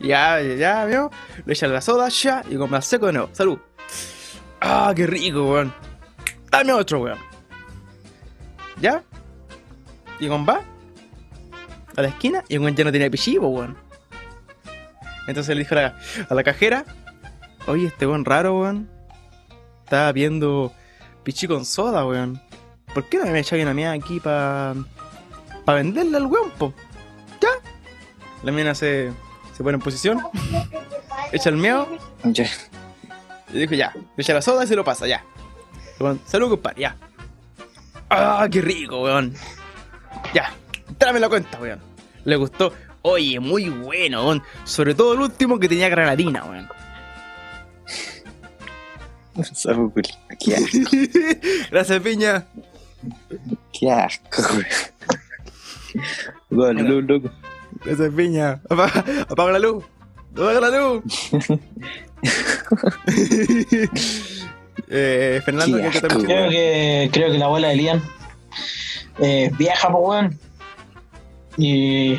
A: Ya, ya, ya, veo. Le echa la soda, ya, y con más seco de nuevo. Salud. Ah, qué rico, weón. Dame otro, weón. ¿Ya? Y con va a la esquina y el weón ya no tenía pichivo, weón. Entonces le dijo a la, a la cajera, oye, este weón raro, weón. Estaba viendo pichi con soda, weón. ¿Por qué no me echáis una mía aquí para pa venderle al weón, po? ¿Ya? La mina se, se pone en posición, echa el miedo
B: Ya. [laughs]
A: y dijo, ya, le echa la soda y se lo pasa, ya. Weón, Salud, compadre, ya. ¡Ah, qué rico, weón! Ya, tráeme la cuenta, weón. Le gustó. Oye, muy bueno, weón. Sobre todo el último que tenía granadina, weón.
B: Sabu, Juli. Qué asco,
A: Gracias, piña.
B: qué asco, güey. Bueno, loco, loco.
A: Gracias, piña. Apaga, apaga la luz. Apaga la [laughs] luz. eh, Fernando,
B: Qué
A: ¿qué te
B: asco,
A: parece?
C: Creo que, creo que la abuela de Lian eh, viaja, pues, weón. Y.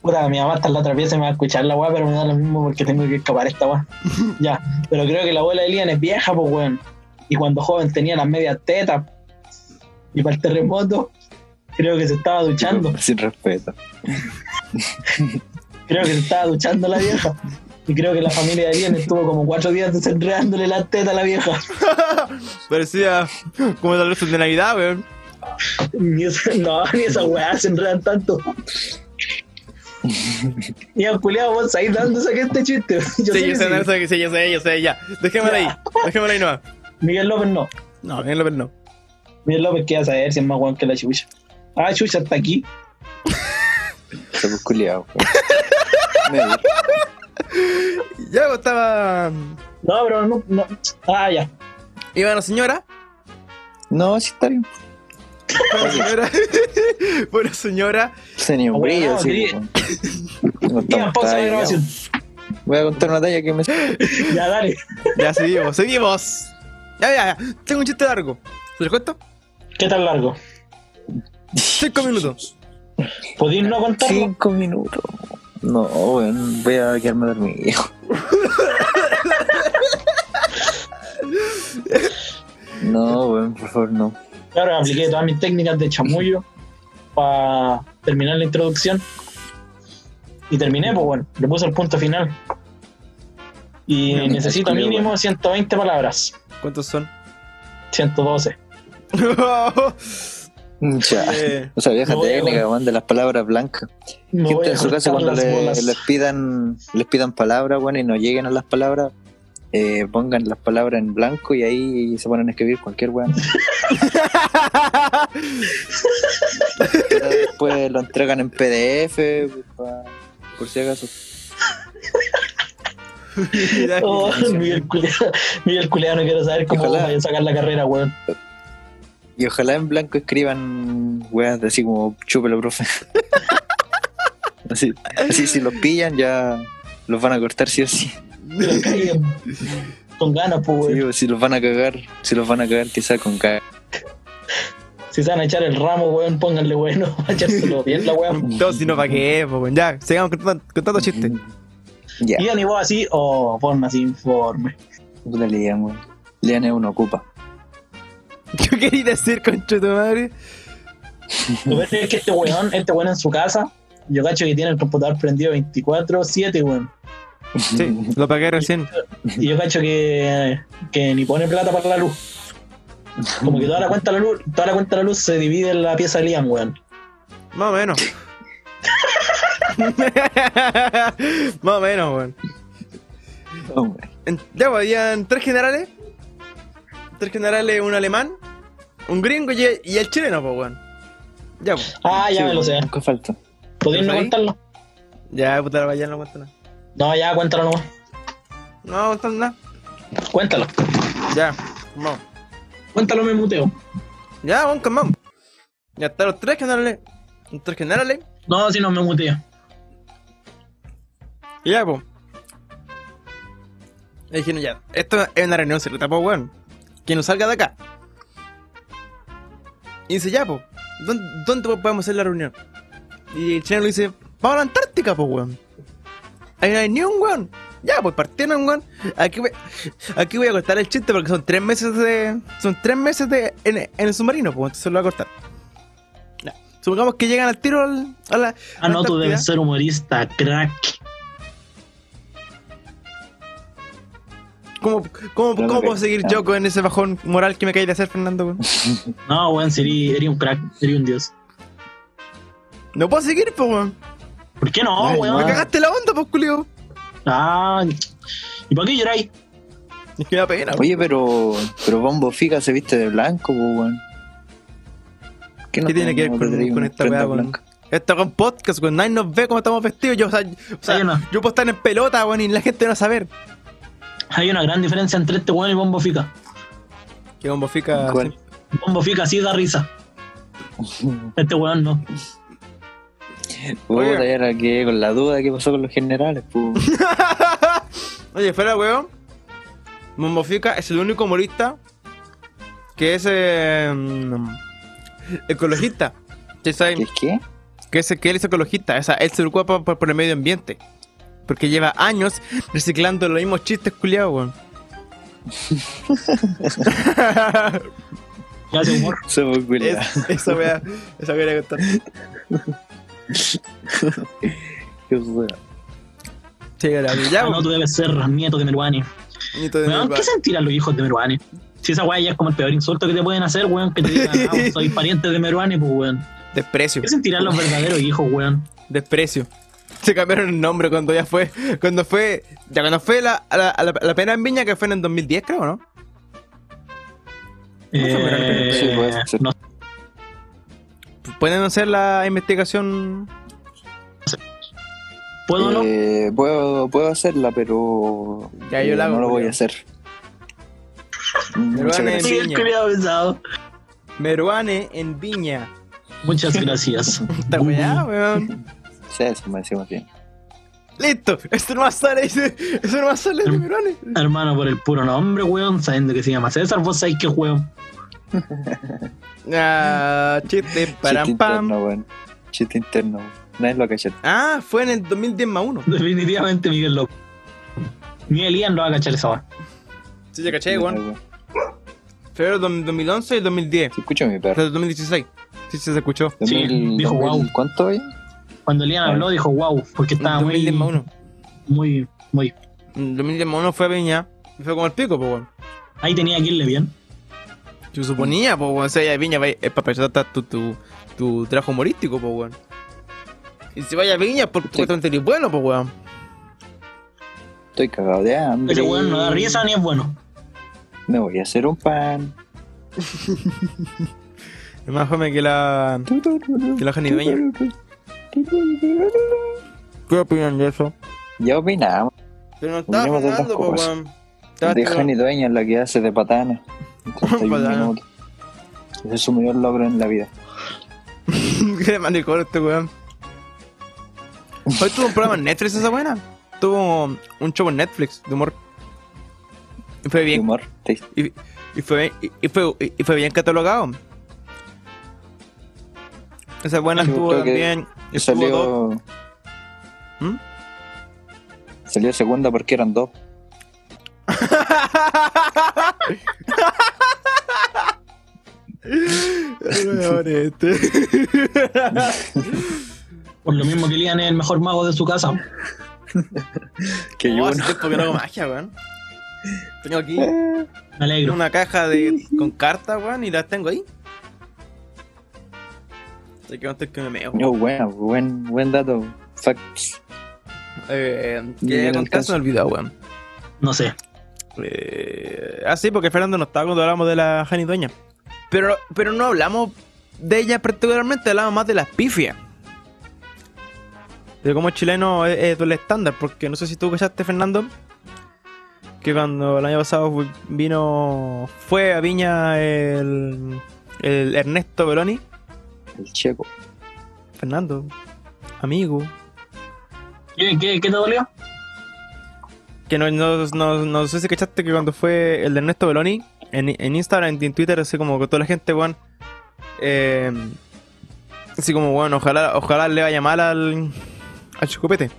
C: Puta, mi mamá está en la otra pieza y me va a escuchar la weá, pero me da lo mismo porque tengo que escapar esta weá. [laughs] ya, pero creo que la abuela de Lian es vieja, pues, weón. Y cuando joven tenía las medias tetas. Y para el terremoto, creo que se estaba duchando.
B: Sin respeto.
C: Creo que se estaba duchando la vieja. Y creo que la familia de Lian estuvo como cuatro días desenredándole la teta a la vieja.
A: Parecía como las luces de Navidad, weón.
C: Ni esa- [laughs] no, ni esas weas se enredan tanto. Y el culiado, vos ahí dando esa gente este chiste. [laughs] Yo sé
A: Sí, yo sé,
C: que
A: yo sé, sí,
C: sí.
A: yo sé, yo sé, ya. Dejémosla ahí. Dejémosla ahí nomás.
C: Miguel López no.
A: No, bien, López no.
C: Miguel López queda a saber si es más guan que la chucha. Ah, chucha, está aquí.
B: Sabu, culiao, güey. Me voy.
A: Ya pues, estaba.
C: No, pero no, no. Ah, ya.
A: Iba la señora.
B: No, sí está bien.
A: Fue una señora. [laughs] Fue una señora.
B: Se ni un
C: Bueno,
B: brillo, sí,
C: sí.
B: güey.
C: [laughs]
B: No
C: Ya,
B: estamos
C: pausa de
B: talla,
C: grabación.
B: güey. Voy a contar una talla que me.
C: Ya, dale.
A: Ya seguimos, seguimos. Ya, ya, ya. Tengo un chiste largo. ¿Se lo cuento?
C: ¿Qué tan largo?
A: Cinco minutos.
C: ¿Podéis no contarlo?
B: Cinco minutos. No, güey, voy a quedarme dormido. No, güey, por favor, no.
C: Claro, apliqué todas mis técnicas de chamullo para terminar la introducción. Y terminé, pues bueno, le puse el punto final. Y
B: Mira,
C: necesito
B: culiao,
C: mínimo 120 palabras.
A: [laughs] ¿Cuántos son?
C: 112.
B: Ya.
A: [laughs] Eh,
B: O sea, vieja
C: No,
B: técnica, weón, de las palabras blancas.
C: Me voy
B: Gente
C: a
B: en su casa
C: cortar
B: cuando
C: las
B: le-
C: bolas.
B: les pidan les pidan palabras, bueno, y no lleguen a las palabras, eh, pongan las palabras en blanco y ahí se ponen a escribir cualquier
C: [laughs]
B: weón. Pero Después lo entregan en PDF, pa- por si acaso.
A: mira,
C: [laughs] Oh,
B: [laughs]
C: Miguel Culeano, Miguel Culeano, quiero saber cómo
B: Ojalá.
C: voy a sacar la carrera, weón.
B: Y ojalá en blanco escriban weas de así como chúpelo, profe. [laughs] así, así si los pillan ya los van a cortar sí o sí.
C: Pero
B: [laughs]
C: caigan Con ganas, pues,
B: Sí,
C: weón.
B: o si los van a cagar, si los van a cagar, quizá con cagar.
C: Si se van a echar el ramo, weón, pónganle bueno. [laughs] a Echárselo bien, la
B: [laughs]
C: weón.
A: Entonces, si no, ¿para qué? po, weón? Ya, sigamos contando, contando chistes.
B: Ya,
C: Y ni vos así, oh, forma así informe.
B: puta Lian, weón. Lian es uno ocupa.
A: Yo quería decir, concho tu madre.
C: Lo peor es que este weón, este weón en su casa, yo cacho que tiene el computador prendido 24-7, weón.
A: Sí, lo pagué recién.
C: Y yo cacho que, que ni pone plata para la luz. Como que toda la cuenta de la luz, toda la cuenta de la luz se divide en la pieza de Liam, weón.
A: Más o menos. [laughs] Más o menos, weón.
B: Hombre.
A: En- Ya, pues, habían tres generales. tres generales, un alemán, un gringo y el, y el chileno, pues, weón. Ya, pues.
C: Ah, ya me lo sé.
B: Nunca falta.
C: ¿Podéis no
A: ¿Ahí?
C: contarlo?
A: Ya, puta, la ya no cuenta nada.
C: No, ya, cuéntalo nomás.
A: No cuentan nada.
C: Cuéntalo.
A: Ya, vamos.
C: Cuéntalo, me muteo.
A: Ya, vamos, vamos. Ya están los tres generales. Los tres generales.
C: No, si no me muteo.
A: Y ya, pues. Le dijeron ya, esto es una reunión secreta, pues, weón. Que no salga de acá. Y dice, ya, pues, ¿dónde, dónde podemos hacer la reunión? Y el chileno le dice, vamos a la Antártica, pues, weón. Ahí no hay ni un weón. Ya, pues partieron, weón. Aquí voy, aquí voy a cortar el chiste porque son tres meses de. Son tres meses de, en, en el submarino, pues, entonces lo voy a cortar. Ya. Supongamos que llegan al tiro al, a la.
C: Ah, no, tú
A: Antártida.
C: debes ser humorista, crack.
A: ¿Cómo, cómo,
B: Pero
A: cómo
B: ok,
A: puedo seguir
B: ya.
A: yo con ese bajón moral que me caí de hacer, Fernando? weón?
C: No, weón, sería, sería un crack, sería un dios.
A: No puedo seguir, pues, weón.
C: ¿Por qué no,
B: Ay,
C: weón?
A: Me
B: Ah.
A: cagaste la onda, pues, culio.
C: Ah, ¿y para qué lloráis?
A: Es que me da pena, weón.
B: Oye, pero, pero Bombo Fica se viste de blanco, pues, weón.
A: ¿Qué tiene que ver con, con esta weá, weón? Esta con podcast, weón. Nadie nos ve cómo estamos vestidos. Yo, o sea, yo- o sea,
C: Hay una,
A: yo puedo estar en pelota, weón, y la gente no va a saber.
C: hay una gran diferencia entre este weón y Bombo Fica.
A: Que bombo fica.
B: ¿Cuál?
C: Bombo Fica sí da risa. Este weón no.
A: Oye.
B: Puta, era que con la duda que pasó con los generales,
C: [laughs]
B: pues.
A: Oye, fuera, weón. Bombo fica es el único humorista que es eh, mm, ecologista. ¿Sí saben?
B: ¿Qué es qué?
A: que, es, que él es ecologista, o sea, él se preocupa por, por el medio ambiente. Porque lleva años reciclando los mismos chistes culiados, weón.
C: Ya hace humor.
B: Se me ocurrió.
A: Es- esa weá, esa weá era contar.
B: Qué weá.
A: Sí, era
C: Ah,
A: ya,
C: no,
A: weón.
C: tú debes ser nieto de Meruane.
B: Eh,
A: Ni todo de
C: Weón,
A: mi
C: ¿qué sentirán los hijos de Meruane? Si esa weá ya es como el peor insulto que te pueden hacer, weón, que te digan, ah,
B: [laughs]
C: vos sois pariente de Meruane, pues weón.
A: pa- Desprecio,
C: ¿Qué sentirán los verdaderos hijos, weón?
A: desprecio. Se cambiaron el nombre cuando ya fue, cuando fue, ya cuando fue la, a la, a la- la pena en Viña que fue en el 2010, creo, ¿no?
C: Eh,
B: Sí, puede ser.
C: no
A: Pueden hacer la investigación.
C: puedo, ¿no?
B: Eh, puedo, puedo hacerla, pero.
A: Ya, yo
B: eh,
A: la hago,
B: No lo voy
A: culiao.
B: a hacer. Muchas
A: van a
B: gracias.
C: Sí, el
A: Viña.
C: culiao pesado.
A: Meruane en Viña.
B: [laughs]
C: Muchas gracias.
A: Esta weá, weón.
B: Sí, eso me decimos bien.
A: Listo, esto no va a salir, [laughs] esto no va a salir de Meruane.
C: Hermano, por el puro nombre, weón, sabiendo que se llama César, vos sabés que es weón.
A: Ah, chiste,
B: Chiste
A: param pam.
B: interno, weón. Chiste interno. weón. Nadie lo caché.
A: Ah, fue en el 2010 más uno.
C: Definitivamente Miguel Loco. Ni Elian lo va a cachar esa weón.
A: Sí, ya caché,
B: Puta,
A: weón.
B: weón.
A: Febrero del 2011 y el 2010.
B: Se escucha mi perro.
A: Hasta el 2016. Sí, sí, se escuchó.
C: Sí,
B: 2000,
C: dijo,
B: 2000,
C: "Guau".
B: ¿Cuánto hoy?
C: Cuando Elian
A: Ah.
C: habló, dijo wow, porque estaba
A: En
C: muy,
A: 2010 más uno.
C: muy, muy.
A: En 2010 más uno fue a Viña. Y fue como el pico, po, weón.
C: Ahí tenía que irle bien.
A: Yo suponía, po, weón. O sea, ya Viña va- es para presentar tu, tu, tu trabajo humorístico, po, weón. Y si vaya a Viña, por supuesto, no eres bueno, po, weón.
B: Estoy cagado de hambre.
C: Ese weón no da risa ni es bueno.
B: Me voy a hacer un pan.
A: Es más joven que la. Que la janibeña. ¿Qué opinan de eso?
B: Ya opinamos.
A: Pero no estaba
B: Opinemos de otras
A: Fernando, po,
B: cosas.
A: weón. Estaba
B: De
A: este-
B: Jani Dueña la que hace de
A: [laughs]
B: patana. En 31
A: Patana.
B: minutos. Ese es su mayor logro en la vida.
A: [clears throat] Qué maricón este weón. Hoy tuvo un programa en Netflix esa buena. Tuvo un show en Netflix de humor. Y fue
B: De
A: bien.
B: humor. Te-
A: Y, y fue bien, y, y fue, y fue bien catalogado. Esa buena
B: Yo
A: estuvo
B: creo que
A: también. Estuvo dos-
B: Salió.
A: ¿Mm?
B: Salió segunda porque eran dos.
A: Weón, este.
C: Por lo mismo que Elian es el mejor mago de su casa.
B: [laughs] Que
A: Oh,
B: yo
A: hace
B: no.
A: tiempo que no hago magia, weón. Tengo aquí
C: Me alegro.
A: una caja de, con cartas, weón, y las tengo ahí. Así que antes que me meo.
B: No, bueno, buen, buen dato. Facts.
A: Eh,
B: Ni
A: que
B: Eh, en
A: con
B: el caso.
A: se me olvidó, weón.
C: No sé.
A: Eh, ah, sí, porque Fernando no estaba cuando hablamos de la Jani Dueña. Pero, pero no hablamos de ella particularmente, hablamos más de las pifias. De cómo el chileno es, es el estándar, porque no sé si tú callaste, Fernando, que cuando el año pasado fu- vino, fue a Viña el, el Ernesto Beloni.
B: El checo.
A: Fernando, amigo,
C: ¿Qué, qué, qué te dolió?
A: Que no, no, no- no sé si cachaste que cuando fue el de Ernesto Beloni, en, en Instagram y en Twitter, así como que toda la gente, weón. eh, así como, bueno, ojalá, ojalá le vaya mal al. al chocopete.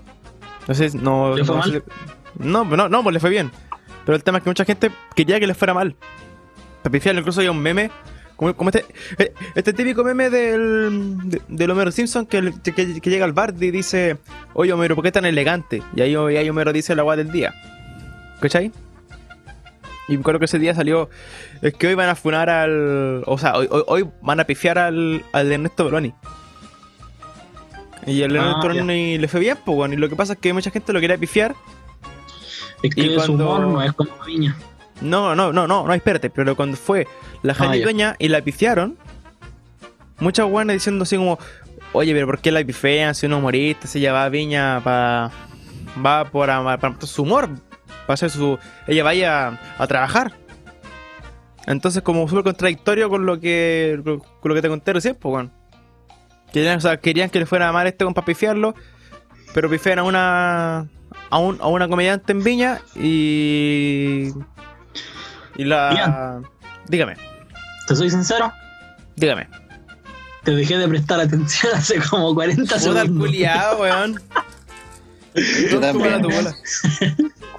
A: Entonces, no.
C: ¿Le fue
A: no,
C: mal?
A: sé- no, no, no, pues le fue bien. Pero el tema es que mucha gente quería que le fuera mal. Para pifiarlo, incluso había un meme. Como, como este, eh, este típico meme del, de- del Homero Simpson que, le- que- que llega al bar y dice: Oye, Homero, ¿por qué tan elegante? Y ahí, y ahí Homero dice la guay del día. ¿Cachai? Y me acuerdo que ese día salió. Es que hoy van a funar al. O sea, hoy, hoy- hoy van a pifiar al, al Ernesto Beloni. Y el
C: Ah,
A: Ernesto
C: ya.
A: Beloni le fue bien, pues, bueno, Y lo que pasa es que mucha gente lo quería pifiar.
C: Es que
A: Y
C: su
A: cuando-
C: humor no es como viña.
A: No, no, no, no, no, espérate. Pero cuando fue la Jani
C: ya.
A: Dueña y la pifiaron, muchas buenas diciendo así como: Oye, pero ¿por qué la pifean? Si uno humorista, si ella va a Viña para. Va por ama- para su humor. Para hacer su. Ella vaya a trabajar. Entonces, como súper contradictorio con lo que con lo que te conté recién, pues, weón. Querían, o sea, querían que le fuera mal este con para pifiarlo, pero pifian a una. A, un- a una comediante en Viña y. Y la. Dígame,
C: Te soy sincero,
A: dígame.
C: te dejé de prestar atención [laughs] hace como 40
A: Puta el
C: segundos.
A: culiao, weón.
B: Yo
A: Son como la
B: también.
A: tula.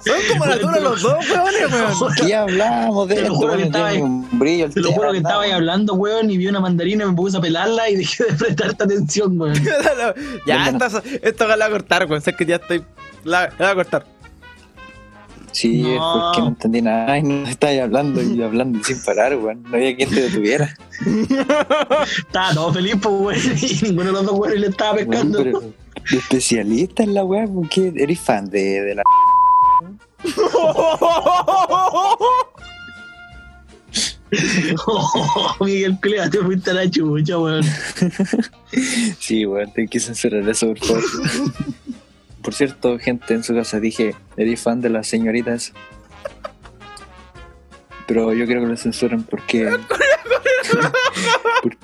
A: Son como la tula los dos, weones, weón.
B: ¿Qué hablamos de
C: Te lo
B: esto?
C: juro que
B: Bueno,
C: estaba
B: tiene
C: ahí.
B: un brillo el
C: Te lo juro
B: tema,
C: que
B: ¿no?
C: estaba ahí hablando, weón, y vi una mandarina y me puse a pelarla y [laughs] dejé de prestarte atención, weón.
A: [laughs] Ya, esto, esto la voy a cortar, weón. Sé que ya estoy. La, la voy
B: [laughs]
A: a cortar.
B: Sí, es
C: No.
B: porque no entendí nada. Ay, no estáis hablando y hablando sin parar, weón. No había quien te detuviera.
C: Estaba todo feliz, pues, weón, [laughs] y ninguno de los dos weones le estaba
B: Weón,
C: [laughs] pescando.
B: pero de especialista en la weá, ¿por qué eres fan de, de la.
C: Oh, [laughs] Miguel Clea, te fuiste a la chucha, weón.
B: Sí, weón, te quise censurar eso, por favor.
A: [laughs]
B: por cierto, gente en su casa dije, eres fan de las señoritas. Pero yo creo que lo censuran porque.
A: [laughs]
B: por-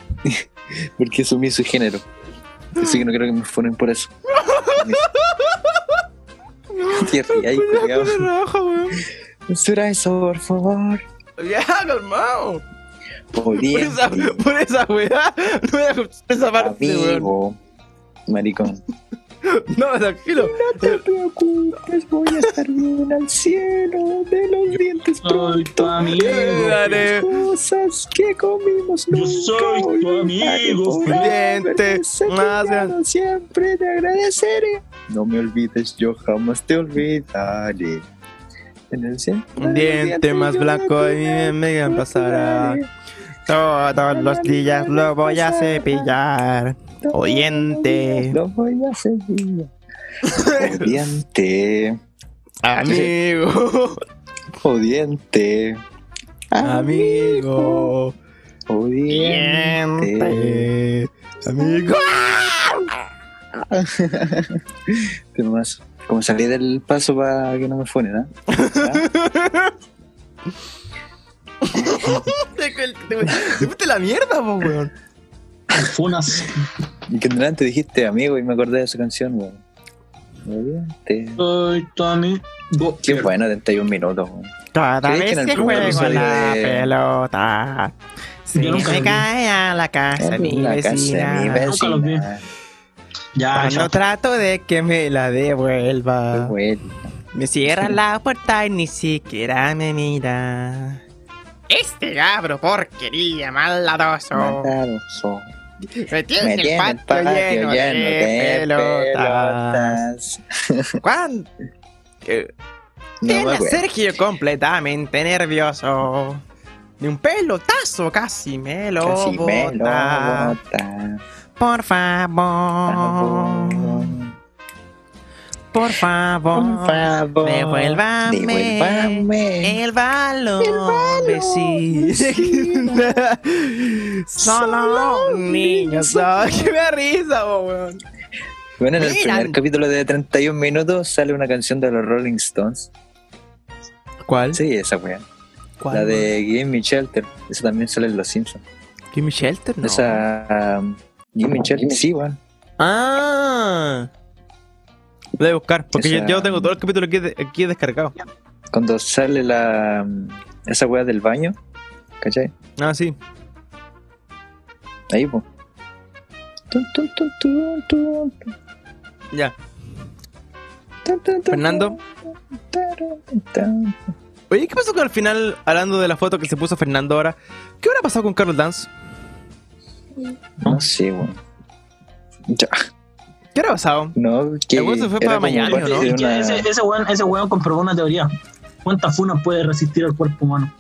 B: [laughs] porque asumí su género. Así que no creo que me funen por
A: [laughs]
B: eso. Tierra, ahí, culiao.
A: Raja, weón.
B: Censura eso, por favor.
A: [laughs] Ya, calmado. Por
B: Podía.
A: esa, por esa weá, no voy a escuchar esa parte, weón.
B: Amigo. Maricón.
A: No, tranquilo.
B: preocupes, voy a estar bien al cielo de los dientes
C: Soy tu amigo.
A: [laughs] Dale.
B: cosas que comimos
C: Yo soy tu
B: olvidaré
C: amigo,
B: por haberme
A: Diente, más
B: sacrificado.
A: grande.
B: siempre te agradeceré no me olvides yo jamás te olvidaré en el cielo
A: Un diente más blanco y me- me pasará. Todos los días lo voy a cepillar. O diente.
B: lo voy a [laughs] seguir odiante
A: Amigo,
B: odiante
A: amigo,
B: odiante
A: diente. Amigo.
B: Pero más, como salí del paso para que no me funen, ¿ah? ¿Ah?
A: [laughs] Te te- te- te fuiste la mierda, po, weón.
C: Funas.
B: Y que delante dijiste amigo y me acordé de esa canción, weón. Obviamente.
C: Soy tu amigo.
B: Qué bueno, 31 minutos, weón.
A: Cada
B: ¿Crees que en el primer episodio de-
A: pelota,
C: Yo nunca vi.
A: cae a la casa
B: La casa de mi
C: Nunca los vi.
B: vecina.
C: Ya,
A: Cuando
C: ya.
A: trato de que me la devuelva,
B: Bueno,
A: me cierra la puerta y ni siquiera me mira. Este abro porquería,
C: Oh.
A: maldadoso.
B: mataroso.
A: Me tiene
B: Me tiene
A: el
B: el
A: patio lleno de, pelotas.
B: pelotas.
A: ¿Cuán- eh,
B: No
A: Tiene
B: me
A: a
B: acuerdo.
A: Sergio completamente nervioso. De un pelotazo casi me lo
B: Casi me lo
A: bota.
B: bota.
A: Por favor. Por favor,
B: Por favor,
A: devuélvame,
B: devuélvame
A: el balón. sí. Solo los niños. ah, [laughs] que me da risa, po, weón.
B: Bueno, en el
A: Miran.
B: primer capítulo de 31 minutos sale una canción de los Rolling Stones.
A: ¿Cuál?
B: Sí, esa weá. La de Gimme Shelter. Esa también sale en Los Simpsons.
A: Kimmy Shelter, no.
B: Esa. um, Gimme Shelter. Sí, weón.
A: Ah. La voy a buscar, porque
B: Esa-
A: yo, yo tengo todo el capítulo aquí, de- aquí descargado.
B: Cuando sale la. um, Esa weá del baño. ¿Cachai?
A: Ah, sí.
B: Ahí, po. Tun, tun, tun, tun, tun, tun,
A: Ya.
B: tun, tun, tun,
A: Fernando.
B: tun, tun, tun.
A: Oye, ¿qué pasó con el final, hablando de la foto que se puso Fernando ahora? ¿Qué hubiera pasado con Carlos Dance?
B: No sé, weón. Ya,
A: ¿Qué hubiera pasado?
B: No, que.
A: El weón se fue para
B: era como
A: Miami,
B: parte
A: ¿o no?
B: de
C: Que
B: una-
C: ese, ese, weón, ese weón comprobó una teoría. ¿Cuántas funas puede resistir el cuerpo humano?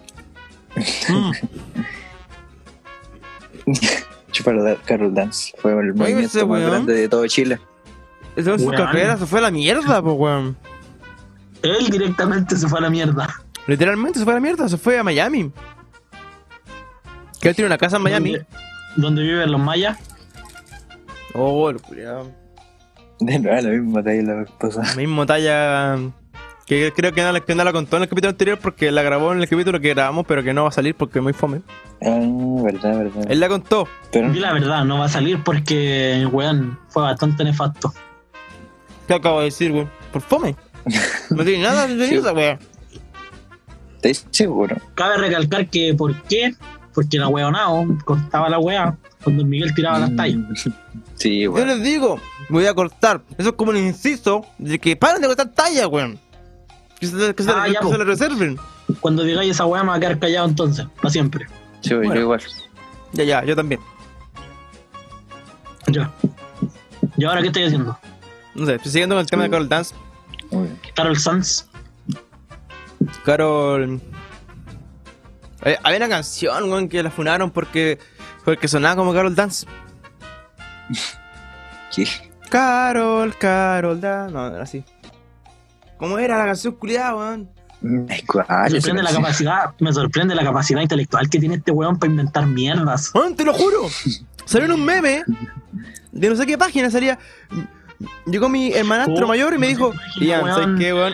A: [laughs] Mm.
B: Chúpalo, da- Carol Dance. Fue el movimiento
A: ese
B: más
A: weón.
B: grande de todo Chile. [laughs]
A: Esa es su
C: Weón.
A: carrera se fue a la mierda, po, weón.
C: Él directamente se fue a la mierda.
A: Literalmente se fue a la mierda, se fue a Miami. Que él tiene una casa en Miami.
C: Donde- Donde viven los mayas.
A: [laughs] Oh, el culiao.
B: De nuevo, la misma talla la esposa.
A: Mismo talla. Que creo que no, la- que no la contó en el capítulo anterior porque la grabó en el capítulo que grabamos, pero que no va a salir porque es muy fome.
B: Ah, verdad, verdad.
A: Él la contó.
B: Pero
C: Y la verdad, no va a salir porque, weón, fue bastante nefasto.
A: ¿Qué acabo de decir, weón? Por fome. No tiene [laughs] nada de
B: Sí.
A: esa, weón.
B: estoy seguro.
C: Cabe recalcar que, ¿por qué? Porque la weonao cortaba la wea cuando el Miguel tiraba
B: Mm.
C: las tallas.
B: [laughs] Sí,
A: Yo
B: bueno.
A: les digo, me voy a cortar. Eso es como un inciso de que paren de cortar talla, weón. Que se, que se-
C: Ah, ya,
A: que se
C: po.
A: la reserven.
C: Cuando digáis esa wea me va a quedar callado entonces, para siempre.
B: Sí,
A: Bueno.
B: yo igual.
A: Ya, ya, yo también.
C: Ya. ¿Y ahora qué estoy haciendo?
A: No sé, siguiendo con el tema de Carol Dance.
B: Muy bien.
C: Carol Sanz.
A: Carol. Eh, había una canción, weón, que la funaron porque, porque sonaba como Carol Dance.
B: Sí.
A: Carol, Carol Dance. No, no era así. ¿Cómo era la canción culiada, weón?
B: Ay, cuál,
A: Ah,
C: Me
B: esa
C: sorprende, la
B: canción.
C: capacidad, me sorprende la capacidad intelectual que tiene este weón para inventar mierdas.
A: Weón, te lo juro. Salió en un meme de no sé qué página salía. Llegó mi hermanastro
C: Oh,
A: mayor y me
C: no
A: dijo:
C: te
A: Ian, ¿sabes
C: imaginas, weón? Ah.
A: qué, weón?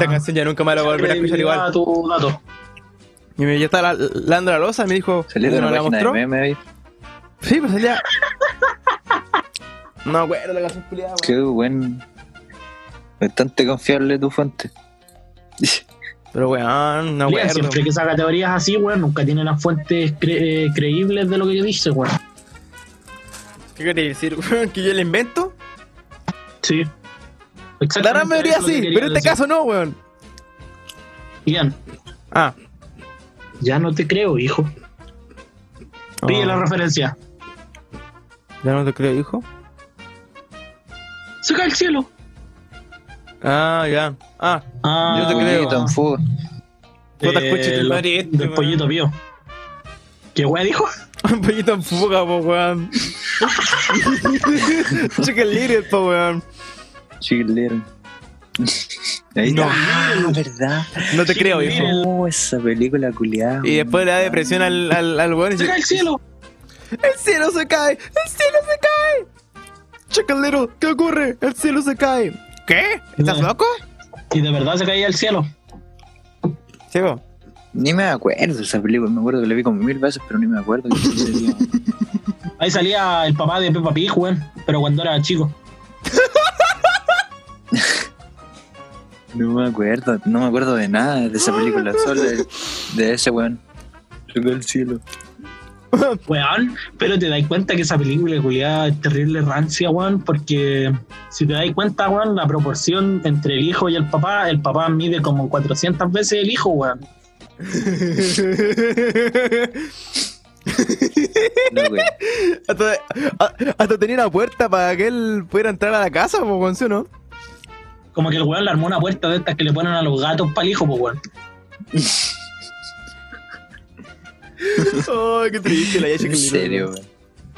A: Esta canción ya nunca más la voy a volver a escuchar
C: Credibilidad a
A: igual.
C: tu dato.
A: Y me, yo estaba la- lando la losa y me dijo:
B: Salió de
A: ¿no
B: una
A: la
B: página de
A: mostró?
B: meme ahí.
A: Sí, pues salía. No, güey, la canción culiada, weón.
B: Qué bueno. Bastante confiable tu fuente.
A: Pero weón, no
C: Lean,
A: acuerdo.
C: siempre que saca teorías así, weón, nunca tiene las fuentes cre- eh, creíbles de lo que dice, weón.
A: ¿Qué quería decir, weón? ¿Que yo le invento?
C: Sí.
A: La gran mayoría
C: eso es lo
A: sí,
C: que quería
A: pero en este
C: decir.
A: caso no, weón.
C: Ian,
A: Ah.
C: ya no te creo, hijo. Pille la
A: Oh,
C: referencia.
A: ya no te creo, hijo.
C: Se cae el cielo.
A: Ah, ya. Ah,
C: Ah,
A: Yo te creo.
B: Pollito en fuga.
A: puta coche
C: eh,
A: tu
C: lo-
A: madre este,
C: del
A: weón.
C: pollito pío. ¿Qué weón dijo?
A: Un pollito en fuga, po, weón. Chicken Little, po, weón.
B: Chilero. [laughs] Ahí
A: No.
B: está. Ah, verdad.
A: No te creo, hijo.
B: Oh, esa película culiada.
A: Y después le da depresión al, al, al weón y
C: Se
A: dice:
C: cae el cielo.
A: ¡El cielo se cae! ¡El cielo se cae! Chicken Little, ¿qué ocurre? ¡El cielo se cae! Mm. ¿Qué? ¿Estás
C: No.
A: loco?
C: Y de verdad se caía el cielo.
A: Sí, [laughs] po.
B: Ni me acuerdo de esa película. Me acuerdo que la vi como mil veces, pero ni me acuerdo. que sucedía.
C: Ahí salía el papá de Peppa Pig, weón. Pero cuando era chico.
B: No me acuerdo, no me acuerdo de nada de esa película, solo de, de ese weón. Llegó al cielo.
C: Weón, pero te das cuenta que esa película culiada es terrible rancia, weón, porque si te das cuenta, weón, la proporción entre el hijo y el papá, el papá mide como 400 veces el hijo, weón.
B: No, güey.
A: hasta, a- hasta tenía una puerta para que él pudiera entrar a la casa, po, weón, ¿sí o no?
C: Como que el weón le armó una puerta de estas que le ponen a los gatos para el hijo, pues weón.
A: [laughs] Ay, qué triste la Yasha
B: En serio, weón.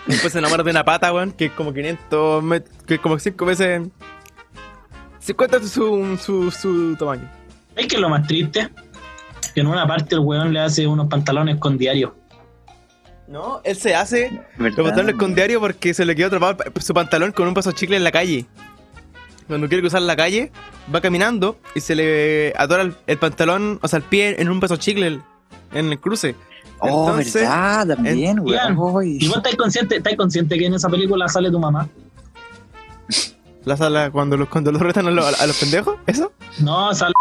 A: Después se enamora de una pata, weón, que es como 500 met- que es como 5 veces 50 es su, su, su tamaño.
C: Es que lo más triste que en una parte el weón le hace unos pantalones con diario.
A: No, él se hace los
B: ¿Verdad?
A: pantalones con diario porque se le quedó atrapado el pa- su pantalón con un paso chicle en la calle. Cuando quiere cruzar la calle, va caminando y se le adora el, el pantalón, o sea, el pie en un paso chicle en el cruce.
B: Oh,
A: Entonces,
B: verdad, también,
C: Ian,
B: weón. voy.
C: ¿Y vos estás consciente, estás consciente que en esa película sale tu mamá?
A: la sala cuando los, cuando los retan a, los- a los pendejos, ¿eso?
C: No, sale.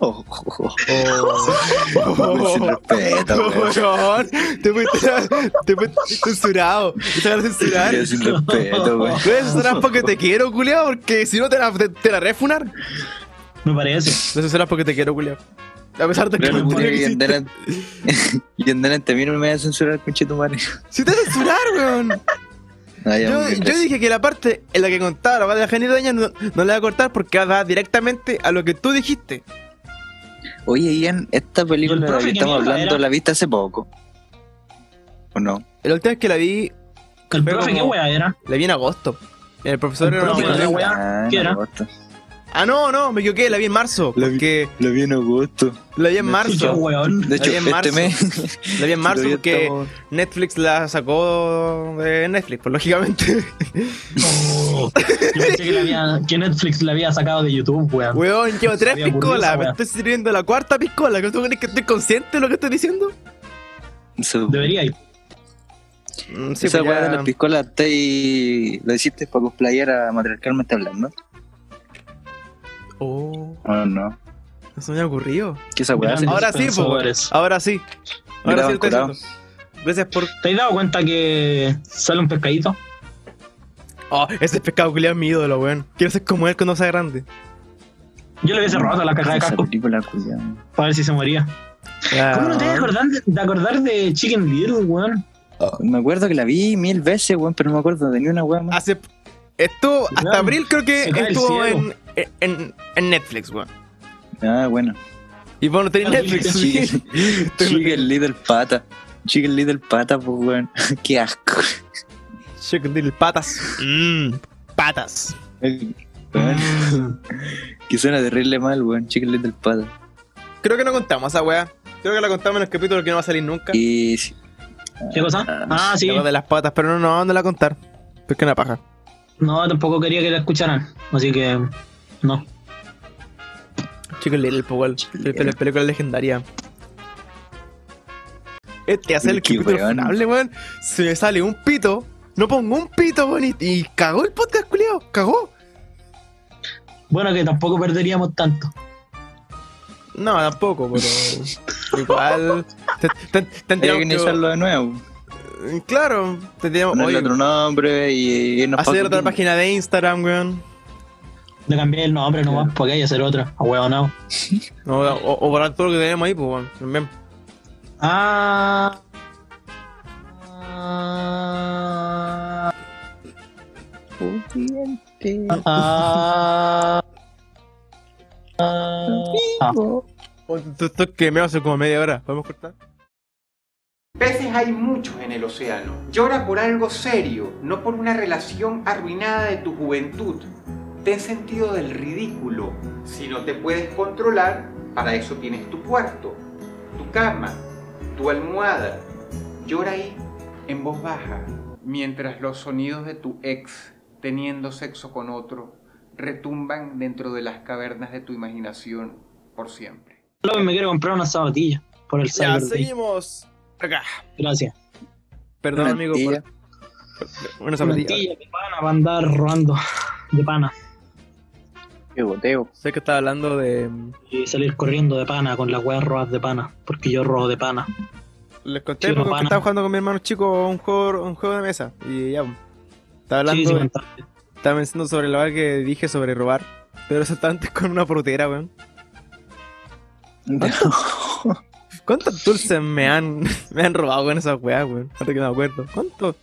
B: Oh, oh, oh,
A: Oh,
B: oh, sin respeto, weón.
A: [laughs] weón, te fuiste, te fuiste censurado. Te van a censurar.
B: Qué Sin respeto,
A: [laughs]
B: weón.
A: Puedes censurar porque te quiero, culiao, porque si no te la, te, te la refunar.
C: Me parece.
A: No censuras porque te quiero, culiao. A pesar de que
B: Claro,
A: no
B: porque
A: tiene
B: y
A: que
B: en delante- y en [laughs] delante a mí no me va a censurar, pinche tu madre.
A: Si te censurar, weón. [laughs]
B: Ay,
A: Yo,
B: hombre,
A: yo
B: gracias.
A: dije que la parte en la que contaba la weá de la genidoña no, no la voy a cortar porque va directamente a lo que tú dijiste.
B: Oye, Ian, esta película de la
C: profe
B: que
C: que
B: estamos
C: mierda
B: hablando
C: era?
B: la viste hace poco. ¿O no?
A: La última vez que la vi,
C: El
A: Fue
C: profe,
A: como-
C: ¿qué wea era?
A: la vi en agosto. El profesor
C: El
A: era una buena-
C: profe, la weá.
B: Ah,
C: ¿qué
B: en
C: era?
B: agosto.
A: Ah, no, no, me equivoqué, la vi en marzo.
B: La vi-
A: Porque
B: La vi en agosto.
A: la vi en
C: Y yo,
A: marzo.
C: weón.
B: De hecho,
A: vi en
B: este
A: marzo.
B: mes.
A: La vi [laughs]
B: [laughs]
A: en marzo
B: Todavía
A: porque
B: estamos-
A: Netflix la sacó de Netflix, pues lógicamente.
C: Oh, yo pensé que, la había- que Netflix la había sacado de YouTube, weón.
A: Weón, llevo tres
C: había aburrido esa
A: piscolas, me
C: weá.
A: estoy sirviendo la cuarta piscola. ¿Tú crees que estoy consciente de lo que estoy diciendo?
B: Su-
C: Debería ir.
A: Mm, Sí,
B: Esa
A: pues
B: weá de
A: ya-
B: las piscolas te lo hiciste para cosplayar a Matriarcal está hablando.
A: Oh,
B: Oh, no.
A: no se me ha ocurrido.
B: ¿Qué esa weá?
C: Grande.
A: Ahora sí, po,
C: Pensadores.
A: ahora sí. Ahora
B: Graba,
A: sí, el
B: curado.
A: texto. Gracias por.
C: ¿Te has dado cuenta que sale un pescadito?
A: Oh, ese pescado culiao es mi ídolo, weón. Quiero ser como él cuando sea grande.
C: Yo le
A: Mm,
C: hubiese robado la caja de
B: Ah, Esa
C: casco
B: película, culiao.
C: para ver si se moría. ¿Cómo no te vas a
A: Ah.
C: acordar de, de acordar de Chicken Little, weón?
B: Me acuerdo que la vi mil veces, weón, pero no me acuerdo de ni una weá más.
A: Hace. Estuvo.
C: Weón,
A: Hasta abril creo que
C: se cae el
A: estuvo en,
C: cielo.
A: en, en Netflix, weón.
B: Ah, bueno.
A: Y vos no tenés
C: Abril,
A: Netflix, [laughs]
B: Chicken,
A: sí.
B: Chicken Little Pata. Chicken Little Pata, pues weón. [laughs] Qué asco.
A: Chicken Little Patas. Mmm, patas.
B: [laughs] Weón. que suena terrible mal, weón. Chicken Little Pata.
A: Creo que no contamos esa weá. Creo que la contamos en el capítulo que no va a salir nunca.
B: Y sí,
C: ¿Qué cosa? Ah, sí.
A: La weá de las patas, pero no, no, no la contar. Es que una paja.
C: No, tampoco quería que la escucharan. Así que. No.
A: Chicken Little, po, weón. Pe- pe- Película legendaria. Este hace el
B: Qué
A: capítulo
B: weón.
A: funable, weón. Se me sale un pito. No pongo un pito, weón. Y, y cagó el podcast, culiao. Cagó.
C: Bueno, que tampoco perderíamos tanto.
A: No, tampoco,
B: [laughs]
A: pero. igual. Te, te, te
B: hay que
A: han tirado mucho-
B: iniciarlo de nuevo.
A: Claro, te tiramos.
B: Ponerle otro nombre y irnos pa'
A: Hacer otra
B: Coquimbo.
A: página de Instagram, weón.
C: Le cambié el nombre nomás, porque hay que hacer otra. A huevo, no.
A: O, o, o borrar todo lo que tenemos ahí, pues, weón. También.
C: Ah. Ah. Ah. Ah.
A: O- Esto esto es que me va a hacer como media hora. ¿Podemos cortar?
K: Peces hay muchos en el océano. Llora por algo serio, no por una relación arruinada de tu juventud. Ten sentido del ridículo. Si no te puedes controlar, para eso tienes tu cuarto, tu cama, tu almohada. Llora ahí en voz baja, mientras los sonidos de tu ex teniendo sexo con otro retumban dentro de las cavernas de tu imaginación por siempre.
C: López me quiero comprar una zapatilla por el
A: Ya,
C: Cyber Day.
A: seguimos. Acá.
C: Gracias.
A: Perdón,
B: Una
A: amigo.
B: tía.
A: Por... Una zapatilla.
C: Zapatilla de pana para andar robando de pana
B: Qué boteo.
A: Sé que estaba hablando de.
C: y salir corriendo de pana con las weas robadas de pana, porque yo robo de pana.
A: Les conté
C: Sí,
A: porque
C: pana.
A: estaba jugando con mi hermano chico un juego, un juego de mesa. Y ya. pues. Estaba
C: Sí,
A: hablando.
C: sí,
A: de-
C: contaste.
A: estaba pensando sobre la verdad que dije sobre robar. Pero eso estaba antes con una frutera, weón. ¿Cuántos dulces me han, [laughs] me han robado con esas weas, weón? Ahora que me acuerdo. ¿Cuánto,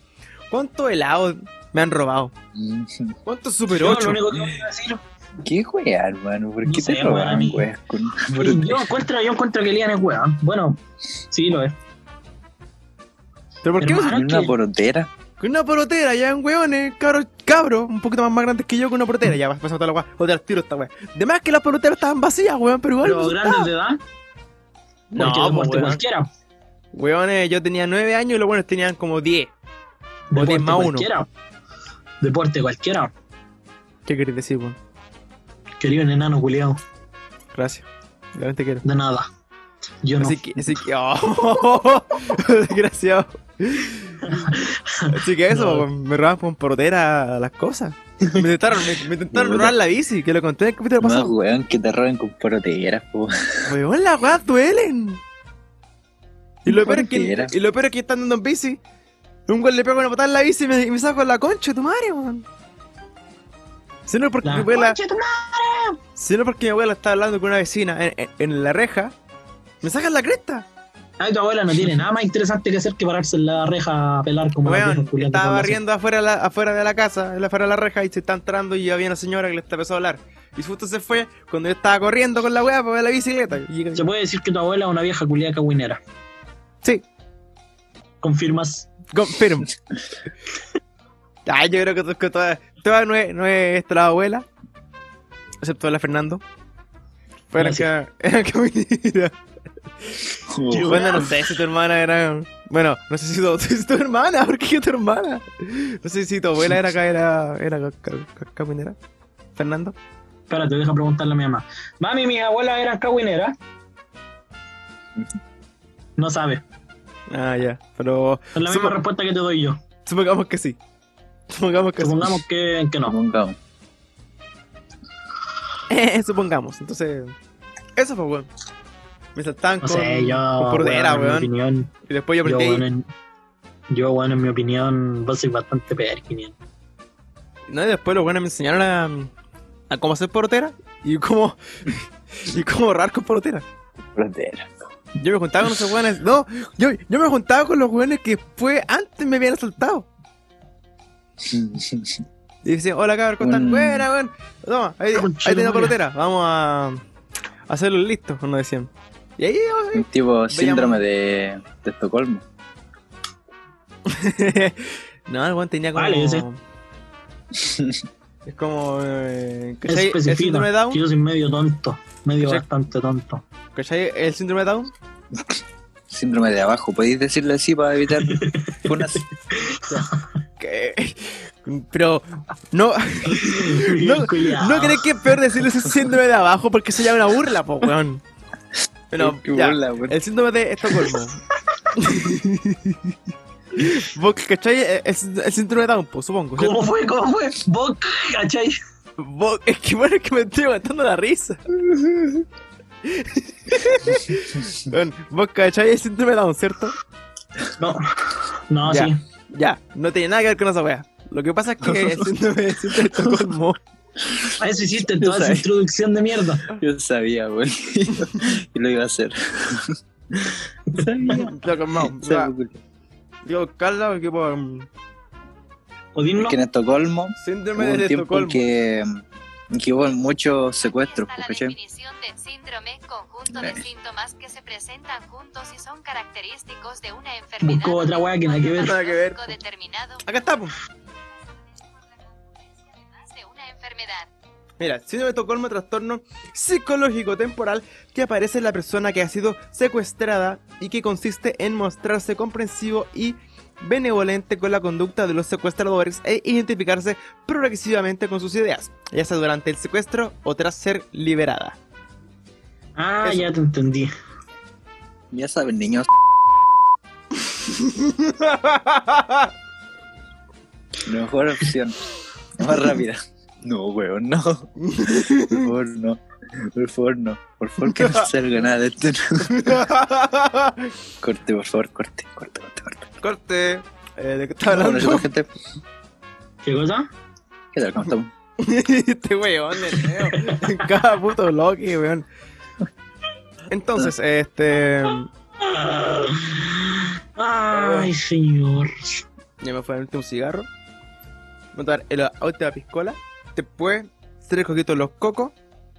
A: cuánto helado me han robado? ¿Cuántos super
C: Yo
A: 8?
C: lo único que voy a decir,
B: [laughs] ¿Qué weá, hermano? ¿Por
C: No
B: qué
C: sé,
B: te
C: weón, a
B: roban,
C: mí.
B: weón? Con-
C: [laughs] yo encuentro, yo encuentro que Lian es wea. Bueno, sí lo es.
A: ¿Pero por qué
C: Hermano,
A: usan
B: ¿Con
A: Ah,
B: una
C: que-
B: porotera?
A: una porotera? Ya en weones, cabros cabros eh, un poquito más, más grandes que yo con una protera. Ya, pasamos toda la weá. Joder, al tiro esta weá. De más que las peloteras estaban vacías, weón, pero igual.
C: ¿Pero
A: me
C: grandes
A: gustaba.
C: de edad?
A: No,
C: Porque de
A: pues,
C: muerte
A: weón.
C: cualquiera.
A: Weones, eh, yo tenía 9 años y los buenos tenían como 10. O 10 más 1.
C: cualquiera. Deporte cualquiera.
A: ¿Qué querés decir, weón?
C: Querido un enano culiao.
A: Gracias. Realmente quiero.
C: De nada. Yo no.
A: así Que, así que. Oh, [laughs] desgraciado. Así que eso,
C: No.
A: weón, me robaban con protera las cosas. Me intentaron, me, me intentaron robar la bici, que lo conté en el capítulo
B: No,
A: pasado.
B: weón, que te roben con proteras, po.
A: Weón, las weas duelen. Y lo, peor es que,
B: Cualquiera.
A: y lo peor es que están andando en bici. Un güey le pego una patada en la bici y me, y me saco la concha de tu madre, weón. Si no, es porque
C: La
A: mi abuela,
D: ¡Concha tu madre!
A: si no es porque mi abuela estaba hablando con una vecina en, en- en la reja, me sacan la cresta.
C: Ay, tu abuela
A: [laughs]
C: no tiene nada más interesante que hacer que pararse en la reja a pelar como la
A: Weón,
C: vieja culiao que
A: estaba
C: habla así.
A: barriendo afuera, la- afuera de la casa, en la- afuera de la reja, y se está entrando y había una señora que le empezó a hablar. Y justo se fue cuando yo estaba corriendo con la weá para ver la bicicleta. Y llega-
C: Se puede decir que tu abuela es una vieja culiada cagüinera.
A: Sí.
C: ¿Confirmas?
A: [laughs] Confirm. Ah, yo creo que, to- que toda, toda no es, no es esta la abuela. Excepto la Fernando. Fue la que, [laughs] era la que me tira. Bueno, no sé si tu hermana era. Bueno, no sé si tu, [laughs] si tu hermana, ¿por qué tu hermana? No sé si tu abuela era acá, era, era ca- ca- ca- caminera. Fernando.
C: Espérate, deja preguntarle a mi mamá. Mami, mis abuelas eran cagüineras. No sabe.
A: Ah, ya. Pero.
C: Es la misma
A: supo-
C: respuesta que te doy yo.
A: supongamos que sí. Supongamos que sí.
C: Supongamos que,
B: [laughs]
C: que no.
B: Supongamos.
A: Eh, [laughs] supongamos. Entonces, eso fue, weón. Me saltaban
C: No
A: con,
C: sé, yo.
A: con pordera,
C: weón, en mi
A: weón.
C: opinión,
A: Y después yo
C: yo,
A: aprendí.
C: weón, eh. en, yo, weón, en mi opinión, vos soy bastante perkin.
A: No, y después los buenos me enseñaron a, a cómo hacer porotera y
C: [laughs]
A: cómo, y cómo ahorrar con porotera. [laughs]
B: Proteras.
A: Yo me juntaba con esos buenos. No, yo, yo me juntaba con los buenos que fue antes me habían asaltado. Y decían, hola cabrón, ¿cómo están?
B: Un-
A: Buena, weón. Toma, ahí,
C: Concha
A: ahí
C: de
A: tenés la
C: madre.
A: porotera. Vamos a, a hacerlo listo, nos decían. Y ahí, oh,
B: Un [laughs] tipo síndrome de, de Estocolmo.
A: [laughs] no, el weón tenía como.
C: Vale, ese.
A: [laughs] Es como. Eh,
C: Es
A: ¿cachai? El
C: específico.
A: síndrome de
C: Que
A: Down.
C: yo soy medio tonto. Medio
A: ¿Cachai?
C: bastante tonto.
A: ¿Cachai? El síndrome de Down.
B: Síndrome de abajo. ¿Podéis decirle así para evitar
A: [laughs]
B: funas?
A: que- [laughs] Pero. No.
C: [laughs] Bien
A: [laughs] no,
C: culiao.
A: no crees que es peor decirle ese síndrome de abajo porque se llama una burla, po, weón. Pero.
B: Qué
A: ya,
B: burla, weón.
A: el síndrome de
C: [laughs]
A: Estocolmo. [laughs] Vos, ¿cachai? El, el síndrome de Down, po, supongo.
C: ¿Cómo
A: ¿cierto?
C: fue? ¿Cómo fue? ¿Vos, cachai?
A: Vos- es que bueno, es que me estoy matando la risa. Weón, Vos, ¿cachai? El síndrome de Down, ¿cierto?
C: No. No,
A: Ya.
C: sí.
A: Ya, no tiene nada que ver con esa wea. Lo que pasa es que el síndrome de Estocolmo.
B: [laughs]
C: A eso hiciste toda esa
B: sabes.
C: introducción de mierda.
B: Yo sabía, [laughs] güey. y lo iba a hacer. sabía.
A: Loco, no, o sea, Digo, Carla, porque por um,
C: O dimos.
B: Es que en Estocolmo hubo
A: síndrome
B: un
A: de
B: tiempo en
A: Estocolmo.
B: que, en que hubo muchos secuestros,
L: A
B: pues,
L: la
B: ¿cachai?
L: definición de síndrome, conjunto de
B: Eh.
L: síntomas que se presentan juntos y son característicos de una enfermedad.
C: Buscó otra weá que nada que ver.
A: Nada que ver.
L: diagnóstico determinado
A: Acá está, po.
L: más de una enfermedad.
A: Mira, síndrome de Estocolmo es un trastorno psicológico temporal que aparece en la persona que ha sido secuestrada y que consiste en mostrarse comprensivo y benevolente con la conducta de los secuestradores e identificarse progresivamente con sus ideas, ya sea durante el secuestro o tras ser [laughs] liberada.
C: Ah,
A: Eso.
C: ya te entendí.
B: Ya saben,
A: [laughs]
B: niños, la mejor opción. La más rápida. No, weón, no. Por favor, no. Por favor, no. Por favor, que no
A: [laughs]
B: salga nada de esto. corte, por favor, corte, corte, corte, corte.
A: Corte. Eh, ¿De qué está
B: Bueno,
A: hablando?
B: eso, gente,
C: ¿Qué cosa?
B: ¿Qué tal? ¿Cómo estamos?
A: [laughs] este weón de nuevo. En cada puto bloque, weón. Entonces, este.
C: Ay,
A: Oh.
C: señor.
A: Ya me fue el último cigarro. Voy a dar el última piscola. Después, tres coquitos los cocos.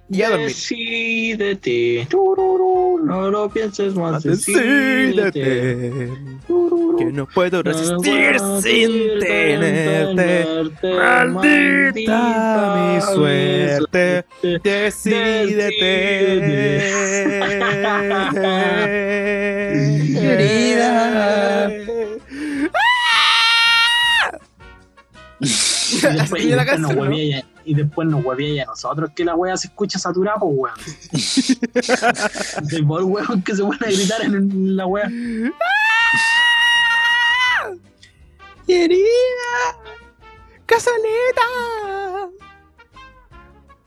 A: Y a dormir.
C: Decídete. Tururú, No lo pienses más. Decídete.
A: Decídete.
C: Tururú,
A: que no puedo resistir sin tenerte. Maldita mi suerte, [laughs] decídete. [laughs] Querida.
C: Y después, y después nos huevía ya- y después nos huevía ya a nosotros que la wea se escucha saturada, pues
A: [laughs]
C: weón. El weón que se pone a gritar en la wea.
A: Querida. Casaleta.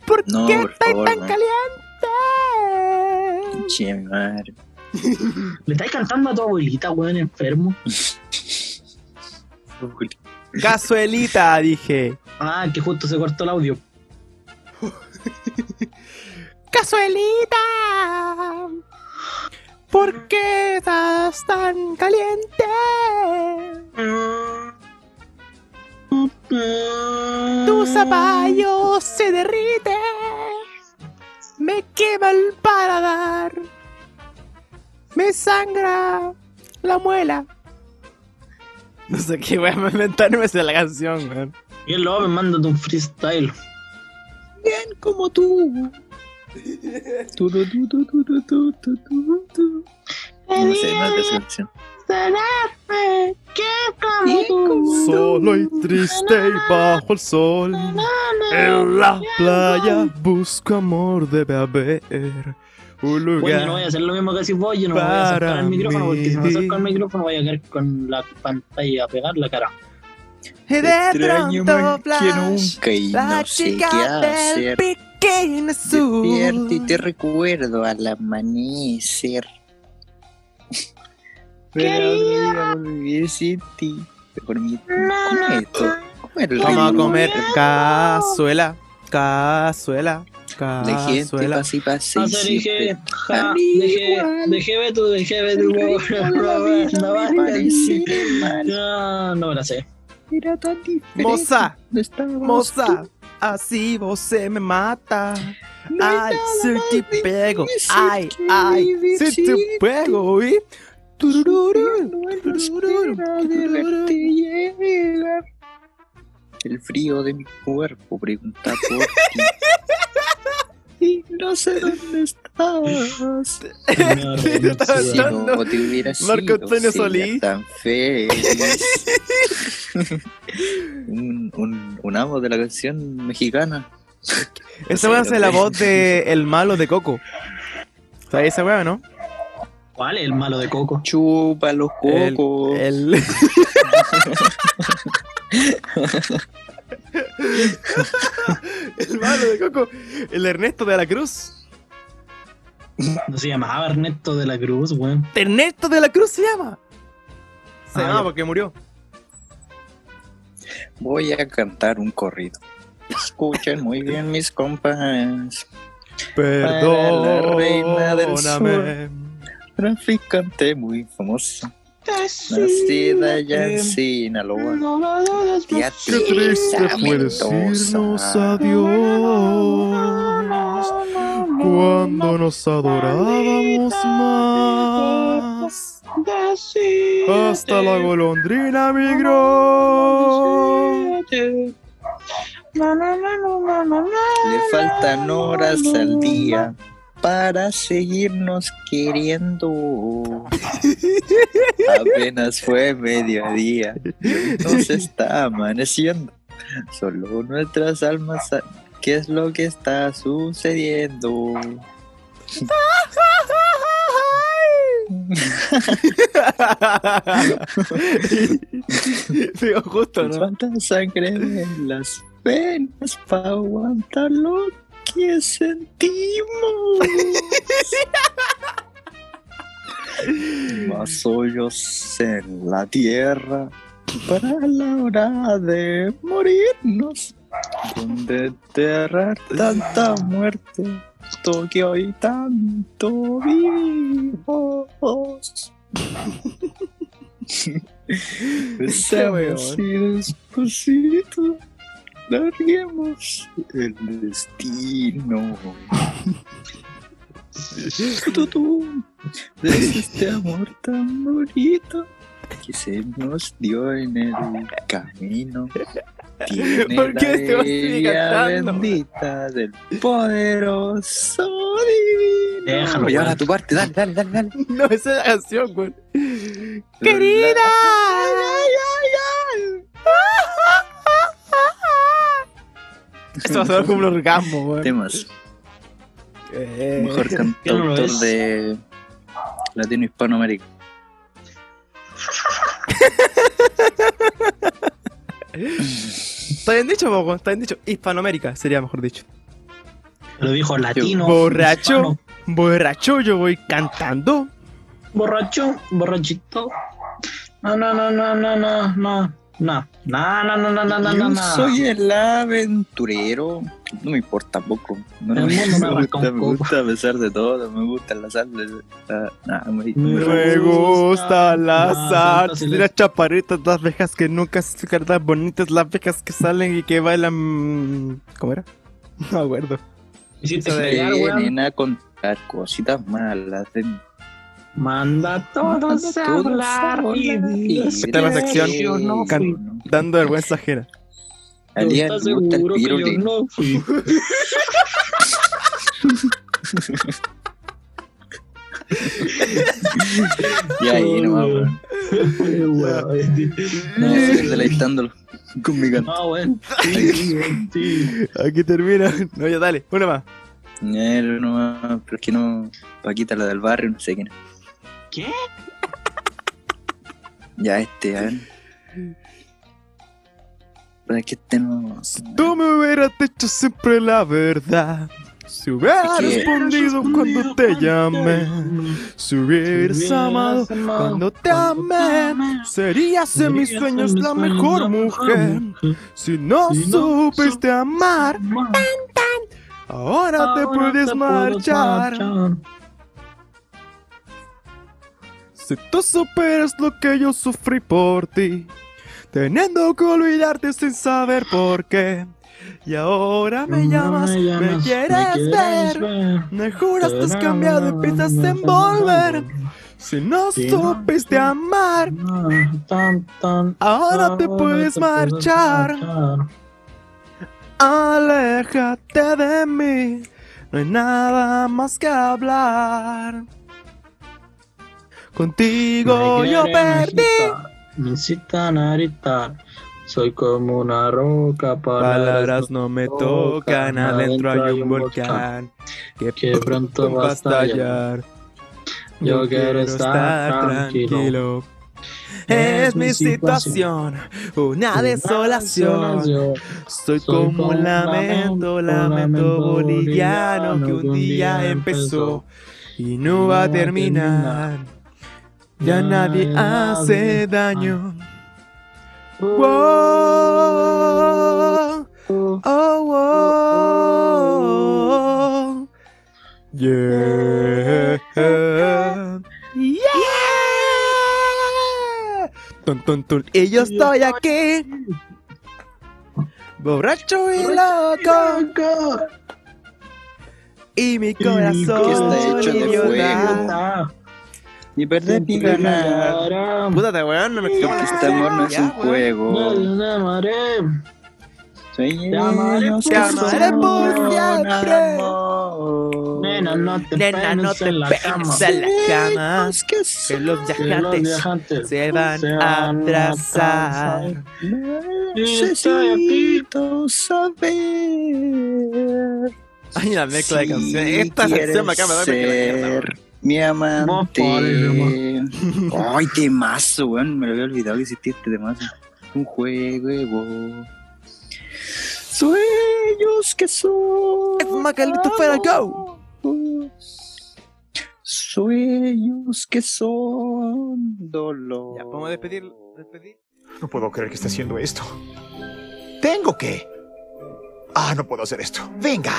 A: ¿Por
B: No,
A: qué
B: por
A: estás
B: favor,
A: tan
B: man.
A: caliente?
B: Che, madre.
C: Le estáis cantando a tu abuelita, weón, enfermo.
A: Cazuelita, dije.
C: Ah, que justo se cortó el audio.
A: Cazuelita. ¿Por qué estás tan caliente?
D: Mm.
A: Tu zapallo se derrite. Me quema el paladar. Me sangra la muela. No sé qué voy a inventarme de la canción, weón.
C: Miguel López, mándate un freestyle.
A: Bien como [laughs] tú. Tu, tu, tu, tu, tu, tu, tu, tu, tu, tu.
B: No sé, más de esa canción.
D: Sanarme, que como
M: Solo y triste y bajo el sol. En la playa busco amor, debe haber un
C: Bueno, Pues, no
M: lugar.
C: voy a hacer lo mismo que si vos, yo no me voy a acercar
M: Para
C: al micrófono, porque si me
M: mí.
C: acerco al micrófono voy a caer con la pantalla a pegar la cara.
A: Y de pronto flash,
B: nunca y
A: la
B: no sé qué
A: chica del
B: hacer.
A: pequeño
B: Despierta y
A: azul.
B: te recuerdo al amanecer. [laughs] Pero voy a vivir sin ti. Por mí. ¿Cómo es esto? ¿Cómo es el
A: Vamos a
B: ritmo?
A: comer cazuela, cazuela,
B: De gente
A: cazuela.
B: pase y pase.
C: Ah,
B: y
C: se
B: siempre
C: dije, ja, dejé, dejé ver tu, dejé ver [laughs] tu, no va No, no me
A: [laughs]
C: la sé.
B: Era tan
A: Moza,
B: diferente.
A: moza, así vos se me mata. Ay, si te pego, ay, ay, si te pego, y. tururú, tururú,
B: El frío de mi cuerpo pregunta por ti. [laughs] Y no sé dónde
A: [laughs]
B: estás. Si no te hubiera sido,
A: Marco
B: sería
A: Antonio Solís.
B: tan
A: [laughs]
B: feliz. un, un, un amo de la canción mexicana.
A: Esa weá hace la voz de El malo de Coco. ¿Sabes esa weá, no?
C: ¿Cuál es el malo de Coco?
B: Chupa los cocos. [laughs]
A: El. el- El malo de Coco. El Ernesto de la Cruz.
C: No se llamaba Ernesto de la Cruz, weón.
A: Ernesto de la Cruz se llama. Se
C: Ah,
A: llama
C: ya.
A: porque murió.
B: Voy a cantar un corrido. Escuchen muy bien mis compas. Para la reina del sur,
M: Perdóname.
B: traficante muy famosa. Nacida ya en Sinaloa.
M: Qué triste fue decirnos adiós cuando nos adorábamos más. Hasta la golondrina migró.
I: Ah,
B: Le faltan horas al día para seguirnos queriendo. Apenas fue mediodía, y nos está amaneciendo. Solo nuestras almas. sa- ¿Qué es lo que está sucediendo?
A: [laughs] Digo, justo,
B: ¿no? Falta sangre en las venas para aguantar lo que sentimos. Más hoyos en la tierra para la hora de morirnos. Donde terra tanta muerte, toque hoy tanto vivos. Besemos y despacito larguemos el destino. Tu, tu, tu. Es este amor tan bonito que se nos dio en el camino. Tiene
A: ¿Por qué
B: la
A: este va a seguir
B: bebida
A: cantando?
B: bendita del poderoso divino.
A: Déjalo,
B: Y ahora
A: weón.
B: tu parte, dale, dale, dale, dale.
A: No, esa es la canción, güey. ¡Querida! Esto va a sonar como un orgasmo, güey.
B: Temas.
A: Eh,
B: Mejor cantautor de Latino Hispanoamérica.
A: Está bien dicho, Poco, está bien dicho. Hispanoamérica sería mejor dicho.
C: Lo dijo latino,
A: Borracho,
C: hispano.
A: borracho, yo voy cantando.
C: Borracho, borrachito. No, no, no, no, no, no, no. No, no, no, no, no, no, no,
B: Yo
C: no.
B: soy el aventurero. No me importa tampoco. No,
C: El
B: no,
C: mundo me abarca
B: gusta,
C: un
B: me
C: poco.
B: gusta a pesar de todo. Me gustan las artes. la- nah, me,
A: Me gusta las
B: sal
A: artes, las chaparritas, las viejas que nunca se sacan tan bonitas, las viejas que salen y que bailan. ¿Cómo era? No me acuerdo.
C: Hiciste
A: Esa de-
C: callar, weón.
B: Vienen a contar cositas malas de mí.
C: Manda a todos a
B: todos
C: hablar y
B: Y
A: Esta es la
B: diré
A: sección
B: que yo no
A: can-
B: fui.
A: dando vergüenza ajena.
B: A Lía le gusta el pirule.
C: no fui.
B: Y
M: [laughs]
B: ahí nomás, weón. No, sigue deleitándolo. [laughs] Con mi canto.
M: Ah,
C: No, weón. Sí, sí, weón, sí.
A: Aquí termina. No, ya dale, una más.
B: Nero nomás, pero es que no. Paquita, la del barrio, no sé quién. es.
C: ¿Qué?
B: Ya este, a ver. Pero es que este no.
M: Tú me hubieras dicho siempre la verdad. Si
B: Es
M: hubieras
B: que-
M: respondido cuando te llamé, si hubieras
A: hubieras
M: amado
A: amado
M: cuando te amé, serías en mis sueños la mejor mujer. Si no supiste amar, tan, tan, ahora te puedes marchar. Si tú superas lo que yo sufrí por ti, teniendo que olvidarte sin saber por qué. Y ahora me llamas, me, quieres, ver, me juras que has cambiado y piensas en volver. Si no
A: Si no
M: supiste amar, Ah, ahora te puedes marchar.
A: Aléjate de mí, no hay nada más que hablar. Contigo
C: Me
A: yo
C: quieren
A: perdí.
C: agitar, Me incitan a gritar. Soy como una roca, palabras,
A: Palabras no me tocan, adentro hay un volcán que
C: que pronto
A: va a
C: estallar.
A: estallar.
C: Yo quiero estar tranquilo.
A: Es mi situación, una desolación. Soy como un lamento, lamento boliviano que un día empezó y no va a terminar. Ya nadie hace daño. Wow. Oh, wow. Yeah. Yeah. Tun, tun, tun. Y yo estoy aquí. Borracho y loco. Y mi corazón
B: está hecho de
A: idiota.
B: Ni perder ni ganar.
A: Puta, te weón, no me
B: Porque este amor no es un juego. Sueño
A: Eh,
C: Te amaré
B: no se
C: por siempre.
B: son
C: Nena, no te
A: Nena, no
C: peines
A: te
C: en la cama.
A: pegues en la cama.
B: pues
A: Que los viajantes
C: viajantes
A: se van
C: se van
A: a
C: a
A: atrasar.
B: Necesito saber.
A: Hay una mezcla de
B: si
A: canciones. Esta sección me acaba
B: quieres
A: de dar
B: ser mi amante. Ay, temazo, weón. Me lo había olvidado que existía este temazo. Un juego. Sueños que son.
A: Es Magalito para go.
B: Sueños que son dolor.
A: Ya, podemos despedir. despedir?
N: No puedo creer que esté haciendo esto. Tengo que. Ah, no puedo hacer esto. Venga.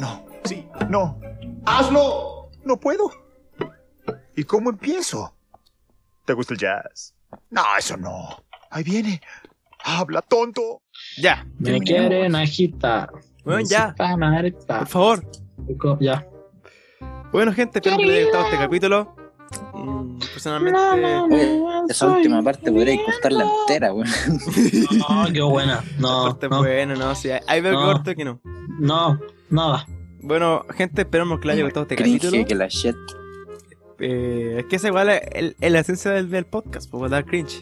N: No, sí, no. Hazlo. No puedo. ¿Y cómo empiezo? ¿Te gusta el jazz? No, eso no. Ahí viene. Habla, tonto.
A: Ya.
C: Me quieren agitar.
A: Bueno, ya.
C: Por
A: favor.
C: Ya.
A: Bueno, gente, espero que les haya gustado este capítulo. Mm, por personalmente.
B: eh, Esa última parte pues. podría cortarla entera, weón.
C: No, qué buena. No.
A: no. Bueno, no, sí, ahí veo
C: No.
A: corto que no.
C: No, nada.
A: Bueno, gente, esperamos que les haya gustado este
B: Cringe
A: capítulo.
B: que la shit.
A: Eh, es que esa igual es el- es la esencia del, del podcast, pues va a dar cringe.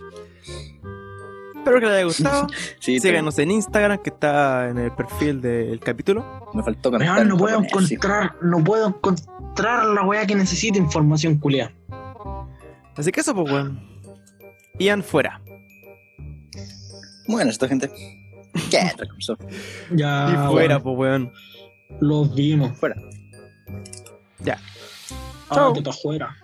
A: Espero que les haya gustado.
B: Sí,
A: Síganos en Instagram, que está en el perfil del capítulo.
B: Me faltó
C: Weón, no puedo encontrar, no puedo encontrar la weá que necesite información culia.
A: Así que eso, pues, weón. Ian fuera.
B: Bueno, esta gente. ¿Qué? Recurso.
C: Ya.
B: Ah,
A: y fuera, pues, weón.
C: Los vimos.
B: Fuera.
A: Ya.
C: Ahora te afuera.